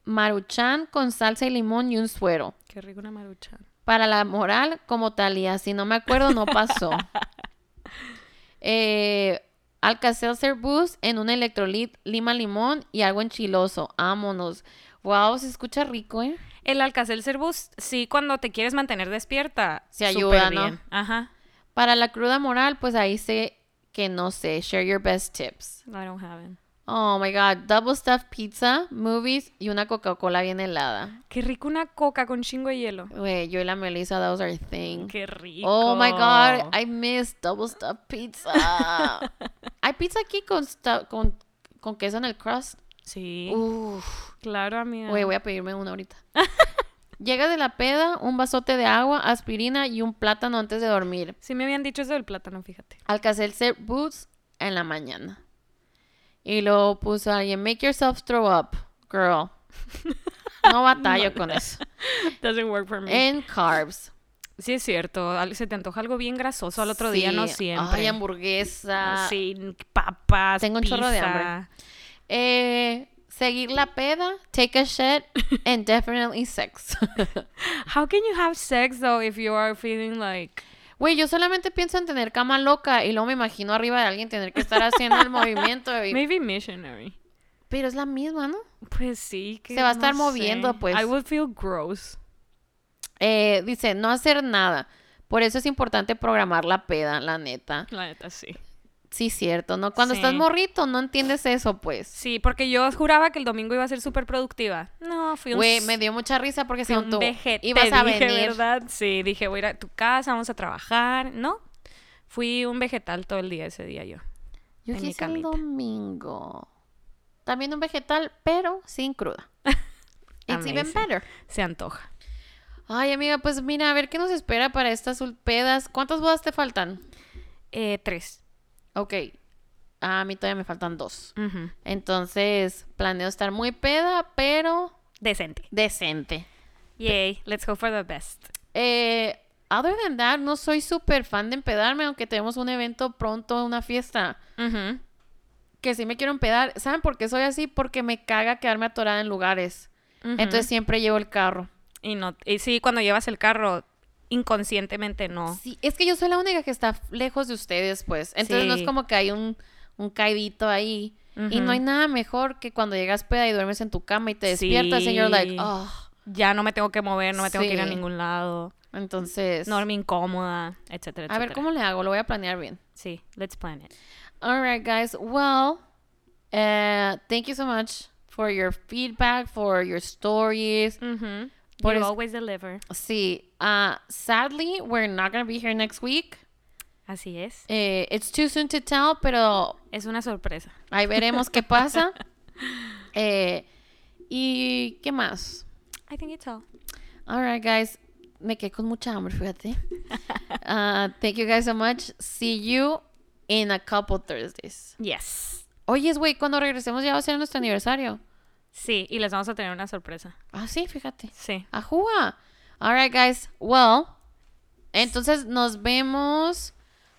Speaker 1: maruchan con salsa y limón y un suero.
Speaker 2: Qué rico una maruchan.
Speaker 1: Para la moral, como talía, si no me acuerdo, no pasó. eh, Alka-Seltzer Boost en un electrolit, lima limón y algo enchiloso. Ámonos. Wow, se escucha rico, ¿eh?
Speaker 2: El Alcacelcer Boost, sí, cuando te quieres mantener despierta.
Speaker 1: Se
Speaker 2: súper
Speaker 1: ayuda, ¿no?
Speaker 2: bien. Ajá.
Speaker 1: Para la cruda moral, pues ahí sé que no sé. Share your best tips.
Speaker 2: I don't have it.
Speaker 1: Oh my god, double stuffed pizza, movies y una Coca-Cola bien helada.
Speaker 2: Qué rico una coca con chingo de hielo.
Speaker 1: Güey, yo y la Melissa, that was our thing.
Speaker 2: Qué rico.
Speaker 1: Oh my god, I miss double stuffed pizza. Hay pizza aquí con, sta- con, con queso en el crust.
Speaker 2: Sí,
Speaker 1: Uf,
Speaker 2: claro, amiga.
Speaker 1: güey, voy a pedirme una ahorita. Llega de la peda, un vasote de agua, aspirina y un plátano antes de dormir.
Speaker 2: Sí me habían dicho eso del plátano, fíjate.
Speaker 1: Alcacelser Boots en la mañana. Y luego puso alguien, make yourself throw up, girl. No batallo con eso.
Speaker 2: Doesn't work for me.
Speaker 1: En carbs.
Speaker 2: Eh, sí, es cierto. al- Se te antoja algo bien grasoso al otro día,
Speaker 1: Sí.
Speaker 2: no siempre.
Speaker 1: Ay, hamburguesa.
Speaker 2: Sí, papas.
Speaker 1: Tengo un chorro de
Speaker 2: pizza.
Speaker 1: hambre. Eh, seguir la peda, take a shit, and definitely sex.
Speaker 2: How can you have sex though if you are feeling like
Speaker 1: Güey, yo solamente pienso en tener cama loca y luego me imagino arriba de alguien tener que estar haciendo el movimiento. y-
Speaker 2: maybe missionary?
Speaker 1: Pero es la misma, ¿no?
Speaker 2: Pues sí, que
Speaker 1: Se va a
Speaker 2: no
Speaker 1: estar moviendo,
Speaker 2: sé.
Speaker 1: pues.
Speaker 2: I would feel gross.
Speaker 1: Eh, dice, no hacer nada. Por eso es importante programar la peda, la neta.
Speaker 2: La neta, sí.
Speaker 1: Sí, cierto, ¿no? Cuando estás
Speaker 2: Sí.
Speaker 1: morrito no entiendes eso, pues.
Speaker 2: Sí, porque yo juraba que el domingo iba a ser súper productiva. No, fui un,
Speaker 1: Güey,
Speaker 2: s-
Speaker 1: me dio mucha risa porque
Speaker 2: fui
Speaker 1: según
Speaker 2: un
Speaker 1: tú
Speaker 2: vejete,
Speaker 1: ibas a
Speaker 2: dije,
Speaker 1: venir.
Speaker 2: ¿verdad? Sí, dije, voy a ir a tu casa, vamos a trabajar. No, fui un vegetal todo el día ese día yo.
Speaker 1: Yo
Speaker 2: en mi
Speaker 1: quise el
Speaker 2: camita.
Speaker 1: domingo. También un vegetal, pero sin cruda. It's even
Speaker 2: Amazing.
Speaker 1: better.
Speaker 2: Se antoja.
Speaker 1: Ay, amiga, pues mira, a ver qué nos espera para estas ul- pedas. ¿Cuántas bodas te faltan?
Speaker 2: Eh, tres.
Speaker 1: Ok. Ah, A mí todavía me faltan dos.
Speaker 2: Ujú.
Speaker 1: Entonces, planeo estar muy peda, pero
Speaker 2: Decente.
Speaker 1: decente.
Speaker 2: Yay, let's go for the best.
Speaker 1: Eh, other than that, no soy súper fan de empedarme, aunque tenemos un evento pronto, una fiesta,
Speaker 2: Ujú.
Speaker 1: que sí me quiero empedar. ¿Saben por qué soy así? Porque me caga quedarme atorada en lugares.
Speaker 2: Ujú.
Speaker 1: Entonces siempre llevo el carro.
Speaker 2: Y, no, y sí, cuando llevas el carro, inconscientemente no.
Speaker 1: Sí, es que yo soy la única que está lejos de ustedes, pues. Entonces no es
Speaker 2: Sí.
Speaker 1: como que hay un, un caidito ahí. Y no
Speaker 2: Ujú.
Speaker 1: hay nada mejor que cuando llegas peda y duermes en tu cama y te despiertas y you're like,
Speaker 2: Sí.
Speaker 1: oh.
Speaker 2: Ya no me tengo que mover, no me tengo que ir a
Speaker 1: Sí.
Speaker 2: ningún lado.
Speaker 1: Entonces,
Speaker 2: No dormí incómoda, etcétera,
Speaker 1: a ver
Speaker 2: etcétera.
Speaker 1: cómo le hago, lo voy a planear bien.
Speaker 2: Sí, let's plan it.
Speaker 1: All right, guys. Well, uh, thank you so much for your feedback, for your stories.
Speaker 2: Ujú.
Speaker 1: Por
Speaker 2: You
Speaker 1: es-
Speaker 2: always deliver.
Speaker 1: See, uh, sadly, we're not going to be here next week.
Speaker 2: Así es.
Speaker 1: Eh, it's too soon to tell, pero
Speaker 2: Es una sorpresa.
Speaker 1: ahí veremos qué pasa. Eh, ¿Y qué más?
Speaker 2: I think it's all.
Speaker 1: All right, guys. Me quedé con mucha hambre, fíjate.
Speaker 2: Ah,
Speaker 1: Uh, thank you guys so much. See you in a couple Thursdays.
Speaker 2: Yes.
Speaker 1: Oyes, güey, cuando regresemos ya va a ser nuestro aniversario.
Speaker 2: Sí, y les vamos a tener una sorpresa.
Speaker 1: Ah, sí, fíjate.
Speaker 2: Sí.
Speaker 1: Ajúa. All right, guys. Well, entonces nos vemos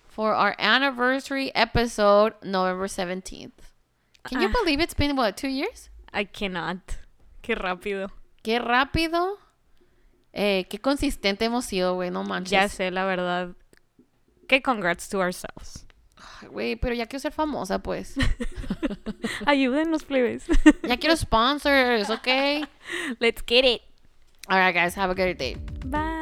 Speaker 1: for our anniversary episode November 17th. Can you
Speaker 2: Ah.
Speaker 1: believe it's been, what, two years?
Speaker 2: I cannot. Qué rápido.
Speaker 1: Qué rápido. Eh, qué consistente hemos sido, güey. No manches.
Speaker 2: Ya sé, la verdad. Que congrats to ourselves.
Speaker 1: Ay, Güey, pero ya quiero ser famosa, pues.
Speaker 2: Ayúdenos, plebes.
Speaker 1: ya quiero sponsors, ¿ok?
Speaker 2: Let's get it.
Speaker 1: All right, guys. Have a good day.
Speaker 2: Bye.